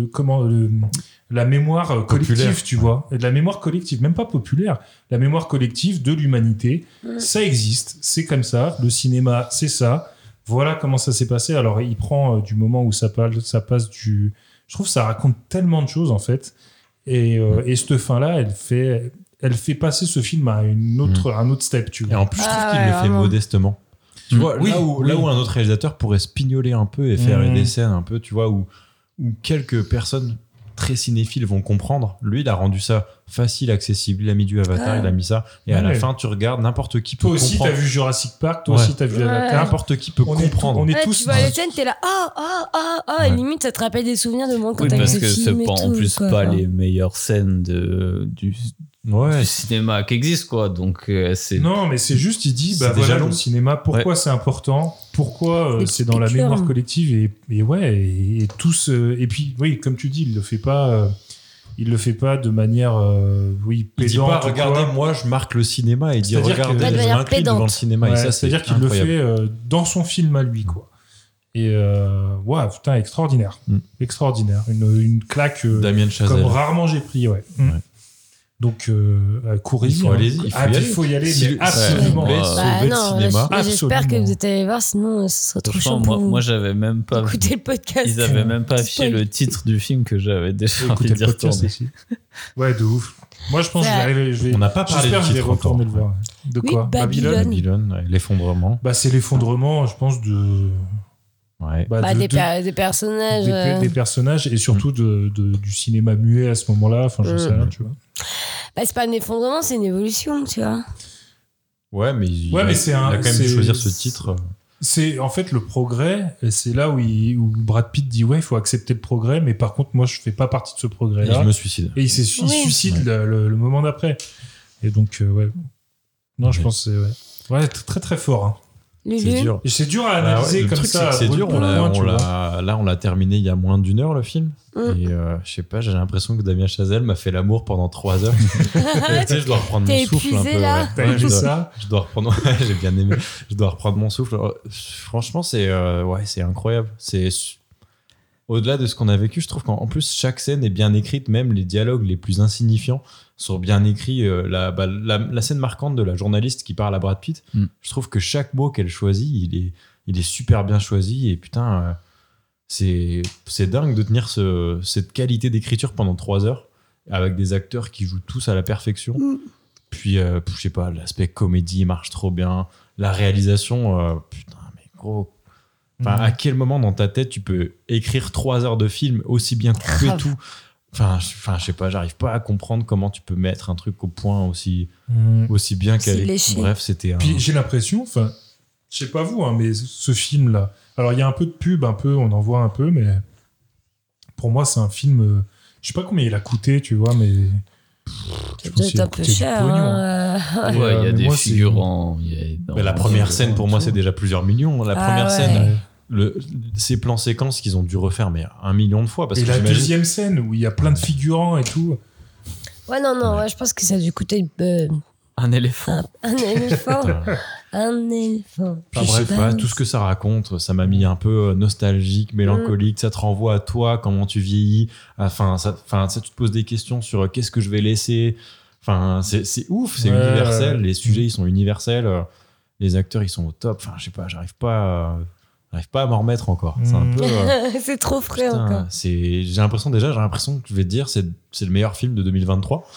S8: le- comment le- la mémoire collective,
S5: Populaire.
S8: tu vois, Et de la mémoire collective, même pas populaire, la mémoire collective de l'humanité. Ça existe, c'est comme ça. Le cinéma, c'est ça voilà comment ça s'est passé. Alors, il prend euh, du moment où ça, parle, ça passe du. Je trouve que ça raconte tellement de choses, en fait. Et,
S5: Mm.
S8: euh, et cette fin-là, elle fait, elle fait passer ce film à, une autre, à un autre step, tu
S5: Mm. Et
S8: vois.
S5: en plus, je trouve
S6: Ah
S5: qu'il
S6: ouais,
S5: le fait
S6: vraiment.
S5: modestement. Tu
S8: Mm.
S5: vois,
S8: Oui,
S5: là, où,
S8: oui.
S5: là où un autre réalisateur pourrait se pignoler un peu et faire
S8: Mm.
S5: des scènes un peu, tu vois, où, où quelques personnes très cinéphiles vont comprendre. Lui, il a rendu ça facile, accessible. Il a mis du avatar,
S6: Ah.
S5: il a mis ça. Et à
S8: Ouais.
S5: la fin, tu regardes, n'importe qui peut
S8: Toi aussi, t'as
S5: comprendre.
S8: vu Jurassic Park, toi
S5: Ouais.
S8: aussi, t'as vu
S6: Ouais.
S8: Avatar.
S5: N'importe qui peut
S8: On est, tous-
S5: comprendre.
S8: on est
S6: Ouais,
S8: tous.
S6: tu vois les scènes, t'es là, ah, ah, ah, ah, et
S5: Ouais.
S6: limite ça te rappelle des souvenirs de moi quand
S7: Oui,
S6: t'as
S7: parce
S6: vu
S7: que
S6: le
S7: c'est
S6: film et
S7: pas en
S6: tout,
S7: plus
S6: quoi.
S7: pas les meilleures scènes de, du,
S5: Ouais,
S7: du cinéma qui existe quoi. Donc euh, c'est
S8: Non, mais c'est juste, il dit,
S5: C'est
S8: bah
S5: déjà
S8: voilà,
S5: long.
S8: le cinéma, pourquoi c'est important, pourquoi euh,
S6: Des
S8: c'est
S6: petites
S8: dans la
S6: piqûres.
S8: mémoire collective et, et ouais, et, et tous. euh, et puis, oui, comme tu dis, il le fait pas. euh, il le fait pas de manière, euh, oui,
S5: Il dit
S8: pédante
S5: pas,
S8: ou quoi.
S5: regardez, moi je marque le cinéma et il dit,
S8: C'est-à-dire que-
S5: regardez,
S8: Pas de
S5: je
S6: manière
S5: m'incline devant le
S6: pédante.
S5: cinéma. et
S8: Ouais,
S5: ça, c'est
S8: C'est-à-dire qu'il le
S5: incroyable.
S8: fait euh, dans son film à lui, quoi. Et euh, ouais, putain, extraordinaire.
S5: Mm.
S8: Extraordinaire. Une, une claque euh,
S5: Damien
S8: comme
S5: Chazelle.
S8: rarement j'ai pris, ouais. Mm. Donc, euh, euh, courez-y.
S5: Il faut
S8: hein.
S5: aller- il faut
S8: Ah,
S5: y
S8: puis
S5: aller.
S8: il faut y aller,
S5: Si-
S8: mais
S5: ouais.
S8: absolument.
S7: Ouais.
S5: Sauver
S6: Bah
S5: le
S6: non,
S5: cinéma.
S6: là, je- j'espère que
S8: Absolument.
S6: vous êtes allés voir, sinon euh, ce serait trop
S7: franchement
S6: chaud
S7: moi,
S6: pour vous
S7: moi j'avais même pas
S6: d'écouter le podcast.
S7: ils avaient même pas affiché
S6: Spoil.
S7: le titre du film que j'avais déjà envie
S8: Écoutez
S7: d'y
S8: le podcast
S7: retourner.
S8: aussi. Ouais, de ouf. Moi, je pense que je vais
S6: Ça-
S8: aller- je vais-
S5: On n'a pas parlé
S8: J'espère
S5: du
S8: que je vais
S5: titre encore.
S8: retourner le voir. De
S6: Oui,
S8: quoi
S6: Babylone.
S5: Babylone, ouais, l'effondrement.
S8: Bah, c'est l'effondrement, je pense, de.
S5: Ouais.
S6: Bah,
S8: de-
S6: des,
S8: de-
S6: per- des personnages.
S8: des,
S6: euh.
S8: des personnages et
S5: Mm.
S8: surtout de, de- du cinéma muet à ce moment-là. Enfin, je
S6: Mm.
S8: sais rien, tu vois.
S6: Bah, c'est pas un effondrement, c'est une évolution, tu vois.
S5: Ouais, mais, il,
S8: Ouais,
S5: a-
S8: mais c'est un-
S5: il a quand même dû
S8: c'est-
S5: choisir ce titre.
S8: C'est en fait le progrès, et c'est là où, il- où Brad Pitt dit ouais, il faut accepter le progrès, mais par contre, moi, je fais pas partie de ce
S5: Et
S8: progrès-là.
S5: je
S8: Et,
S5: me suicide.
S8: il, s'est su- il
S6: Oui.
S8: suicide le, le- le moment d'après. Et donc, euh, ouais. Non, je
S5: Ouais.
S8: pense que c'est. Ouais, ouais t- très très fort. hein.
S5: C'est
S6: Lulu.
S5: dur.
S8: Et c'est dur à
S5: Ah ouais,
S8: analyser
S5: le
S8: comme
S5: truc, c'est
S8: ça.
S5: que
S8: à
S5: c'est
S8: brûle
S5: dur.
S8: pour
S5: On l'a-
S8: point,
S5: on
S8: tu vois.
S5: l'a- là, on l'a terminé il y a moins d'une heure le film.
S6: Mm.
S5: Et euh, je sais pas, j'ai l'impression que Damien Chazelle m'a fait l'amour pendant trois heures. Et tu sais, je dois reprendre
S6: T'es
S5: mon souffle un
S6: épuisé,
S5: peu.
S6: là
S5: ouais.
S8: T'as
S5: Ouais, je
S8: aimé
S5: dois-
S8: ça
S5: Je dois reprendre. ouais, j'ai bien aimé. Je dois reprendre mon souffle. Euh, Franchement, c'est euh, ouais, c'est incroyable. C'est su- au-delà de ce qu'on a vécu. Je trouve qu'en en plus chaque scène est bien écrite. Même les dialogues les plus insignifiants sont bien écrits. Euh, la, bah, la, la scène marquante de la journaliste qui parle à Brad Pitt.
S7: Mm.
S5: Je trouve que chaque mot qu'elle choisit, il est il est super bien choisi. Et putain, euh, c'est c'est dingue de tenir ce- cette qualité d'écriture pendant trois heures avec des acteurs qui jouent tous à la perfection. Puis, euh, je sais pas, l'aspect comédie marche trop bien. La réalisation, euh, putain, mais gros. Enfin,
S8: Mhm.
S5: À quel moment dans ta tête tu peux écrire trois heures de film aussi bien couper
S6: Grave.
S5: tout Enfin, je, enfin, je sais pas, j'arrive pas à comprendre comment tu peux mettre un truc au point aussi,
S8: Mm.
S5: aussi bien
S6: C'est
S5: qu'elle est.
S6: léché.
S5: Bref, c'était un.
S8: Puis j'ai l'impression, enfin, je sais pas vous, hein, mais ce film-là. Alors il y a un peu de pub, un peu, on en voit un peu, mais pour moi c'est un film. euh, je sais pas combien il a coûté, tu vois, mais. Je pense
S6: C'est
S8: qu'il a
S6: un peu
S8: coûté du
S6: cher.
S8: pognon, hein.
S6: hein.
S7: Ouais,
S8: Et,
S7: il
S8: euh,
S7: y a
S8: mais
S7: des
S8: moi, c'est-
S7: figurants. il y a
S5: Mais la
S7: énormément
S5: première
S7: de-
S5: scène, pour moi, c'est déjà plusieurs millions. La
S6: Ah
S5: première
S6: ouais.
S5: scène, le, ces plans séquences qu'ils ont dû refaire, mais un million de fois. Parce
S8: Et
S5: que
S8: la
S5: j'imagine-
S8: deuxième scène où il y a plein de figurants et tout.
S6: Ouais, non, non, ouais, je pense que ça a dû coûter euh,
S7: Un éléphant.
S6: un éléphant.
S5: Putain.
S6: un éléphant.
S5: Enfin, bref, voilà, tout ce que ça raconte, ça m'a mis un peu euh, nostalgique,
S8: Mm.
S5: mélancolique. Ça te renvoie à toi, comment tu vieillis. Enfin, ça, enfin, ça tu te poses des questions sur euh, qu'est-ce que je vais laisser. Enfin, c'est c'est ouf, c'est
S8: Ouais,
S5: universel.
S8: ouais. Mm.
S5: Les sujets, ils sont universels. euh, Les acteurs, ils sont au top. Enfin, je sais pas, j'arrive pas, à- j'arrive pas à m'en remettre encore. C'est un
S8: Mm.
S5: peu. euh,
S6: c'est trop frais encore.
S5: Putain, c'est j'ai l'impression déjà j'ai l'impression que je vais te dire c'est c'est le meilleur film de 2023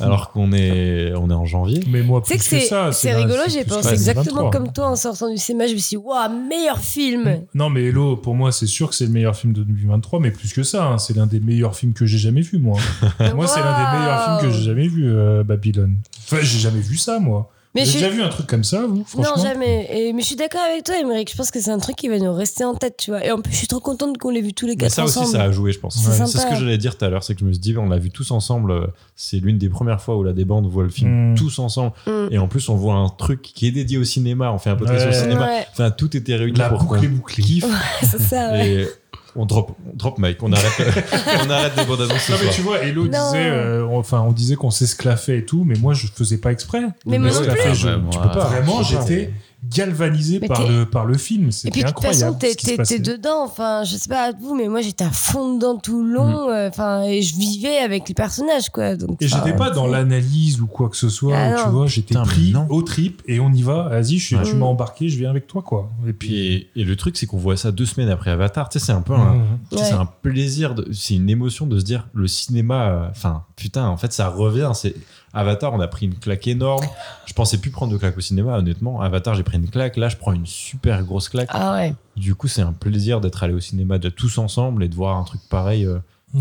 S5: alors qu'on est on est en janvier
S8: Mais moi,
S6: Tu sais
S8: plus
S6: que
S8: que,
S6: c'est
S8: ça.
S6: c'est
S8: la-
S6: rigolo,
S8: c'est
S6: j'ai
S8: plus
S6: pensé
S8: la-
S6: exactement
S8: 23.
S6: comme toi en sortant du cinéma. Je me suis dit, waouh, meilleur film
S8: Non, mais Hello, pour moi, c'est sûr que c'est le meilleur film de 2023, mais plus que ça, hein, c'est l'un des meilleurs films que j'ai jamais vu, moi. hein. moi, c'est l'un des meilleurs films que j'ai jamais vu, euh, Babylone. Enfin, j'ai jamais vu ça, moi.
S6: Mais
S8: J'ai
S6: je-
S8: déjà vu un truc comme ça, vous
S6: Non,
S8: franchement
S6: jamais. Et, mais je suis d'accord avec toi, Émeric. Je pense que c'est un truc qui va nous rester en tête, tu vois. Et en plus, je suis trop contente qu'on l'ait vu tous les
S5: mais
S6: quatre
S5: ça
S6: ensemble.
S5: aussi ça a joué je pense
S6: C'est
S5: c'est ce
S6: sympa.
S5: que j'allais dire tout à l'heure c'est que je me suis dit on l'a vu tous ensemble euh, c'est l'une des premières fois où la débande voit le film
S8: Mm.
S5: tous ensemble
S6: Mm.
S5: et en plus on voit un truc qui est dédié au cinéma on fait un podcast
S8: Ouais.
S5: au cinéma
S6: Ouais,
S5: enfin tout était réuni
S8: La
S5: pour
S8: boucle
S5: qu'on
S8: est bouclée.
S5: kiffe
S6: c'est ça. ouais.
S5: et on drop on drop Mike on arrête on arrête les bandes annonces ce
S8: Non, mais
S5: soir
S8: tu vois, Hello
S6: Non.
S8: disait, euh, on- enfin, on disait qu'on s'esclaffait et tout, mais moi, je faisais pas exprès.
S6: Mais moi non
S8: Parce que
S6: plus.
S8: après, je-
S7: Ouais, moi,
S8: tu peux pas.
S7: je-
S8: Vraiment,
S7: je-
S8: j'étais galvanisé
S6: Mais
S8: par
S6: t'es-
S8: le, par le film.
S6: Et puis,
S8: C'était
S6: de toute façon,
S8: incroyable.
S6: t'es
S8: ce qui se
S6: t'es-
S8: passait.
S6: t'es dedans. Enfin, je sais pas à vous, mais moi, j'étais à fond dedans tout le long. euh, Enfin, et je vivais avec les personnages, quoi. Donc,
S8: Et j'étais
S6: enfin,
S8: pas dans l'analyse ou quoi que ce soit,
S6: Ah
S8: tu
S6: non.
S8: vois, j'étais
S5: Putain, mais
S8: pris
S5: non.
S8: au trip et on y va, vas-y, je suis-
S5: Ouais.
S8: tu m'as embarqué, je viens avec toi, quoi. Et puis.
S5: Puis- et le truc c'est qu'on voit ça deux semaines après Avatar tu sais c'est un peu un,
S8: Mhm.
S5: Tu sais, C'est
S6: Ouais.
S5: un plaisir, de- c'est une émotion de se dire le cinéma. euh, Enfin, putain, en fait, ça revient. C'est Avatar, on a pris une claque énorme. Je pensais plus prendre de claque au cinéma, honnêtement. Avatar, j'ai pris une claque. Là, je prends une super grosse claque.
S6: Ah ouais.
S5: Du coup, c'est un plaisir d'être allé au cinéma de tous ensemble et de voir un truc pareil euh,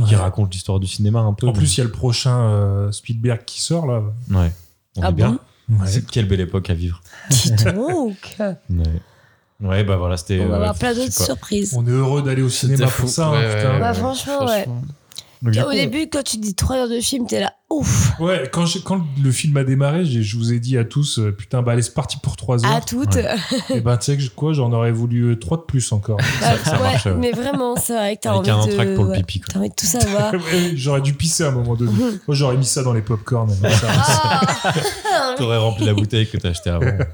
S5: qui raconte l'histoire du cinéma un peu.
S8: En plus, il y a le prochain euh, Spielberg qui sort, là.
S5: ouais, on
S6: Ah
S5: est bien.
S6: bon
S5: C'est- Quelle belle époque à vivre.
S6: Dis donc.
S5: Ouais, Ouais, bah voilà, c'était.
S6: On va
S5: euh,
S6: avoir plein
S5: je sais
S6: d'autres
S5: pas.
S6: surprises.
S8: On est heureux d'aller au cinéma
S7: C'était fou.
S8: pour ça, hein,
S7: Ouais, ouais,
S8: putain.
S6: Bah,
S7: ouais,
S6: franchement, ouais.
S5: Donc, du
S6: Au
S5: coup,
S6: début, quand tu dis 3 heures de film, t'es là, ouf.
S8: Ouais, quand, j'ai- quand le film a démarré, j'ai- je vous ai dit à tous, euh, putain, bah allez, c'est parti pour 3
S6: À
S8: heures.
S6: toutes.
S5: Ouais.
S8: et ben, tu sais que quoi, j'en aurais voulu 3 de plus encore.
S5: ça, ça
S6: Bah, Ouais,
S5: marche. ouais.
S6: Mais vraiment, c'est vrai que t'as
S5: Avec
S6: envie
S5: un
S6: de.
S5: entracte pour le
S6: ouais.
S5: pipi. quoi.
S6: T'as envie de tout savoir.
S8: Ouais, J'aurais dû pisser à un moment donné.
S6: Mhm.
S8: Moi, j'aurais mis ça dans les popcorns. hein, ça.
S6: Ah
S5: T'aurais rempli la bouteille que t'as achetée avant.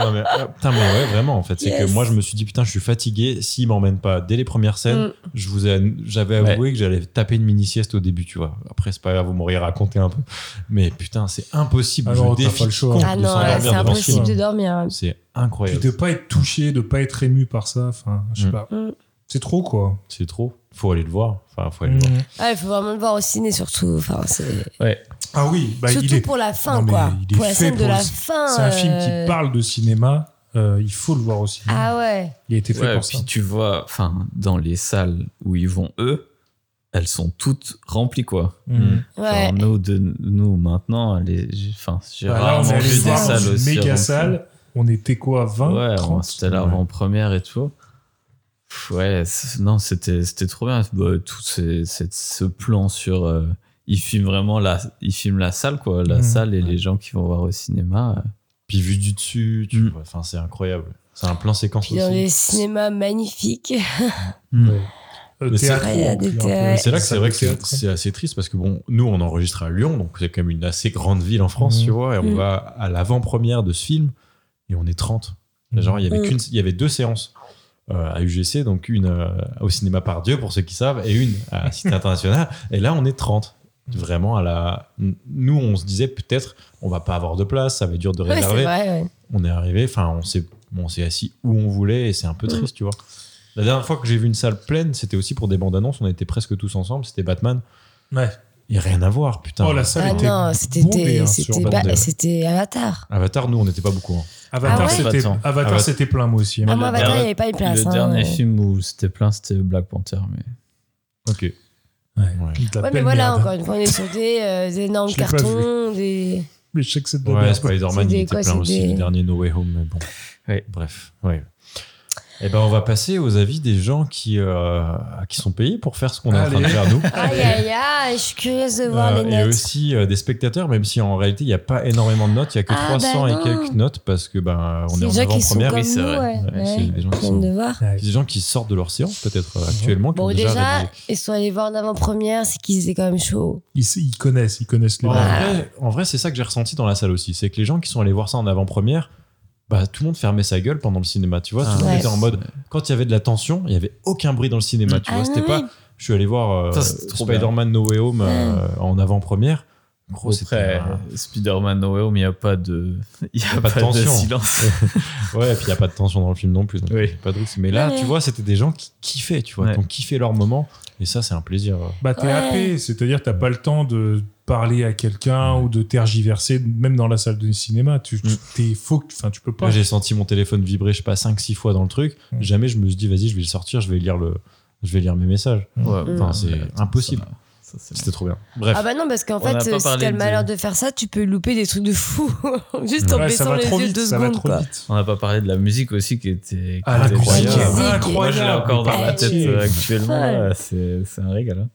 S5: Non, mais, euh, putain, mais ouais, vraiment, en fait. C'est
S6: Yes.
S5: que moi, je me suis dit, putain, je suis fatigué. S'ils m'emmènent pas dès les premières scènes,
S6: Mm.
S5: je vous ai- j'avais
S7: Ouais.
S5: avoué que j'allais taper une mini-sieste au début, tu vois. Après, c'est pas grave, vous m'auriez raconté un peu. Mais putain, c'est impossible.
S8: Ah non,
S5: je
S8: t'as
S5: défie
S8: pas le choix.
S5: con
S6: Ah
S5: de
S6: non,
S5: s'endormir
S6: là, c'est
S5: devant ce film.
S6: impossible de dormir.
S5: C'est
S8: Puis
S5: incroyable.
S8: de pas être touché, de pas être ému par ça, enfin, je sais
S5: Mm.
S8: pas.
S6: Mm.
S8: C'est trop, quoi.
S5: C'est trop. Faut aller le voir. Enfin, faut
S8: Mm.
S5: aller le voir.
S6: Ah, il faut vraiment le voir au ciné, surtout. Enfin, c'est-
S8: Ah oui, bah, il
S6: surtout
S8: est...
S6: pour la fin,
S8: Non, mais
S6: quoi.
S8: il est
S6: Pour la
S8: fait
S6: scène de
S8: pour
S6: la
S8: le-
S6: fin.
S8: c'est un film
S6: euh,
S8: qui parle de cinéma. euh, il faut le voir au cinéma.
S6: Ah ouais.
S8: Il a été fait
S7: Ouais,
S8: pour ça.
S7: puis tu vois, enfin, dans les salles où ils vont eux, elles sont toutes remplies quoi.
S8: Mm.
S6: Ouais.
S7: Genre, nous, de, nous maintenant, les, j'ai- enfin, j'ai
S8: Bah, là, on
S7: rarement
S8: est allé
S7: vu des
S8: voir dans
S7: salles
S8: une
S7: aussi.
S8: méga
S7: remplies.
S8: salle. On était quoi, 20
S7: Ouais, on
S8: 30
S7: c'était l'avant-première et tout. Pff, Ouais, c'est- non, c'était c'était trop bien. Bah, tout ces- cette- ce plan sur. euh, ils filment vraiment la, ils filment la salle, quoi. La
S8: Mhm.
S7: salle et
S5: Ouais.
S7: les gens qui vont voir au cinéma. euh.
S5: Puis vu du dessus, tu
S7: Mm.
S5: vois. Enfin, c'est incroyable. C'est un plan séquence
S6: Puis dans les
S5: aussi.
S6: cinémas magnifiques.
S8: Ouais. Euh,
S5: Mais c'est-
S8: théâtre,
S6: Ouais, il y a des
S8: donc, un peu-
S6: théâtres.
S5: C'est là que c'est vrai que
S8: Salle de
S5: c'est-
S8: théâtre.
S5: c'est assez triste parce que bon, nous on enregistre à Lyon, donc c'est quand même une assez grande ville en France,
S8: Mhm.
S5: tu vois, et on
S6: Mhm.
S5: va à l'avant-première de ce film et on est 30. Genre il y avait
S6: Mhm.
S5: qu'une, il y avait deux séances euh, à UGC, donc une euh, au cinéma Pardieu pour ceux qui savent et une à Cité Internationale. Et là on est 30. Vraiment à la, nous on se disait peut-être on va pas avoir de place, ça va être dur de
S6: Ouais, c'est
S5: réserver.
S6: vrai, ouais.
S5: on est arrivé, enfin on s'est, on s'est assis où on voulait et c'est
S6: Mm.
S5: un peu triste, tu vois. La dernière fois que j'ai vu une salle pleine, c'était aussi pour des bandes annonces. On était presque tous ensemble. C'était Batman.
S8: Ouais.
S5: Il n'y a rien à voir, putain.
S8: Oh, la salle
S6: Ah
S8: était
S6: non, c'était
S8: bondée,
S6: des-
S8: hein, sur
S6: c'était
S8: Bandai.
S6: ba- c'était Avatar.
S5: Avatar, nous, on n'était pas beaucoup. hein.
S8: Avatar,
S6: Ah ouais
S8: c'était
S7: Attends.
S8: Avatar,
S5: Avatar.
S8: c'était plein, moi aussi.
S6: Ah,
S7: le
S6: moi, Avatar, il n'y
S7: dernier-
S6: avait pas eu de place.
S7: le
S6: hein.
S7: dernier film où c'était plein, c'était Black Panther. Mais...
S5: Ok.
S8: Ouais,
S5: Ouais.
S8: de la
S6: Ouais, mais
S8: belle
S6: voilà,
S8: merde.
S6: encore une fois, on est sur des, euh, des énormes
S8: Je l'ai pas
S6: cartons, des.
S8: Mais je sais que c'est de la
S5: Ouais,
S8: merde.
S5: Spider-Man,
S6: C'est
S5: il
S6: des-
S5: était
S6: quoi,
S5: plein
S6: c'est
S5: aussi
S6: des-
S5: du dernier No Way Home, mais bon.
S7: Ouais.
S5: Bref, ouais. Eh ben, on va passer aux avis des gens qui, euh, qui sont payés pour faire ce qu'on est en train de
S8: Allez.
S5: faire, nous.
S6: Aïe, aïe, aïe, je suis curieuse de voir
S5: Euh,
S6: les
S5: Ah, et
S6: notes.
S5: aussi euh, des spectateurs, même si en réalité, il n'y a pas énormément de notes. Il n'y a que
S6: Ah,
S5: 300
S6: bah
S5: et
S6: non.
S5: quelques notes parce que ben, on
S6: C'est
S5: est,
S6: des gens
S5: en
S6: qui sont
S5: avant-première.
S6: comme
S5: Oui,
S7: c'est
S6: nous,
S7: vrai.
S6: ouais.
S5: c'est-
S6: ouais.
S5: c'est des gens
S6: Je
S5: qui
S6: viens
S5: sont-
S6: de voir.
S8: Ouais.
S5: c'est des gens qui sortent de leur séance, peut-être, euh, actuellement. qui ont
S6: Bon, déjà,
S5: des-
S6: ils sont allés voir en avant-première, c'est qu'ils étaient quand même chauds.
S8: Ils, ils connaissent, ils connaissent
S6: Ah.
S8: les
S5: En
S6: bah,
S8: mecs.
S5: vrai, en vrai, c'est ça que j'ai ressenti dans la salle aussi. C'est que les gens qui sont allés voir ça en avant-première, bah, tout le monde fermait sa gueule pendant le cinéma. Tu vois, tout le monde
S6: Ah, ouais.
S5: était en mode. Quand il y avait de la tension, il y avait aucun bruit dans le cinéma. Tu
S6: Ah
S5: vois, c'était
S6: ouais.
S5: pas. Je suis allé voir euh,
S7: Ça, c'était trop
S5: Spider-Man No Way Home euh, en avant-première. Gros, Oh, c'était.
S7: Après,
S5: un-
S7: Spider-Man No Way Home, il n'y a pas de, il y a pas de,
S5: tension.
S7: silence.
S5: Ouais, et puis il n'y a pas de tension dans le film non plus. donc
S7: Oui.
S5: y a Pas de risque. Mais là,
S6: Ouais.
S5: tu vois, c'était des gens qui kiffaient, tu vois,
S7: Ouais.
S5: qui ont kiffé leur moment. Et ça, c'est un plaisir.
S8: Bah, t'es
S6: Ouais.
S8: happé, c'est-à-dire t'as pas le temps de parler à quelqu'un ou de tergiverser, même dans la salle de cinéma. Tu, tu-
S5: Mm.
S8: t'es faux, enfin, tu peux pas.
S5: Moi, j'ai senti mon téléphone vibrer, je sais pas, 5-6 fois dans le truc.
S8: Mm.
S5: Jamais je me suis dit, vas-y, je vais le sortir, je vais lire, le... je vais lire mes messages.
S7: Ouais,
S5: Enfin, c'est impossible.
S7: ça, ça, c'est-
S5: C'était trop bien. Bref.
S6: Ah bah non, parce qu'en
S7: On n'a
S6: fait,
S7: pas
S6: euh, si
S7: parlé
S6: t'as le
S7: de-
S6: malheur de faire ça, tu peux louper des trucs de fou. Juste en
S8: Ouais,
S6: baissant
S8: ça va
S6: les
S8: trop
S6: yeux
S8: vite,
S6: deux
S8: ça va
S6: secondes,
S8: trop
S6: quoi.
S8: vite.
S7: On n'a pas parlé de la musique aussi qui était, qui
S8: Ah, la
S7: était
S8: musique,
S6: incroyable. Ah,
S8: est
S7: Moi, je l'ai
S8: incroyable.
S7: encore dans la
S6: Incroyable.
S7: tête euh, actuellement. là, C'est c'est un régal. hein.
S6: bah.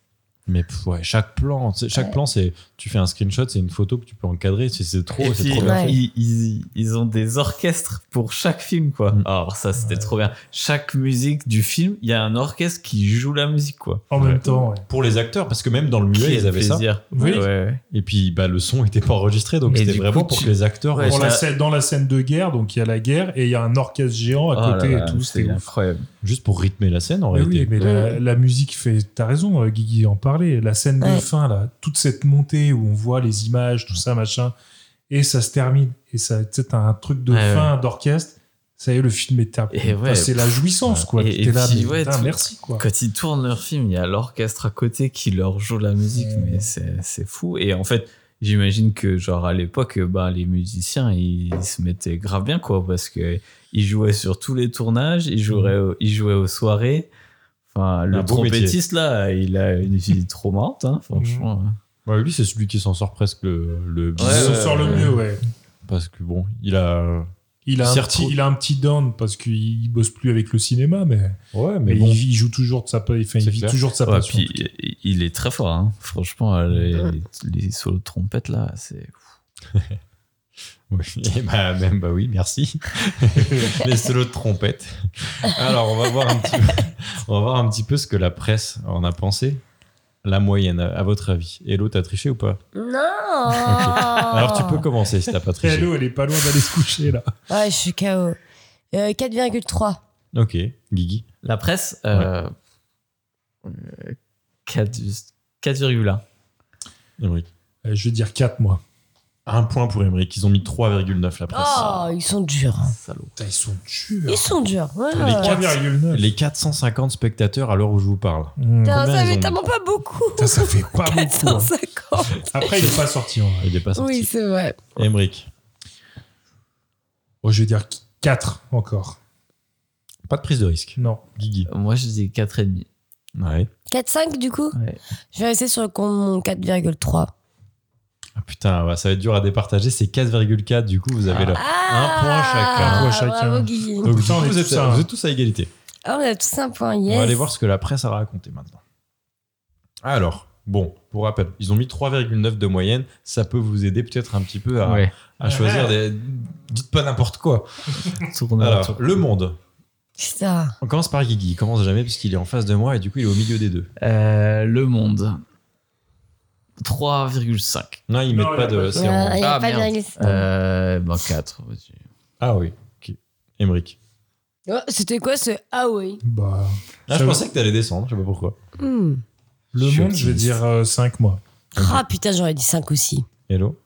S5: Mais pff, ouais, chaque plan, tu sais, chaque plan, c'est tu fais un screenshot, c'est une photo que tu peux encadrer. C'est c'est trop,
S7: Et
S5: Oh, c'est
S7: puis,
S5: trop bien.
S6: Ouais.
S7: ils, ils- ils ont des orchestres pour chaque film, quoi. Ah,
S5: Mm.
S7: Alors, ça, c'était trop bien. Chaque musique du film, il y a un orchestre qui joue la musique, quoi.
S8: En même temps, ouais.
S5: Pour les acteurs, parce que même dans le muet, ils avaient ça.
S8: Oui.
S7: Oui. Ouais, ouais.
S5: Et puis, bah, le son était pas enregistré, donc
S7: Et
S5: c'était
S7: du
S5: vraiment
S7: coup,
S5: pour
S7: tu-
S5: que les acteurs.
S7: Ouais,
S8: Pour
S7: ça-
S8: la scène- dans la scène de guerre, donc il y a la guerre et il y a un orchestre géant à
S7: Oh là
S8: côté
S7: là,
S8: et tout.
S7: c'est
S8: C'était ouf.
S7: incroyable.
S5: Juste pour rythmer la scène, en
S8: Mais
S5: réalité.
S8: oui, mais
S7: Mm.
S8: la, la musique fait. T'as raison, euh, Guigui en parlait. La scène de
S6: Ouais.
S8: fin, là, toute cette montée où on voit les images, tout ça, machin, et ça se termine. Et ça, tu sais, t'as un truc de
S7: Ouais,
S8: fin d'orchestre. Ça y est, le film est terminé.
S7: Et ouais.
S8: Enfin, c'est la jouissance, quoi.
S7: Et-
S8: T'es
S7: et
S8: là,
S7: puis,
S8: mais
S7: ouais,
S8: putain,
S7: tout-
S8: merci, quoi.
S7: Quand ils tournent leur film, il y a l'orchestre à côté qui leur joue la musique,
S8: Ouais.
S7: mais c'est c'est fou. Et en fait, j'imagine que, genre, à l'époque, bah, les musiciens, ils, ils se mettaient grave bien, quoi, parce que ils jouaient sur tous les tournages, ils, joueraient au- ils jouaient aux soirées. Enfin, le
S5: beau métier.
S7: trompettiste, là, il a une vie trop marrante, hein, franchement.
S5: Ouais, lui, c'est celui qui s'en sort presque le, le
S8: Il
S7: Ouais,
S8: se
S7: ouais,
S8: sort le
S7: ouais.
S8: mieux, ouais.
S5: Parce que bon, il a.
S8: Il a, un
S5: Certes,
S8: petit,
S5: il-
S8: il a un petit down parce qu'il bosse plus avec le cinéma, mais,
S5: Ouais, mais
S8: mais
S5: bon.
S8: il, il joue toujours de sa, pa- enfin, il
S5: C'est
S8: vit
S5: clair.
S8: toujours de sa
S7: Ouais,
S8: passion.
S7: puis il- il est très fort, hein. franchement, les, les solos de trompette, là, c'est.
S5: Oui, eh bah, même, bah oui, merci. Les solos de trompette. Alors, on va voir un petit peu, on va voir un petit peu ce que la presse en a pensé. La moyenne, à à votre avis. Hello, t'as triché ou pas
S6: Non Ah.
S5: Alors, tu peux commencer si t'as pas triché.
S8: Hello, elle est pas loin d'aller se coucher, là.
S6: Ouais, je suis KO. Euh, 4,3.
S5: Ok, Guigui.
S7: La presse, euh, euh, 4, 4,1.
S5: Emmerich.
S8: Euh, Je vais dire 4, moi.
S5: Un point pour Emmerich. Ils ont mis 3,9 la presse.
S6: Oh, ils sont durs.
S7: Salaud.
S8: Putain, ils sont durs.
S6: Ils sont durs. ouais.
S5: Les quatre-
S8: 3,9.
S5: Les 450 spectateurs à l'heure où je vous parle.
S8: Mmh.
S5: Combien
S6: Putain, ça
S5: ils ont
S6: fait
S5: mis
S6: tellement pas beaucoup.
S8: Putain, ça fait pas beaucoup. hein.
S6: 450.
S8: Après, il est pas sorti en vrai.
S5: Il est pas sorti.
S6: Oui, c'est vrai.
S5: Emmerich.
S8: Oh, je vais dire 4 encore.
S5: Pas de prise de risque.
S8: Non.
S5: Guigui.
S7: Moi, je dis 4,5.
S5: Ouais.
S6: 4,5 du coup
S7: Ouais.
S6: Je vais rester sur le compte mon 4,3.
S5: Ah, putain, ouais, ça va être dur à départager. C'est 4,4. Du coup, vous avez
S6: Ah.
S5: le. Un point chacun.
S8: Un point chacun.
S6: Bravo, Guy.
S5: Donc,
S8: Putain, on est
S5: vous, êtes,
S8: tous à-
S5: vous êtes tous à égalité.
S6: Ah, on a tous un point, yes.
S5: On va aller voir ce que la presse a raconté maintenant. Alors, bon, pour rappel, ils ont mis 3,9 de moyenne. Ça peut vous aider peut-être un petit peu à,
S7: Ouais.
S5: à choisir des. Dites pas n'importe quoi.
S7: Tourne
S5: Alors,
S7: autour.
S5: Le Monde.
S6: Putain.
S5: On commence par Guigui. Il commence jamais puisqu'il est en face de moi et du coup, il est au milieu des deux.
S7: Euh, le Monde. 3,5.
S5: Non, ils mettent
S8: Non, il y
S5: pas
S8: a
S5: de.
S8: pas-
S6: Il
S5: c'est
S6: n'y
S5: en-
S6: a
S7: Ah,
S6: pas de
S7: merde.
S6: virgule.
S7: Euh, ben 4. vas-y.
S5: Ah oui. Ok. Emmerich.
S6: Oh, C'était quoi ce Ah oui
S8: Bah,
S5: Ah,
S8: Ça
S5: je
S8: va.
S5: pensais que t'allais descendre, je sais pas pourquoi.
S6: Hmm.
S8: le
S5: Je
S8: monde, je vais
S5: dis-
S8: dire euh, 5 mois.
S6: Ah putain, j'aurais dit 5 aussi.
S5: Hello.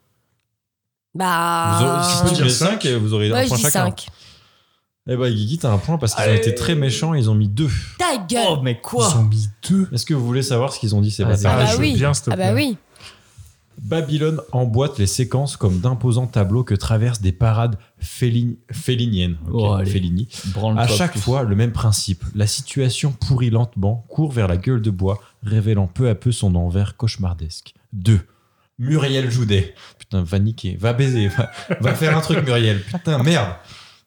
S6: Bah.
S5: Vous aurez- si
S8: Ah.
S5: tu mets 5, vous aurez
S6: ouais,
S5: un
S6: je
S5: point
S6: dis
S5: chacun.
S6: 5.
S5: Eh ben, Guigui, t'as un point parce qu'ils ont été très méchants, ils ont mis 2.
S6: Ta gueule
S7: Oh, mais
S8: Ils
S7: quoi
S8: ont mis 2.
S5: Est-ce que vous voulez savoir ce qu'ils ont dit ces
S7: Vas-y.
S5: bâtards
S6: Ah bah
S8: je veux
S6: oui.
S8: bien, s'il te
S6: Ah bah
S8: plaît.
S6: oui.
S5: Babylone emboîte les séquences comme d'imposants tableaux que traversent des parades félin- féliniennes. ok,
S7: Oh, allez.
S5: Fellini.
S7: Branle-toi
S5: À chaque
S7: plus.
S5: fois, le même principe. La situation pourrit lentement, court vers la gueule de bois, révélant peu à peu son envers cauchemardesque. 2. Muriel Joudet. Putain, va niquer, va baiser, va, va faire un truc, Muriel. Putain, merde.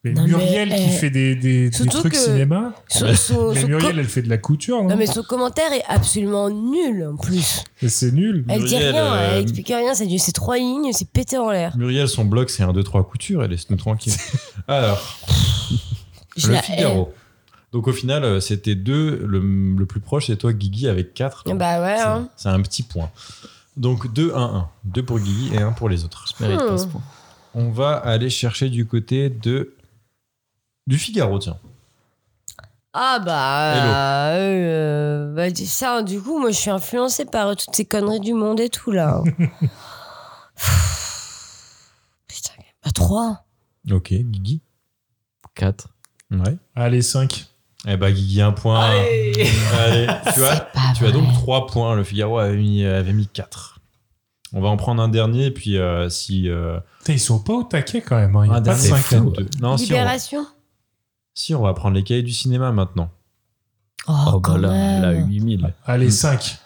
S8: Mais
S6: Non, mais,
S8: Muriel qui
S6: euh,
S8: fait des, des, des
S6: surtout
S8: trucs
S6: que-
S8: cinéma.
S6: Son- son-
S8: Mais
S6: son
S8: Muriel,
S6: co-
S8: elle fait de la couture, non,
S6: Non, mais son commentaire est absolument nul en plus.
S8: Et C'est nul.
S6: Elle dit
S5: Muriel,
S6: rien,
S5: euh,
S6: elle explique rien, c'est du- c'est trois lignes, c'est pété en l'air.
S5: Muriel, son blog, c'est 1, 2, 3 couture, elle laisse-nous tranquille. Alors,
S6: Je
S5: le
S6: la euh,
S5: Figaro. Donc au final, euh, c'était deux. Le, le plus proche, c'est toi, Guigui, avec 4.
S6: hais. Bah ouais, hein.
S5: C'est un petit point. Donc 2, 1, 1. 2 pour Guigui et 1 pour les autres.
S7: Mérite
S6: Hmm.
S7: pas ce point.
S5: On va aller chercher du côté de. Du Figaro, tiens.
S6: Ah bah. euh, bah, dis ça, du coup, moi je suis influencée par euh, toutes ces conneries du monde et tout là. Putain, bah 3.
S5: Ok, Guigui.
S7: 4.
S5: Ouais.
S8: Allez, 5.
S5: Eh bah, Guigui, un point. Allez, tu vois
S6: Bah,
S5: Tu as donc 3 points. Le Figaro avait mis, avait mis 4. On va en prendre un dernier, puis euh, si. euh,
S8: Putain, ils sont pas au taquet quand même. Hein. Il y a
S5: un
S8: pas de
S5: dernier,
S8: 5
S5: c'est
S8: là.
S5: deux. Non, si on, va,
S6: Libération
S5: si, on va prendre les cahiers du cinéma maintenant.
S6: Oh,
S7: Oh,
S6: quand
S7: bah là,
S6: même.
S7: elle a 8000.
S8: Allez, 5.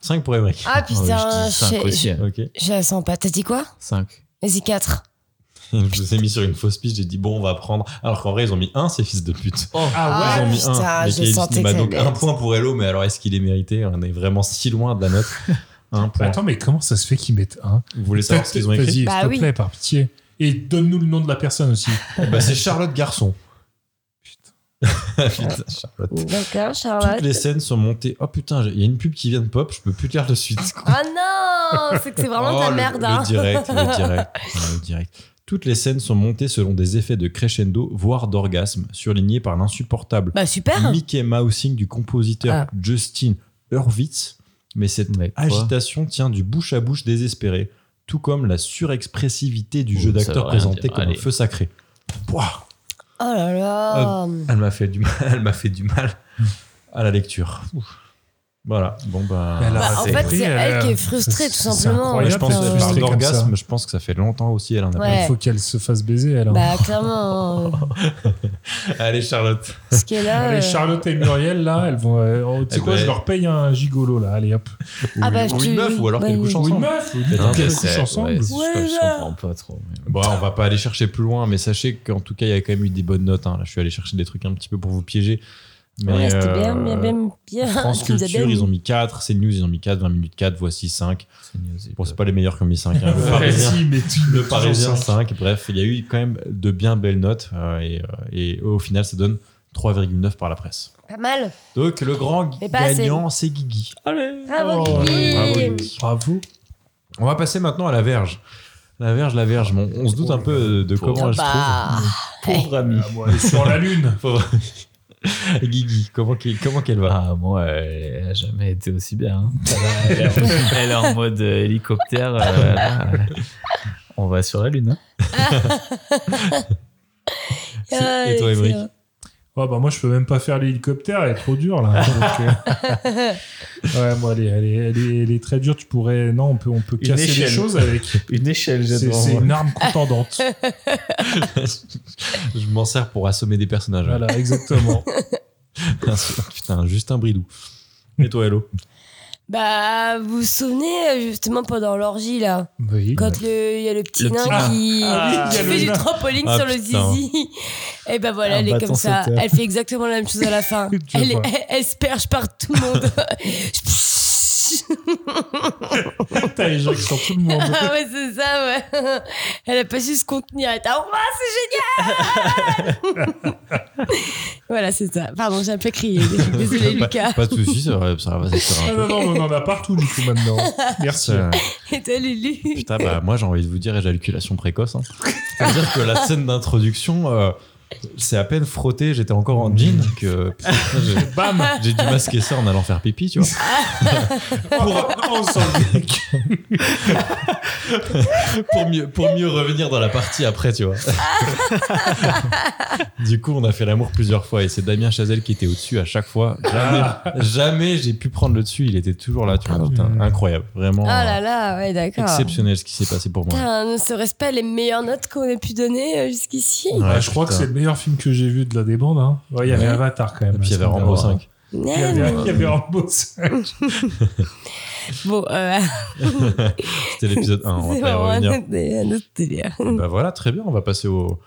S5: 5 pour Emmerich.
S6: Ah
S7: Oh,
S6: putain,
S7: je dis 5
S6: je,
S7: aussi.
S6: je,
S5: Ok.
S6: je la sens pas. T'as dit quoi
S7: 5.
S6: Vas-y, 4.
S5: Je vous ai mis sur une fausse piste, j'ai dit bon, on va prendre. Alors qu'en vrai, ils ont mis 1, ces fils de pute.
S6: Ah,
S5: ils ont mis
S6: putain,
S5: un, les
S6: je
S5: cahiers du
S6: sentais
S5: cinéma.
S6: que ça
S5: Donc
S6: allait
S5: un
S6: être-
S5: point pour Hello, mais alors est-ce qu'il est mérité On est vraiment si loin de la note. Un point.
S8: Attends, mais comment ça se fait qu'ils mettent 1
S5: Vous voulez savoir ce qu'ils ont écrit
S8: Vas-y,
S6: Bah
S8: s'il te
S6: oui.
S8: plaît, par pitié. Et donne-nous le nom de la personne aussi.
S5: Bah, C'est Charlotte Garçon. Putain, Charlotte.
S6: D'accord,
S5: Toutes
S6: Charlotte.
S5: les scènes sont montées. Oh putain, j'ai- il y a une pub qui vient de pop, je peux plus te lire de suite.
S6: Ah non C'est que c'est vraiment de
S5: Oh,
S6: la
S5: le-
S6: merde,
S5: le,
S6: hein.
S5: direct, le direct, le direct. Toutes les scènes sont montées selon des effets de crescendo, voire d'orgasme, surlignés par l'insupportable
S6: Bah super
S5: Mickey Mousing du
S6: Ah.
S5: compositeur Justin Hurwitz, mais cette
S7: Mais quoi
S5: agitation tient du bouche à bouche désespéré, tout comme la surexpressivité du
S7: Oh,
S5: jeu
S7: ça
S5: d'acteur
S7: veut rien
S5: présenté
S7: dire.
S5: comme un
S7: Allez.
S5: feu sacré. Pouah,
S6: Oh là là
S5: elle m'a fait du mal, elle m'a fait du mal à la lecture. Ouf. Voilà, bon bah,
S8: Elle a
S6: Bah, en
S8: raté.
S6: fait, c'est elle qui est
S8: euh,
S6: frustrée,
S8: c'est-
S6: tout
S8: c'est
S6: simplement.
S8: incroyable,
S5: je pense
S8: d'être
S5: que
S6: euh,
S5: par
S8: frustrée comme ça.
S5: l'orgasme, je pense que ça fait longtemps aussi, elle en a
S6: Ouais.
S8: Il faut qu'elle se fasse baiser, elle. hein.
S6: Bah clairement, euh,
S5: pas. Allez Charlotte.
S6: ce qui est là... euh,
S8: Allez, Charlotte et Muriel, là, elles vont. euh, oh, tu sais
S5: Eh
S8: quoi,
S5: ben-
S8: je leur paye un gigolo, là. Allez, hop.
S6: Ah bah, je
S5: ou une
S6: te-
S5: meuf, ou alors
S6: bah,
S5: qu'elle couche
S6: oui.
S8: Ou une
S5: ensemble.
S8: meuf, ou une
S5: Peut-être
S8: meuf,
S5: qu'elle
S8: elles
S7: Ok,
S8: couchent
S7: c'est-
S8: ensemble.
S7: ouais, je-
S6: Ouais,
S7: je
S6: là.
S7: comprends pas trop. mais-
S5: Bon, on va pas aller chercher plus loin, mais sachez qu'en tout cas, il y a quand même eu des bonnes notes. hein. Là, je suis allé chercher des trucs un petit peu pour vous piéger. Mais,
S6: Ouais, c'était
S5: euh,
S6: bien, bien, bien, bien.
S5: France
S6: Tu nous as
S5: Culture,
S6: bien
S5: ils ont mis 4. CNews, ils ont mis 4. 20 minutes 4, voici 5.
S7: C'est nul, c'est
S5: Bon, c'est
S7: pas-
S5: pas les meilleurs qui ont mis 5. hein. Le
S8: Ouais,
S5: Parisien,
S8: si, mais tu-
S5: le
S8: toujours
S5: Parisien,
S8: ça.
S5: 5. Bref, il y a eu quand même de bien belles notes. euh, et, euh, et au final, ça donne 3,9 par la presse.
S6: Pas mal.
S5: Donc, le grand
S6: Mais pas assez.
S5: gagnant, c'est Guigui.
S6: Bravo,
S8: Oh,
S6: Guigui.
S5: bravo, Guigui.
S8: Bravo.
S5: On va passer maintenant à la verge. La verge, la verge. Bon, on se doute un peu de
S7: Pauvre.
S5: comment elle se trouve.
S6: Bah,
S5: Pauvre ami.
S8: Ah, bon, elle est sur la lune.
S5: Pauvre- Guigui, comment qu'elle comment qu'elle va
S7: Ah, moi, elle a jamais été aussi bien. hein. Elle est en- elle est en mode euh, hélicoptère. euh, là, euh, on va sur la Lune. hein.
S5: Et toi,
S6: euh,
S5: Émeric
S6: c'est-
S8: Ouais, bah, moi, je peux même pas faire l'hélicoptère, elle est trop dure, là. Donc, euh, ouais, moi, elle est, elle, est, elle, est, elle est très dure. Tu pourrais. Non, on peut, on peut
S7: Une
S8: casser les
S7: échelle.
S8: choses avec.
S7: Une échelle,
S8: C'est
S7: j'adore.
S8: c'est une arme contendante.
S5: Je m'en sers pour assommer des personnages.
S8: voilà, exactement.
S5: Putain, Justin Bridou. Et toi, Hello
S6: Bah, vous vous souvenez, euh, justement, pendant l'orgie, là,
S8: Oui.
S6: quand le- il y a le petit
S7: Le
S6: nain
S7: petit
S8: nain.
S6: qui,
S8: Ah,
S6: qui
S8: oui, il y a
S6: fait
S8: le
S6: du
S8: nain.
S6: trampoline
S5: Ah,
S6: sur le
S5: putain.
S6: zizi. Et ben voilà,
S7: Un
S6: elle est
S7: bâton
S6: comme ça.
S7: sauteur.
S6: Elle fait exactement la même chose à la fin.
S8: Tu
S6: elle, est,
S8: vois.
S6: elle, elle se perche par tout le monde.
S8: T'as les gens qui sont tout le monde.
S6: ah ouais, c'est ça, ouais. Elle a pas su se contenir. Elle était, ah, ouah, c'est génial Voilà, c'est ça. Pardon, j'ai un peu crié. Désolé,
S5: pas,
S6: Lucas.
S5: pas de soucis, ça va, ça va, ça sera
S8: Ah
S5: un peu.
S8: non, non, mais on en a partout du coup maintenant. Merci.
S5: Ça-
S6: Et toi, Lulu
S5: Putain, bah, moi j'ai envie de vous dire éjaculation précoce. hein. C'est-à-dire que la scène d'introduction, euh, c'est à peine frotté, j'étais encore en jean, que putain, j'ai-
S8: Bam
S5: j'ai dû masquer ça en allant faire pipi, tu vois.
S8: Pour- on s'en-
S5: pour mieux pour mieux revenir dans la partie après tu vois du coup on a fait l'amour plusieurs fois et c'est Damien Chazelle qui était au dessus à chaque fois
S8: Ah.
S5: jamais jamais j'ai pu prendre le dessus il était toujours là tu vois Putain, incroyable vraiment euh,
S6: Ah là là, ouais, d'accord.
S5: exceptionnel ce qui s'est passé pour moi
S6: Putain, ne serait-ce pas les meilleures notes qu'on ait pu donner euh, jusqu'ici
S5: Ouais,
S8: Ouais, Ah, je crois que
S5: putain.
S8: c'est Ah, le meilleur film que j'ai vu de la débande. Hein. Ouais, il y avait
S5: Ouais.
S8: Avatar quand même.
S5: et puis il y avait
S8: à ce
S5: Rambo
S8: moment-là.
S5: 5
S8: Il y
S6: Ouais,
S8: avait un
S6: mais-
S8: qui avait Rambo 5.
S6: Bon, euh,
S5: C'était l'épisode 1, on va
S6: c'est
S5: pas y
S6: vraiment un
S5: revenir.
S6: autre dé- un autre délire.
S5: Bah voilà, très bien, on va passer au-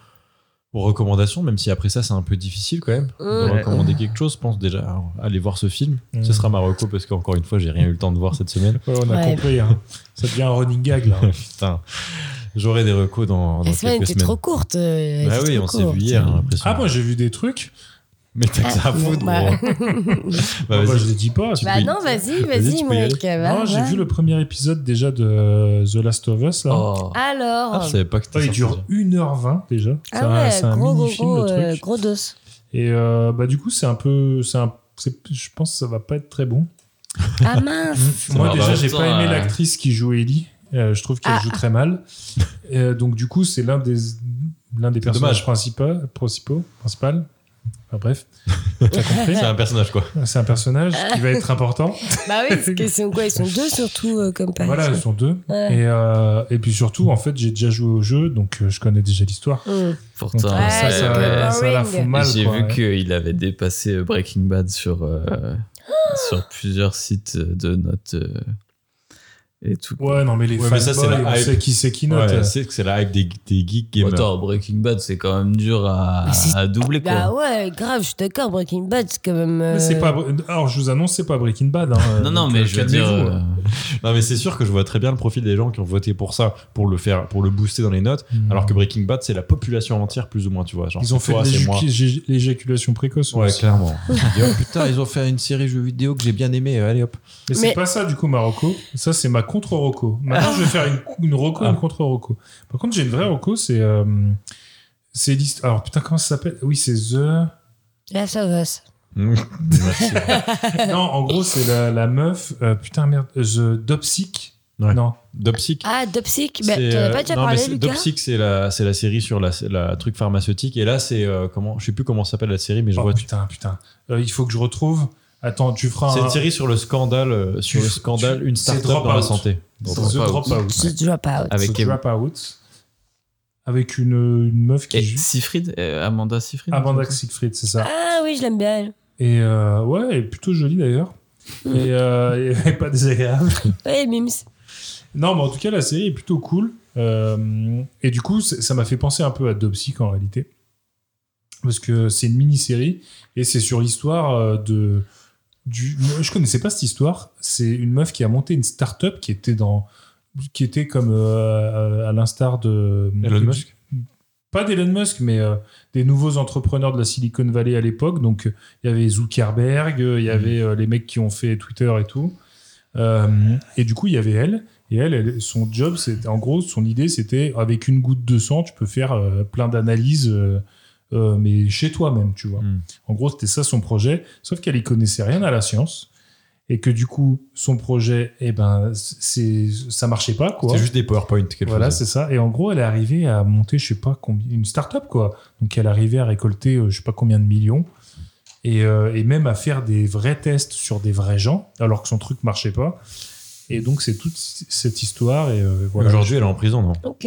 S5: aux recommandations, même si après ça c'est un peu difficile quand même
S6: Hum.
S5: de
S7: Ouais.
S5: recommander quelque chose. Je pense déjà à aller voir ce film.
S8: Mm.
S5: Ce sera Marocco parce qu'encore une fois j'ai rien eu le temps de voir cette semaine.
S8: Ouais, on a
S6: Ouais.
S8: compris. hein. Ça devient un running gag là.
S5: Putain, j'aurai des recos dans, dans
S6: La
S5: quelques
S6: semaine
S5: semaines.
S6: était trop courte. euh, elle
S5: bah
S6: était
S5: oui,
S6: trop
S5: on s'est vu
S6: courte.
S5: hier, j'ai l'impression.
S8: Ah, moi j'ai vu des trucs.
S5: Mais t'as que ça à
S6: Ah,
S5: foutre,
S6: bah-
S5: gros. Bah,
S8: Bah,
S5: vas-y.
S8: je les dis pas.
S5: Tu
S6: Bah
S5: peux y-
S6: non, vas-y,
S5: Vas-y,
S6: vas-y,
S5: tu peux y
S6: Monica. va,
S8: non, j'ai
S6: va.
S8: vu le premier épisode déjà de euh, The Last of Us. Là.
S7: Oh.
S6: Alors,
S5: Ah, je savais pas que
S8: Ah,
S5: t'étais
S8: il dure
S5: sorti.
S8: 1h20 déjà. C'est
S6: ah
S8: un-
S6: ouais,
S8: c'est un,
S6: gros, gros,
S8: mini-film
S6: gros,
S8: le
S6: euh,
S8: truc.
S6: gros dos.
S8: Et euh, bah, du coup, c'est un peu. c'est un- c'est- je pense que ça va pas être très bon.
S6: Ah mince.
S8: Moi,
S7: va,
S8: déjà,
S7: bah,
S8: j'ai
S7: putain,
S8: pas aimé
S7: euh,
S8: l'actrice qui joue Ellie. Euh, je trouve qu'elle
S6: Ah.
S8: joue très mal. Euh, donc, du coup, c'est l'un des, l'un des personnages
S5: dommage.
S8: principaux. principaux principal. Enfin, bref, t'as compris.
S5: C'est un personnage, quoi.
S8: C'est un personnage qui va être important.
S6: bah oui, parce qu'ils sont quoi Ils sont deux surtout euh, comme pareil.
S8: Voilà, ils sont deux.
S6: Ouais.
S8: Et, euh, et puis surtout, en fait, j'ai déjà joué au jeu, donc euh, je connais déjà l'histoire.
S6: Hum.
S8: Donc,
S7: Pourtant,
S8: euh, ça,
S6: Ouais,
S8: ça,
S6: c'est
S8: ça,
S6: boring.
S8: la fout mal.
S7: J'ai
S8: quoi,
S7: vu
S8: ouais.
S7: qu'il avait dépassé euh, Breaking Bad sur, euh, sur plusieurs sites de notes euh, et tout.
S8: Ouais, non, mais les
S5: Ouais,
S8: fans,
S5: mais ça, c'est la
S8: on
S5: hype.
S8: sait qui c'est qui note. euh
S5: Ouais, c'est que c'est la hype des, des geeks gamers.
S7: Attends, Breaking Bad, c'est quand même dur à,
S6: Mais c'est-
S7: à doubler. Quoi.
S6: Bah ouais, grave, je suis d'accord. Breaking Bad, c'est quand même. euh,
S8: Mais c'est pas. Alors, je vous annonce, c'est pas Breaking Bad. hein.
S7: non, non,
S8: Donc,
S7: mais
S8: euh,
S7: je veux dire.
S8: calmez-vous, hein.
S7: euh,
S5: Non, mais c'est sûr que je vois très bien le profil des gens qui ont voté pour ça, pour le faire, pour le booster dans les notes,
S8: Hmm.
S5: euh, alors que Breaking Bad, c'est la population entière, plus ou moins, tu vois. Genre,
S8: Ils ont
S5: c'est
S8: fait
S5: toi,
S8: de
S5: c'est moi.
S8: l'éjacu- j'ai- l'éjaculation précoce. hein.
S5: Ouais,
S8: aussi.
S5: clairement. On se dit, oh, putain, ils ont fait une série jeux vidéo que j'ai bien aimé, allez hop.
S8: Mais
S6: Mais-
S8: c'est pas ça, du coup, ma Rocco. Ça, c'est ma contre-Rocco. Maintenant, je vais faire une, une Rocco
S5: Ah.
S8: et une contre-Rocco. Par contre, j'ai une vraie Rocco, c'est. euh, c'est l'histoire. Alors, putain, comment ça s'appelle Oui, c'est The.
S6: Last of Us.
S8: Non, en gros, c'est la, la meuf. euh, putain, merde. The Dopsic.
S5: Ouais.
S8: Non.
S5: Dopsic.
S6: Ah, Dopsic, bah,
S5: c'est,
S6: t'en as
S5: euh,
S6: pas déjà
S5: non, mais
S6: parlé,
S5: c'est-
S6: Lucas
S5: Dopsic, c'est la, c'est la série sur la, la truc pharmaceutique. Et là, c'est euh, comment Je sais plus comment s'appelle la série, mais je
S8: Oh,
S5: vois.
S8: putain, putain. Euh, il faut que je retrouve. Attends, tu feras
S5: C'est
S8: un.
S5: une série sur le scandale, euh, sur
S8: Tu-
S5: le scandale,
S8: tu-
S5: une
S8: c'est
S5: start-up dans
S8: Dropout.
S5: la santé.
S8: The
S7: Dropout.
S8: Dropout.
S6: Je drop out.
S7: Avec
S8: The
S7: Em-
S8: Dropout. Avec une, une meuf qui
S7: et
S8: joue. Ah,
S7: Seyfried, euh, Amanda Seyfried
S8: Amanda Siegfried, c'est ça.
S6: Ah oui, je l'aime bien. elle.
S8: Et euh, ouais, elle est plutôt jolie d'ailleurs. Et, euh, et pas désagréable.
S6: Ouais, Mims.
S8: Non, mais en tout cas, la série est plutôt cool. Euh, et du coup, c'est- ça m'a fait penser un peu à Dopsic en réalité. Parce que c'est une mini-série et c'est sur l'histoire euh, de. Du... Moi, Je connaissais pas cette histoire. C'est une meuf qui a monté une start-up qui était dans. qui était comme euh, à l'instar de.
S5: Elon
S8: du-
S5: Musk
S8: Pas d'Elon Musk, mais euh, des nouveaux entrepreneurs de la Silicon Valley à l'époque. Donc, euh, il y avait Zuckerberg, euh, il
S5: Mhm.
S8: y avait euh, les mecs qui ont fait Twitter et tout. Euh, et du coup, il y avait elle. Et elle, elle- son job, c'était en gros, son idée, c'était avec une goutte de sang, tu peux faire euh, plein d'analyses, euh, euh, mais chez toi même, tu vois.
S5: Mm.
S8: En gros, c'était ça son projet, sauf qu'elle y connaissait rien à la science. Et que du coup, son projet, eh ben, c'est, ça marchait pas, quoi.
S5: C'est juste des PowerPoint, quelque
S8: Voilà,
S5: chose.
S8: c'est ça. Et en gros, elle est arrivée à monter, je sais pas combien, une start-up, quoi. Donc, elle est arrivée à récolter, euh, je sais pas combien de millions. Et, euh, et même à faire des vrais tests sur des vrais gens, alors que son truc marchait pas. Et donc, c'est toute cette histoire. Et euh, voilà.
S5: Aujourd'hui, elle est en prison, non
S6: Ok.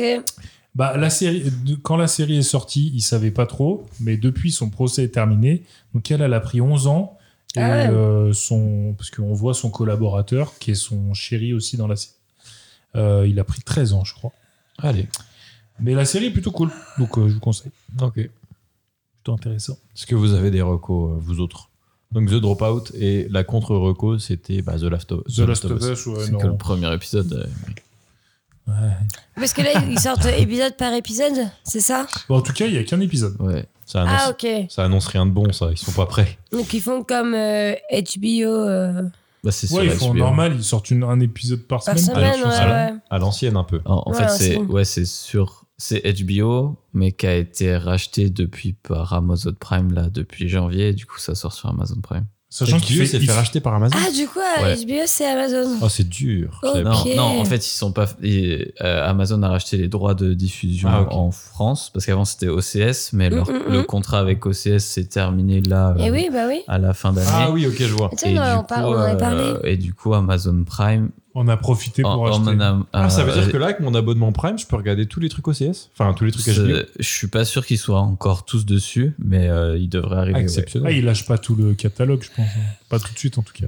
S8: Bah, la série, de- quand la série est sortie, il savait pas trop, mais depuis son procès est terminé. Donc elle, elle a pris 11 ans. Et,
S6: Ah ouais.
S8: euh, son, parce qu'on voit son collaborateur, qui est son chéri aussi dans la série. Euh, il a pris 13 ans, je crois.
S5: Allez.
S8: Mais la série est plutôt cool, donc euh, je vous conseille.
S5: Ok.
S8: Plutôt intéressant.
S5: Est-ce que vous avez des recos, euh, vous autres Donc The Dropout et la contre-reco, c'était bah, The Last of,
S8: The Last of Us, ouais,
S7: C'est
S8: non.
S7: que le premier épisode. euh,
S6: Parce que là, ils sortent épisode par épisode, c'est ça
S8: Bon, en tout cas, il n'y a qu'un épisode.
S7: euh, ouais.
S5: Ça annonce,
S6: Ah, ok.
S5: ça annonce rien de bon, ça. Ils sont pas prêts.
S6: Donc ils font comme euh, HBO euh,
S7: Bah, c'est
S8: Ouais, ils
S7: sur
S8: font
S7: HBO.
S8: normal, ils sortent une- un épisode par
S6: par
S8: semaine.
S5: allez,
S6: semaine,
S5: je
S6: ouais,
S5: pense à la-
S6: ouais.
S5: À l'ancienne, un peu.
S7: En, en
S6: Voilà,
S7: fait, c'est
S6: c'est-
S7: ouais, c'est sur c'est HBO, mais qui a été racheté depuis par Amazon Prime là depuis janvier. et Du coup, ça sort sur Amazon Prime.
S8: Sachant
S5: HBO
S8: qu'il fait,
S5: s'est
S8: il
S5: fait
S8: fait-
S5: racheter par Amazon
S6: Ah, du coup, à
S7: Ouais.
S6: HBO, c'est Amazon.
S5: Oh, c'est dur.
S7: Ah.
S6: Oh,
S5: J'avais
S6: non.
S5: pas-
S6: Ok.
S7: Non, en fait, ils sont pas. ils- euh, Amazon a racheté les droits de diffusion
S5: Ah, ok.
S7: en France parce qu'avant c'était OCS, mais leur-
S6: Mm, mm,
S7: le
S6: mm.
S7: contrat avec OCS s'est terminé là
S6: Et
S7: euh,
S6: oui, bah oui.
S7: à la fin d'année.
S5: Ah oui, ok, je vois.
S6: Tiens,
S7: Et
S6: on, en
S7: du,
S6: par-
S7: coup,
S6: on en avait
S7: euh,
S6: parlé.
S7: et du coup, Amazon Prime
S8: On On a profité pour
S7: On- on
S8: acheter.
S7: en a-
S5: Ah, ça veut
S7: euh,
S5: dire que là, avec mon abonnement Prime, je peux regarder tous les trucs OCS Enfin, tous les trucs
S7: c'est-
S5: HBO.
S7: Je suis pas sûr qu'ils soient encore tous dessus, mais euh, ils devraient arriver.
S5: Ah,
S7: ouais.
S5: exceptionnel.
S8: Ah, il lâche pas tout le catalogue, je pense. hein. Pas tout de suite, en tout cas.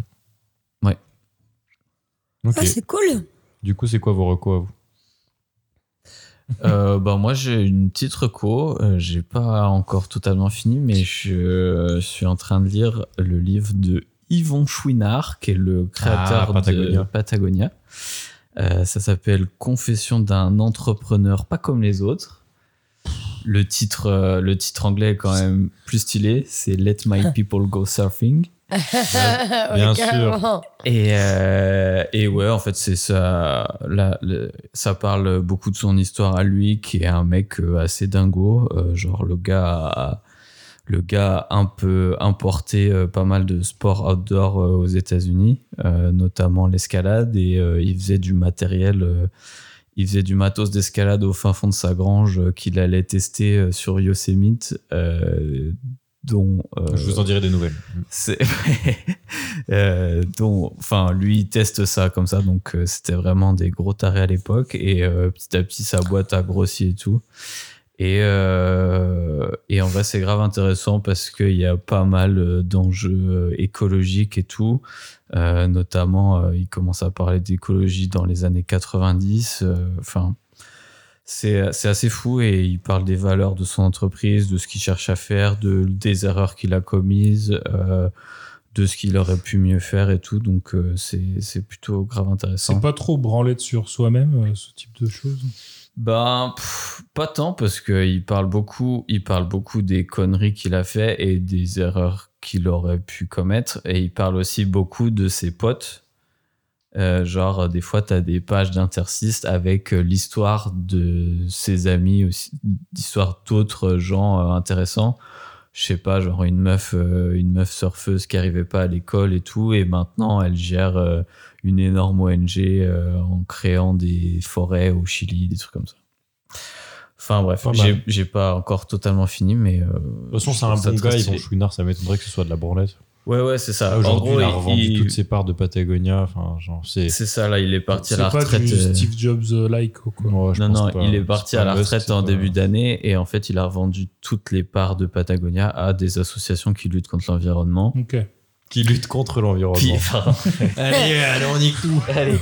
S5: Ok.
S6: Ah, c'est cool.
S5: Du coup, c'est quoi vos recos à vous
S7: Euh, bah, moi, j'ai une petite reco. Euh, j'ai pas encore totalement fini, mais je euh, suis en train de lire le livre de Yvon Chouinard, qui est le créateur
S5: Ah, Patagonia.
S7: de Patagonia. Euh, ça s'appelle Confession d'un entrepreneur pas comme les autres. Le titre, euh, le titre anglais est quand même plus stylé. C'est Let My People Go Surfing.
S5: bien
S6: Ouais,
S5: sûr.
S6: carrément.
S7: Et, euh, et ouais, en fait, c'est ça. Là, le- ça parle beaucoup de son histoire à lui, qui est un mec euh, assez dingo. Euh, genre, le gars, a- le gars a un peu importé euh, pas mal de sports outdoor euh, aux États-Unis, euh, notamment l'escalade. Et euh, il faisait du matériel, euh, il faisait du matos d'escalade au fin fond de sa grange euh, qu'il allait tester euh, sur Yosemite, euh, dont. euh,
S5: Je vous en dirai des nouvelles.
S7: c'est euh, donc, enfin, lui il teste ça comme ça, donc euh, c'était vraiment des gros tarés à l'époque et euh, petit à petit sa boîte a grossi et tout. Et, euh, et en vrai, c'est grave intéressant parce qu'il y a pas mal euh, d'enjeux écologiques et tout. Euh, notamment, euh, il commence à parler d'écologie dans les années 90. euh, Enfin, c'est c'est assez fou et il parle des valeurs de son entreprise, de ce qu'il cherche à faire, de, des erreurs qu'il a commises, euh, de ce qu'il aurait pu mieux faire et tout. Donc, euh, c'est c'est plutôt grave intéressant.
S8: C'est pas trop branlette sur soi-même, euh, ce type de choses.
S7: Ben, pff, pas tant parce qu'il parle beaucoup, il parle beaucoup des conneries qu'il a fait et des erreurs qu'il aurait pu commettre. Et il parle aussi beaucoup de ses potes. Euh, genre, des fois, t'as des pages d'intercistes avec euh, l'histoire de ses amis, aussi, d'histoire d'autres gens euh, intéressants. Je sais pas, genre une meuf, euh, une meuf surfeuse qui arrivait pas à l'école et tout, et maintenant elle gère euh, une énorme ONG euh, en créant des forêts au Chili, des trucs comme ça. Enfin bref,
S5: Pas mal.
S7: j'ai- j'ai pas encore totalement fini, mais. euh,
S5: De toute façon,
S7: je
S5: c'est un
S7: trouve ça
S5: bon
S7: très
S5: gars,
S7: stylé.
S5: Yvon Chouinard, ça m'étonnerait que ce soit de la branlette.
S7: Ouais, ouais, c'est ça.
S5: Ah,
S7: En
S5: Aujourd'hui,
S7: gros,
S5: il a revendu
S7: il-
S5: toutes ses parts de Patagonia. Enfin, genre, c'est.
S7: C'est ça, là, il est parti
S8: C'est
S7: à la
S8: pas
S7: retraite.
S8: du
S7: euh,
S8: Steve Jobs-like, quoi.
S5: Ouais, je
S7: Non,
S5: pense
S7: non,
S5: pas. hein.
S7: il est
S5: C'est
S7: parti
S5: pas
S7: à la
S5: un must,
S7: retraite
S5: c'est
S7: en
S5: pas-
S7: début d'année et en fait, il a revendu toutes les parts de Patagonia à des associations qui luttent contre l'environnement.
S8: Ok.
S5: Qui lutte contre
S7: Puis,
S5: l'environnement.
S7: enfin,
S5: allez, allez, on nique tout. Allez.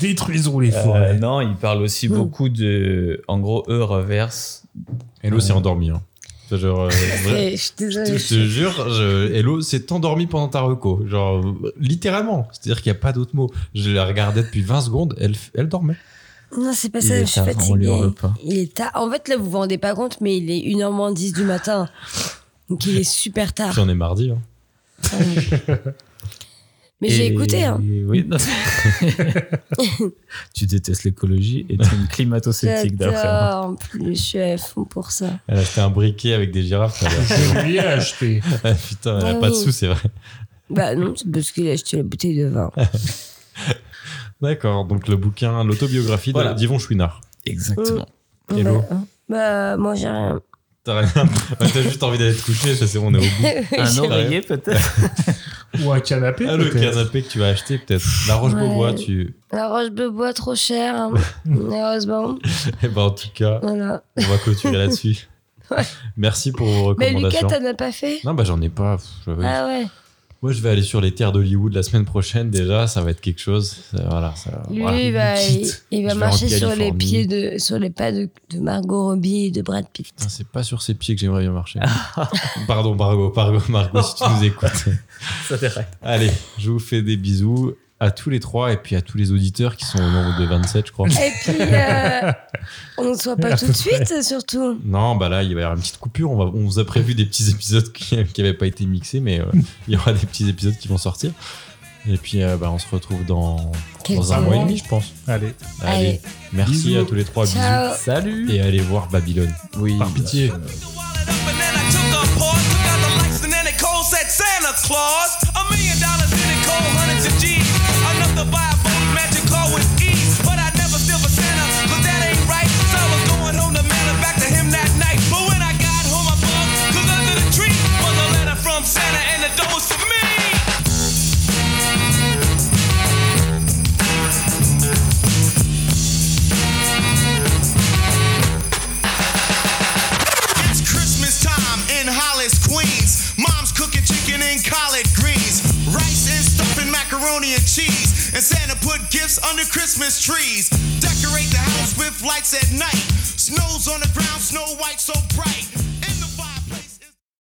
S8: Détruisons les
S7: euh,
S8: forêts.
S7: non, il parle aussi beaucoup de. En gros, eux reversent
S5: Hello s'est endormi. Hein. C'est Genre, euh, vrai-
S6: Et Eh, Je suis
S5: je
S6: désolée.
S5: te jure, je- Hello s'est endormi pendant ta reco. Genre, euh, littéralement. C'est-à-dire qu'il n'y a pas d'autre mot. Je la regardais depuis 20 secondes, elle, f- elle dormait.
S6: Non, c'est pas
S7: Il
S6: ça,
S7: est
S6: je suis
S7: tard, on lui
S6: fatiguée.
S7: en hein. veut pas.
S6: Il est tard. En fait, là, vous vous rendez pas compte, mais il est 1h10 du matin. Donc, il est super tard.
S5: J'en ai mardi. hein.
S6: Mais j'ai
S7: Et-
S6: écouté, hein.
S7: Oui, non. tu détestes l'écologie et t'es une climato-sceptique d'après moi.
S6: J'adore, en plus, je suis à fond pour ça.
S5: Elle a acheté un briquet avec des girafes. elle a-
S8: Je lui ai acheté.
S5: Ah, Putain, elle a
S6: Ah
S5: pas de
S6: oui.
S5: sous, c'est vrai.
S6: Bah non, c'est parce qu'il a acheté la bouteille de vin.
S7: Ah,
S5: D'accord, donc le bouquin, l'autobiographie de-
S7: Voilà.
S5: d'Yvon Chouinard.
S7: Exactement.
S5: Hello.
S6: Bah, bah, moi, j'ai rien.
S5: T'as rien- T'as juste envie d'aller te coucher, ça c'est bon, on est au bout.
S7: Un
S6: J'ai-
S7: oreiller peut-être
S8: Ou un canapé,
S5: Ah, le
S8: peut-être.
S5: canapé que tu as acheté, peut-être. La Roche-Beaubois,
S6: Ouais.
S5: tu.
S6: La roche de bois trop chère, hein. heureusement.
S5: Eh ben, en tout cas,
S6: Voilà.
S5: on va clôturer là-dessus.
S6: Ouais.
S5: Merci pour vos
S6: Mais Lucas,
S5: recommandations.
S6: t'en as pas fait
S5: non, bah j'en ai pas. Pff, j'avais-
S6: Ah ouais.
S5: Moi, je vais aller sur les terres d'Hollywood la semaine prochaine déjà. Ça va être quelque chose. Ça- Voilà, ça.
S6: Lui,
S5: voilà.
S6: il va, il,
S5: Quitte.
S6: il
S5: Je
S6: va
S5: vais en
S6: marcher sur les
S5: Californie.
S6: pieds de, sur les pas de, de Margot Robbie et de Brad Pitt.
S5: Putain, C'est pas sur ses pieds que j'aimerais bien marcher. Pardon, Margot, Margot, Margot, si tu nous écoutes.
S7: Ça dérape.
S5: Allez, je vous fais des bisous à tous les trois et puis à tous les auditeurs qui sont au nombre de 27, je crois.
S6: Et puis, euh, on ne soit pas tout de suite, surtout.
S5: Non, bah là, il va y avoir une petite coupure. On, va, on vous a prévu des petits épisodes qui n'avaient pas été mixés, mais euh, il y aura des petits épisodes qui vont sortir. Et puis, euh, bah, on se retrouve dans, dans un
S6: Quelques
S5: mois et
S6: mois.
S5: demi, je pense.
S8: Allez.
S5: Allez,
S6: Allez.
S5: merci
S8: Bisous.
S5: à tous les trois.
S6: Ciao.
S7: Salut
S5: Bisous. Et allez voir Babylone.
S7: Oui.
S5: Par pitié.
S1: And then I took a pause, took out the lights, and then it cold said Santa Claus. A million dollars in it, cold hundreds of G's. Enough to buy a boat, magic car with ease. But I never still for Santa, cause that ain't right. So I was going home to mail it back to him that night. But when I got home, I bugged, cause under the tree was a letter from Santa, and the door was for me. gifts under Christmas trees. Decorate the house with lights at night. Snow's on the ground, snow white so bright.